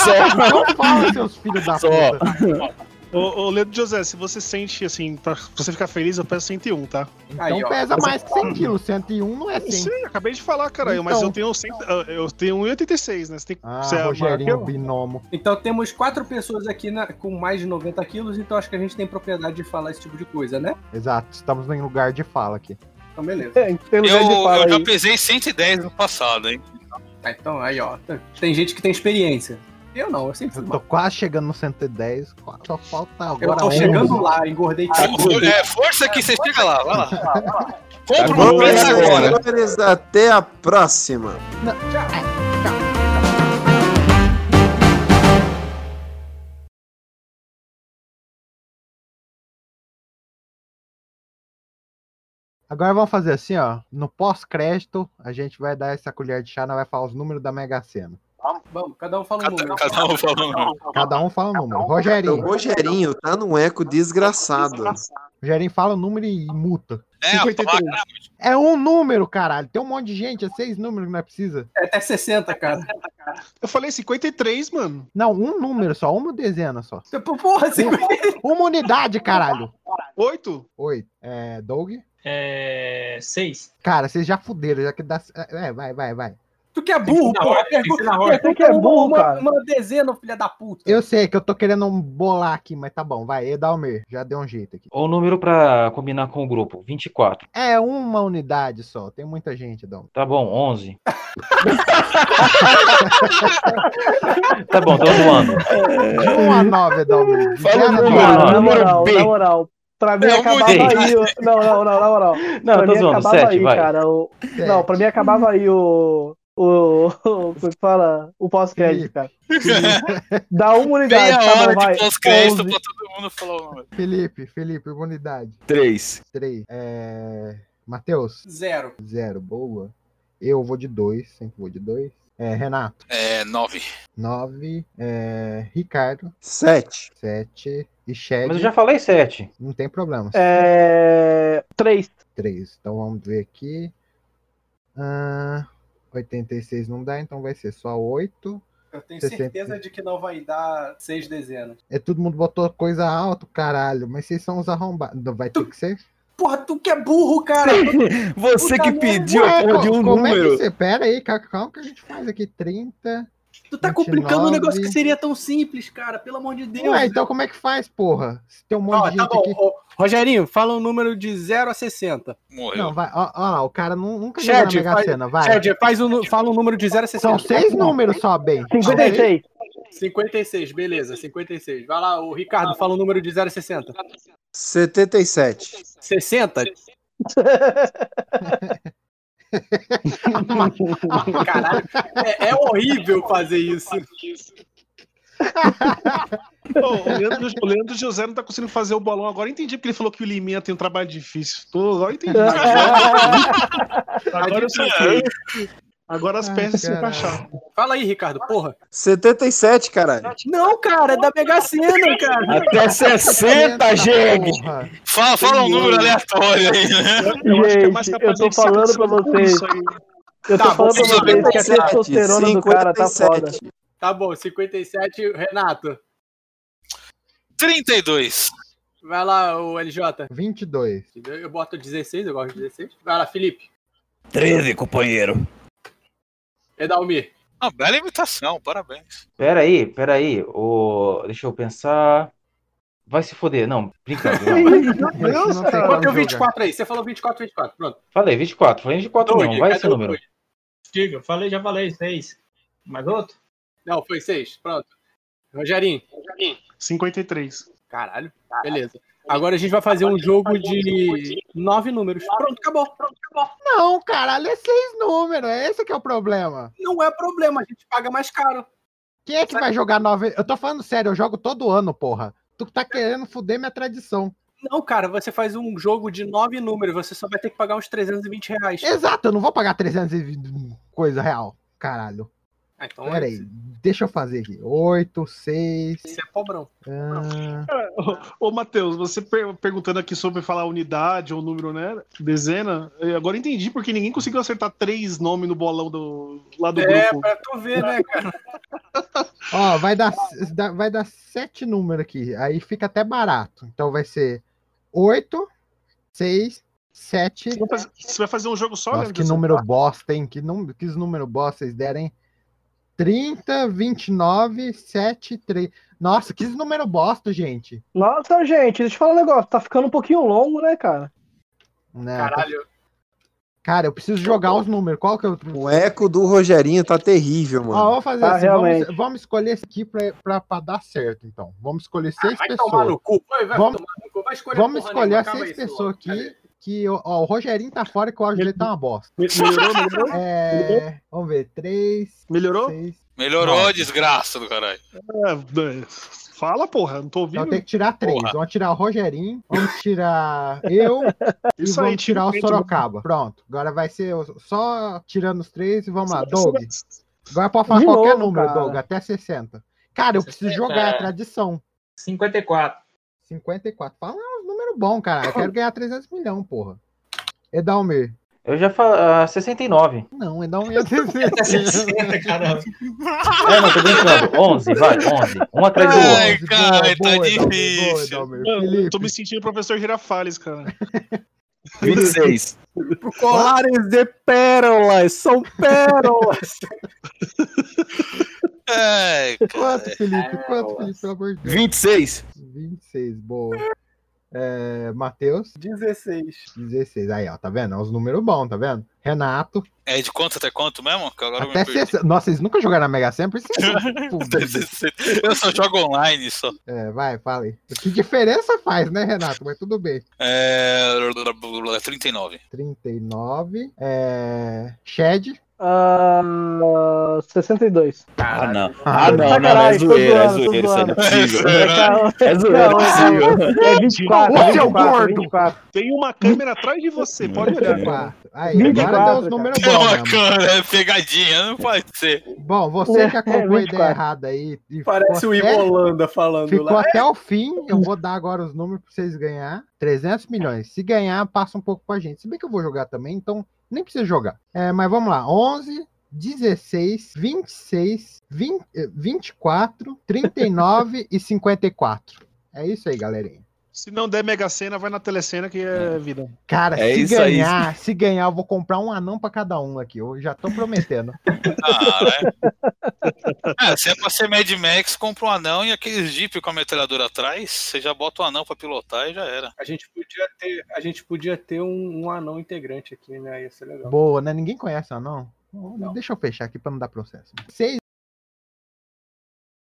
Speaker 3: [LAUGHS] Só não fala, seus filhos da puta.
Speaker 10: né?
Speaker 7: Ô, ô Leandro José, se você sente assim, pra você ficar feliz, eu peso 101, tá?
Speaker 3: Então pesa mais que 100 quilos, 101 não é 100.
Speaker 7: Sim, acabei de falar, caralho, mas eu tenho 100, eu tenho 1,86, né? Você tem que.
Speaker 3: Então. Ah,
Speaker 7: você é maior que
Speaker 3: Rogerinho,
Speaker 7: eu?
Speaker 3: binomo.
Speaker 12: Então temos quatro pessoas aqui na- com mais de 90 quilos, então acho que a gente tem propriedade de falar esse tipo de coisa, né?
Speaker 3: Exato, estamos em lugar de fala aqui.
Speaker 12: Então beleza. lugar
Speaker 6: Eu,
Speaker 12: de fala
Speaker 6: eu já
Speaker 12: aí.
Speaker 6: pesei 110 no passado, hein?
Speaker 12: Tá, então aí ó, tá- tem gente que tem experiência. Eu não, eu sempre fui
Speaker 3: Tô quase chegando no 110, quase- só falta agora.
Speaker 12: Eu tô
Speaker 3: 11.
Speaker 12: chegando lá, engordei
Speaker 6: For- É, força que você chega lá, vai lá.
Speaker 2: Compra
Speaker 6: uma peça agora. é
Speaker 2: Até a próxima.
Speaker 3: Agora vamos fazer assim, ó. No pós-crédito, a gente vai dar essa colher de chá, nós vai falar os números da Mega Sena.
Speaker 12: Vamos, cada um fala um número.
Speaker 6: Cada um fala um número.
Speaker 3: Cada um fala o número. Rogerinho.
Speaker 2: O Rogerinho tá num eco desgraçado.
Speaker 3: Rogerinho fala o número e multa.
Speaker 6: É,
Speaker 3: É um número, caralho. Tem um monte de gente, é seis números que nós precisa.
Speaker 12: É até 60, cara.
Speaker 7: Eu falei 53, mano.
Speaker 3: Não, um número só, uma dezena só.
Speaker 12: Porra,
Speaker 3: 50... Uma unidade, caralho.
Speaker 7: Oito?
Speaker 3: Oito. É, Doug?
Speaker 23: É. Seis.
Speaker 3: Cara, vocês já fuderam, já que dá. É, vai, vai, vai.
Speaker 12: Tu que é burro,
Speaker 3: Tem que ser na
Speaker 12: pô.
Speaker 3: ordem, tem que ser na ordem.
Speaker 12: Pergunta
Speaker 3: Tu que é burro,
Speaker 12: uma,
Speaker 3: cara.
Speaker 12: Uma dezena, filha da puta.
Speaker 3: Eu sei que eu tô querendo um bolar aqui, mas tá bom, vai, Edalmer, já deu um jeito aqui.
Speaker 8: Ou o número pra combinar com o grupo, 24.
Speaker 3: É uma unidade só, tem muita gente, Edalmer.
Speaker 8: Tá bom, 11. tá bom, tô zoando.
Speaker 3: De 1 a 9, Edalmer.
Speaker 8: É. Fala
Speaker 3: Zero
Speaker 8: o
Speaker 3: a
Speaker 8: número,
Speaker 3: nove.
Speaker 8: mano.
Speaker 10: Na
Speaker 8: Número
Speaker 10: moral,
Speaker 8: B.
Speaker 10: na moral. Pra mim
Speaker 8: Não,
Speaker 10: acabava
Speaker 8: mudei.
Speaker 10: aí. o-
Speaker 12: [LAUGHS]
Speaker 10: Não, não, não, na moral.
Speaker 8: Não,
Speaker 10: pra
Speaker 8: tô
Speaker 10: mim
Speaker 8: zoando,
Speaker 10: acabava
Speaker 8: sete,
Speaker 10: aí,
Speaker 8: vai.
Speaker 10: cara. o- Não, pra mim acabava aí o. O. o- Como é que fala? O pós-crédito,
Speaker 6: [LAUGHS]
Speaker 10: cara. Dá uma unidade.
Speaker 6: Meia
Speaker 10: tá bom,
Speaker 6: hora
Speaker 10: vai.
Speaker 6: de pós-crédito
Speaker 10: Onze.
Speaker 6: pra todo mundo falar o
Speaker 8: é
Speaker 6: número.
Speaker 3: Felipe, Felipe, uma unidade.
Speaker 22: Três.
Speaker 3: Três. É... Matheus.
Speaker 12: Zero.
Speaker 3: Zero, boa. Eu vou de dois, sempre vou de dois. É, Renato.
Speaker 6: É, nove.
Speaker 3: Nove. É, Ricardo.
Speaker 2: Sete.
Speaker 3: Sete. E Shed.
Speaker 8: Mas eu já falei 7.
Speaker 3: Não tem problema.
Speaker 10: É. Três.
Speaker 3: Três. Então vamos ver aqui. Ah, 86 não dá, então vai ser só 8.
Speaker 12: Eu tenho
Speaker 3: 60.
Speaker 12: certeza de que não vai dar seis dezenas.
Speaker 3: É todo mundo botou coisa alto, caralho. Mas vocês são os arrombados. Não, Vai ter que ser.
Speaker 12: Porra, tu que é burro, cara.
Speaker 22: Você
Speaker 12: Puta
Speaker 22: que
Speaker 12: merda.
Speaker 22: pediu
Speaker 3: Ué,
Speaker 22: a porra de
Speaker 3: co-
Speaker 22: um
Speaker 3: como é que
Speaker 22: número.
Speaker 3: você- Pera aí, calma, calma que a gente faz aqui 30.
Speaker 12: Tu tá complicando um negócio que seria tão simples, cara. Pelo amor de Deus.
Speaker 3: Ué, então como é que faz, porra? Se tem um monte
Speaker 12: Ó,
Speaker 3: de
Speaker 12: tá
Speaker 3: gente
Speaker 12: bom.
Speaker 3: aqui.
Speaker 12: Ô, Rogerinho, fala um número de 0 a 60.
Speaker 3: Não, vai. Ó, ó lá, o cara nu- nunca jogou
Speaker 12: Chad,
Speaker 3: na Mega
Speaker 12: faz,
Speaker 3: Sena, vai.
Speaker 12: Chad, um faz um nu- fala um número de 0 a 60.
Speaker 3: São seis números só, bem.
Speaker 12: 56. 56, beleza, 56. Vai lá, o Ricardo, fala o número de 0 a 60.
Speaker 2: 77.
Speaker 12: 60? Caralho, é, é horrível fazer isso.
Speaker 7: Ô, o, Leandro, o Leandro José não tá conseguindo fazer o bolão agora. Eu Entendi porque ele falou que o Liminha tem um trabalho difícil. Tô, agora eu entendi. agora eu saquei. Agora as peças se encaixaram.
Speaker 12: Fala aí, Ricardo, porra.
Speaker 2: 77, caralho.
Speaker 12: Não, cara, é da Mega Sena, cara.
Speaker 2: Até
Speaker 3: Tá
Speaker 2: 60, jegue.
Speaker 6: Fala, fala um número aleatório aí, né?
Speaker 7: é
Speaker 10: Gente, eu tô falando pra vocês. Eu tô
Speaker 12: Tá,
Speaker 10: falando pra
Speaker 12: vamos lá,
Speaker 10: vocês que a
Speaker 12: 57,
Speaker 10: testosterona do cara tá
Speaker 12: 57.
Speaker 10: foda.
Speaker 12: Tá bom, 57, Renato.
Speaker 6: 32.
Speaker 12: Vai lá, o LJ.
Speaker 3: 22.
Speaker 12: Eu boto 16, eu gosto de 16. Vai lá, Felipe.
Speaker 22: 13, companheiro.
Speaker 12: Edalmir.
Speaker 6: Uma bela imitação, parabéns.
Speaker 8: Pera aí, pera aí. Ô, deixa eu pensar. Vai se foder. Não, brincadeira. não.
Speaker 12: Deus,
Speaker 8: cara.
Speaker 12: Bota é o 24 aí. Você falou 24, 24. Pronto.
Speaker 8: Falei 24. Falei 24 não.
Speaker 12: Doide,
Speaker 8: Vai
Speaker 12: cadê
Speaker 8: esse
Speaker 12: o
Speaker 8: número.
Speaker 12: Doide?
Speaker 23: Diga, falei, já falei, seis. Mais outro?
Speaker 12: Não, foi 6. Pronto. Rogerinho.
Speaker 7: 53.
Speaker 4: Caralho. Beleza. Agora a gente vai fazer um jogo de nove números. Pronto, acabou. Pronto, acabou.
Speaker 3: Não, caralho, é seis números. É esse que é o problema.
Speaker 4: Não é problema, a gente paga mais caro.
Speaker 3: Quem é que vai jogar nove? Eu tô falando sério, eu jogo todo ano, porra. Tu tá querendo fuder minha tradição.
Speaker 4: Não, cara, você faz um jogo de nove números, você só vai ter que pagar uns 320 reais.
Speaker 3: Exato, eu não vou pagar 300 e coisa real. Caralho.
Speaker 4: Ah, então é
Speaker 3: Pera aí,
Speaker 4: isso.
Speaker 3: deixa eu fazer aqui. Oito, seis.
Speaker 4: Você é pobrão.
Speaker 3: ah,
Speaker 7: Cara, ô, ô Matheus, você per- perguntando aqui sobre falar unidade ou número, né? Dezena. Eu agora entendi porque ninguém conseguiu acertar três nomes no bolão do, lá do
Speaker 4: É,
Speaker 7: grupo.
Speaker 4: pra tu ver, né, cara?
Speaker 3: Ó, vai dar, dá- vai dar sete números aqui. Aí fica até barato. Então vai ser oito, seis, sete.
Speaker 7: Você vai fazer- Você vai fazer um jogo só?
Speaker 3: Nossa,
Speaker 7: né,
Speaker 3: que
Speaker 7: Dezena?
Speaker 3: número bosta, hein? Que, número, que número bosta vocês deram, hein? 30, 29, 7, 3. Nossa, que número bosta, gente.
Speaker 10: Nossa, gente, deixa eu falar um negócio. Tá ficando um pouquinho longo, né, cara?
Speaker 3: Não, tá-
Speaker 4: Caralho.
Speaker 3: Cara, eu preciso jogar os números. Qual que é eu.
Speaker 2: O eco do Rogerinho tá terrível, mano.
Speaker 3: Ó, vou fazer
Speaker 2: Tá,
Speaker 3: assim. Vamos,
Speaker 2: realmente.
Speaker 3: vamos escolher esse aqui pra, pra, pra dar certo, então. Vamos escolher seis
Speaker 4: Vai
Speaker 3: pessoas.
Speaker 4: tomar no cu. Vai, vai
Speaker 3: vamos
Speaker 4: tomar no cu. Vai escolher
Speaker 3: vamos
Speaker 4: porra
Speaker 3: escolher
Speaker 4: nenhuma,
Speaker 3: as
Speaker 4: acaba
Speaker 3: seis
Speaker 4: isso
Speaker 3: pessoas
Speaker 4: logo.
Speaker 3: aqui. Que, ó, ó, o Rogerinho tá fora que o áudio dele tá uma bosta.
Speaker 7: Melhorou, melhorou?
Speaker 3: É, vamos ver. Três. [LAUGHS]
Speaker 7: Melhorou?
Speaker 6: Melhorou a desgraça do caralho.
Speaker 7: É, é, fala, porra, não tô ouvindo.
Speaker 3: Então tem que tirar três.
Speaker 7: Porra.
Speaker 3: Vamos tirar o Rogerinho, vamos tirar eu e
Speaker 7: Isso
Speaker 3: vamos
Speaker 7: aí, tipo, tira
Speaker 3: tirar
Speaker 7: o
Speaker 3: o
Speaker 7: peito,
Speaker 3: Sorocaba. Pronto. Agora vai ser o- só tirando os três e vamos lá. Doug. Agora pode falar
Speaker 10: De
Speaker 3: qualquer
Speaker 10: novo,
Speaker 3: número,
Speaker 10: cara.
Speaker 3: Doug, até 60. Cara, eu preciso
Speaker 10: 60.
Speaker 3: jogar, é a tradição.
Speaker 11: 54.
Speaker 3: 54. Fala um número bom, cara. Eu quero ganhar 300 milhões, porra. Edalmir.
Speaker 8: Eu já ah, falei. 69.
Speaker 3: Não, [LAUGHS] Edalmir é 60,
Speaker 11: caramba.
Speaker 8: É, não, tô brincando. 11, vai, 11. Um atrás do outro.
Speaker 7: Ai, cara,
Speaker 3: boa,
Speaker 7: tá
Speaker 3: Edalmir, boa,
Speaker 7: difícil.
Speaker 3: Edalmir.
Speaker 7: Mano,
Speaker 3: Felipe.
Speaker 7: tô me sentindo professor Girafales, cara.
Speaker 22: 26.
Speaker 13: Lares de pérolas, são pérolas.
Speaker 6: Ai,
Speaker 3: Quanto, Felipe? Quanto, Felipe? Pelo amor de Deus.
Speaker 22: 26.
Speaker 3: 26, boa. É, Matheus?
Speaker 4: 16.
Speaker 3: 16. Aí, ó, tá vendo? É uns números bons, tá vendo? Renato.
Speaker 6: É de quanto até quanto mesmo? Que agora eu
Speaker 3: até
Speaker 6: me perdi.
Speaker 3: 60. Nossa, vocês nunca jogaram na Mega Sena? Por isso que vocês são fudidos.
Speaker 6: [LAUGHS] Eu só jogo online só.
Speaker 3: É, vai, fala aí. Que diferença faz, né, Renato? Mas tudo bem.
Speaker 6: É. 39.
Speaker 3: 39. É. Shed.
Speaker 10: Ah, 62.
Speaker 6: Ah, não.
Speaker 10: Ah, não, não, não, é zoeira, é zoeira, isso é impossível. É zoeira,
Speaker 7: Não,
Speaker 10: é possível. é 24,
Speaker 7: Ô, seu
Speaker 10: 24,
Speaker 7: gordo!
Speaker 10: 24.
Speaker 7: Tem uma câmera atrás de você, pode
Speaker 3: [LAUGHS] É.
Speaker 7: olhar.
Speaker 3: Aí, agora deu os
Speaker 10: 24,
Speaker 3: números
Speaker 6: É
Speaker 10: né,
Speaker 3: bons.
Speaker 6: uma
Speaker 3: mesmo.
Speaker 6: cara, é pegadinha, não pode ser.
Speaker 3: Bom, você que
Speaker 10: É,
Speaker 3: acompanhou a ideia
Speaker 10: 24.
Speaker 3: errada aí. e
Speaker 4: Parece
Speaker 3: ficou
Speaker 4: o
Speaker 3: até-
Speaker 4: Ivo Holanda falando
Speaker 3: Ficou
Speaker 12: É.
Speaker 4: lá.
Speaker 3: até o fim. Eu vou dar agora os números pra vocês ganhar. 300 milhões. Se ganhar, passa um pouco pra gente. Se bem que eu vou jogar também, então nem precisa jogar. É, mas vamos lá. 11, 16, 26, 20, eh, 24, 39 e 54. É isso aí, galerinha.
Speaker 7: Se não der Mega Sena, vai na Telecena que é vida.
Speaker 3: Cara,
Speaker 22: É
Speaker 3: se
Speaker 22: isso aí.
Speaker 3: ganhar, se ganhar, eu vou comprar um anão pra cada um aqui. Eu já tô prometendo.
Speaker 6: Ah, se né? [LAUGHS] é pra ser Mad Max, compra um anão e aqueles Jeep com a metralhadora atrás, você já bota o anão pra pilotar e já era.
Speaker 4: A gente podia ter, a gente podia ter um, um anão integrante aqui, né? Ia ser legal.
Speaker 3: Boa, né? Ninguém conhece anão. Deixa eu fechar aqui pra não dar processo. Seis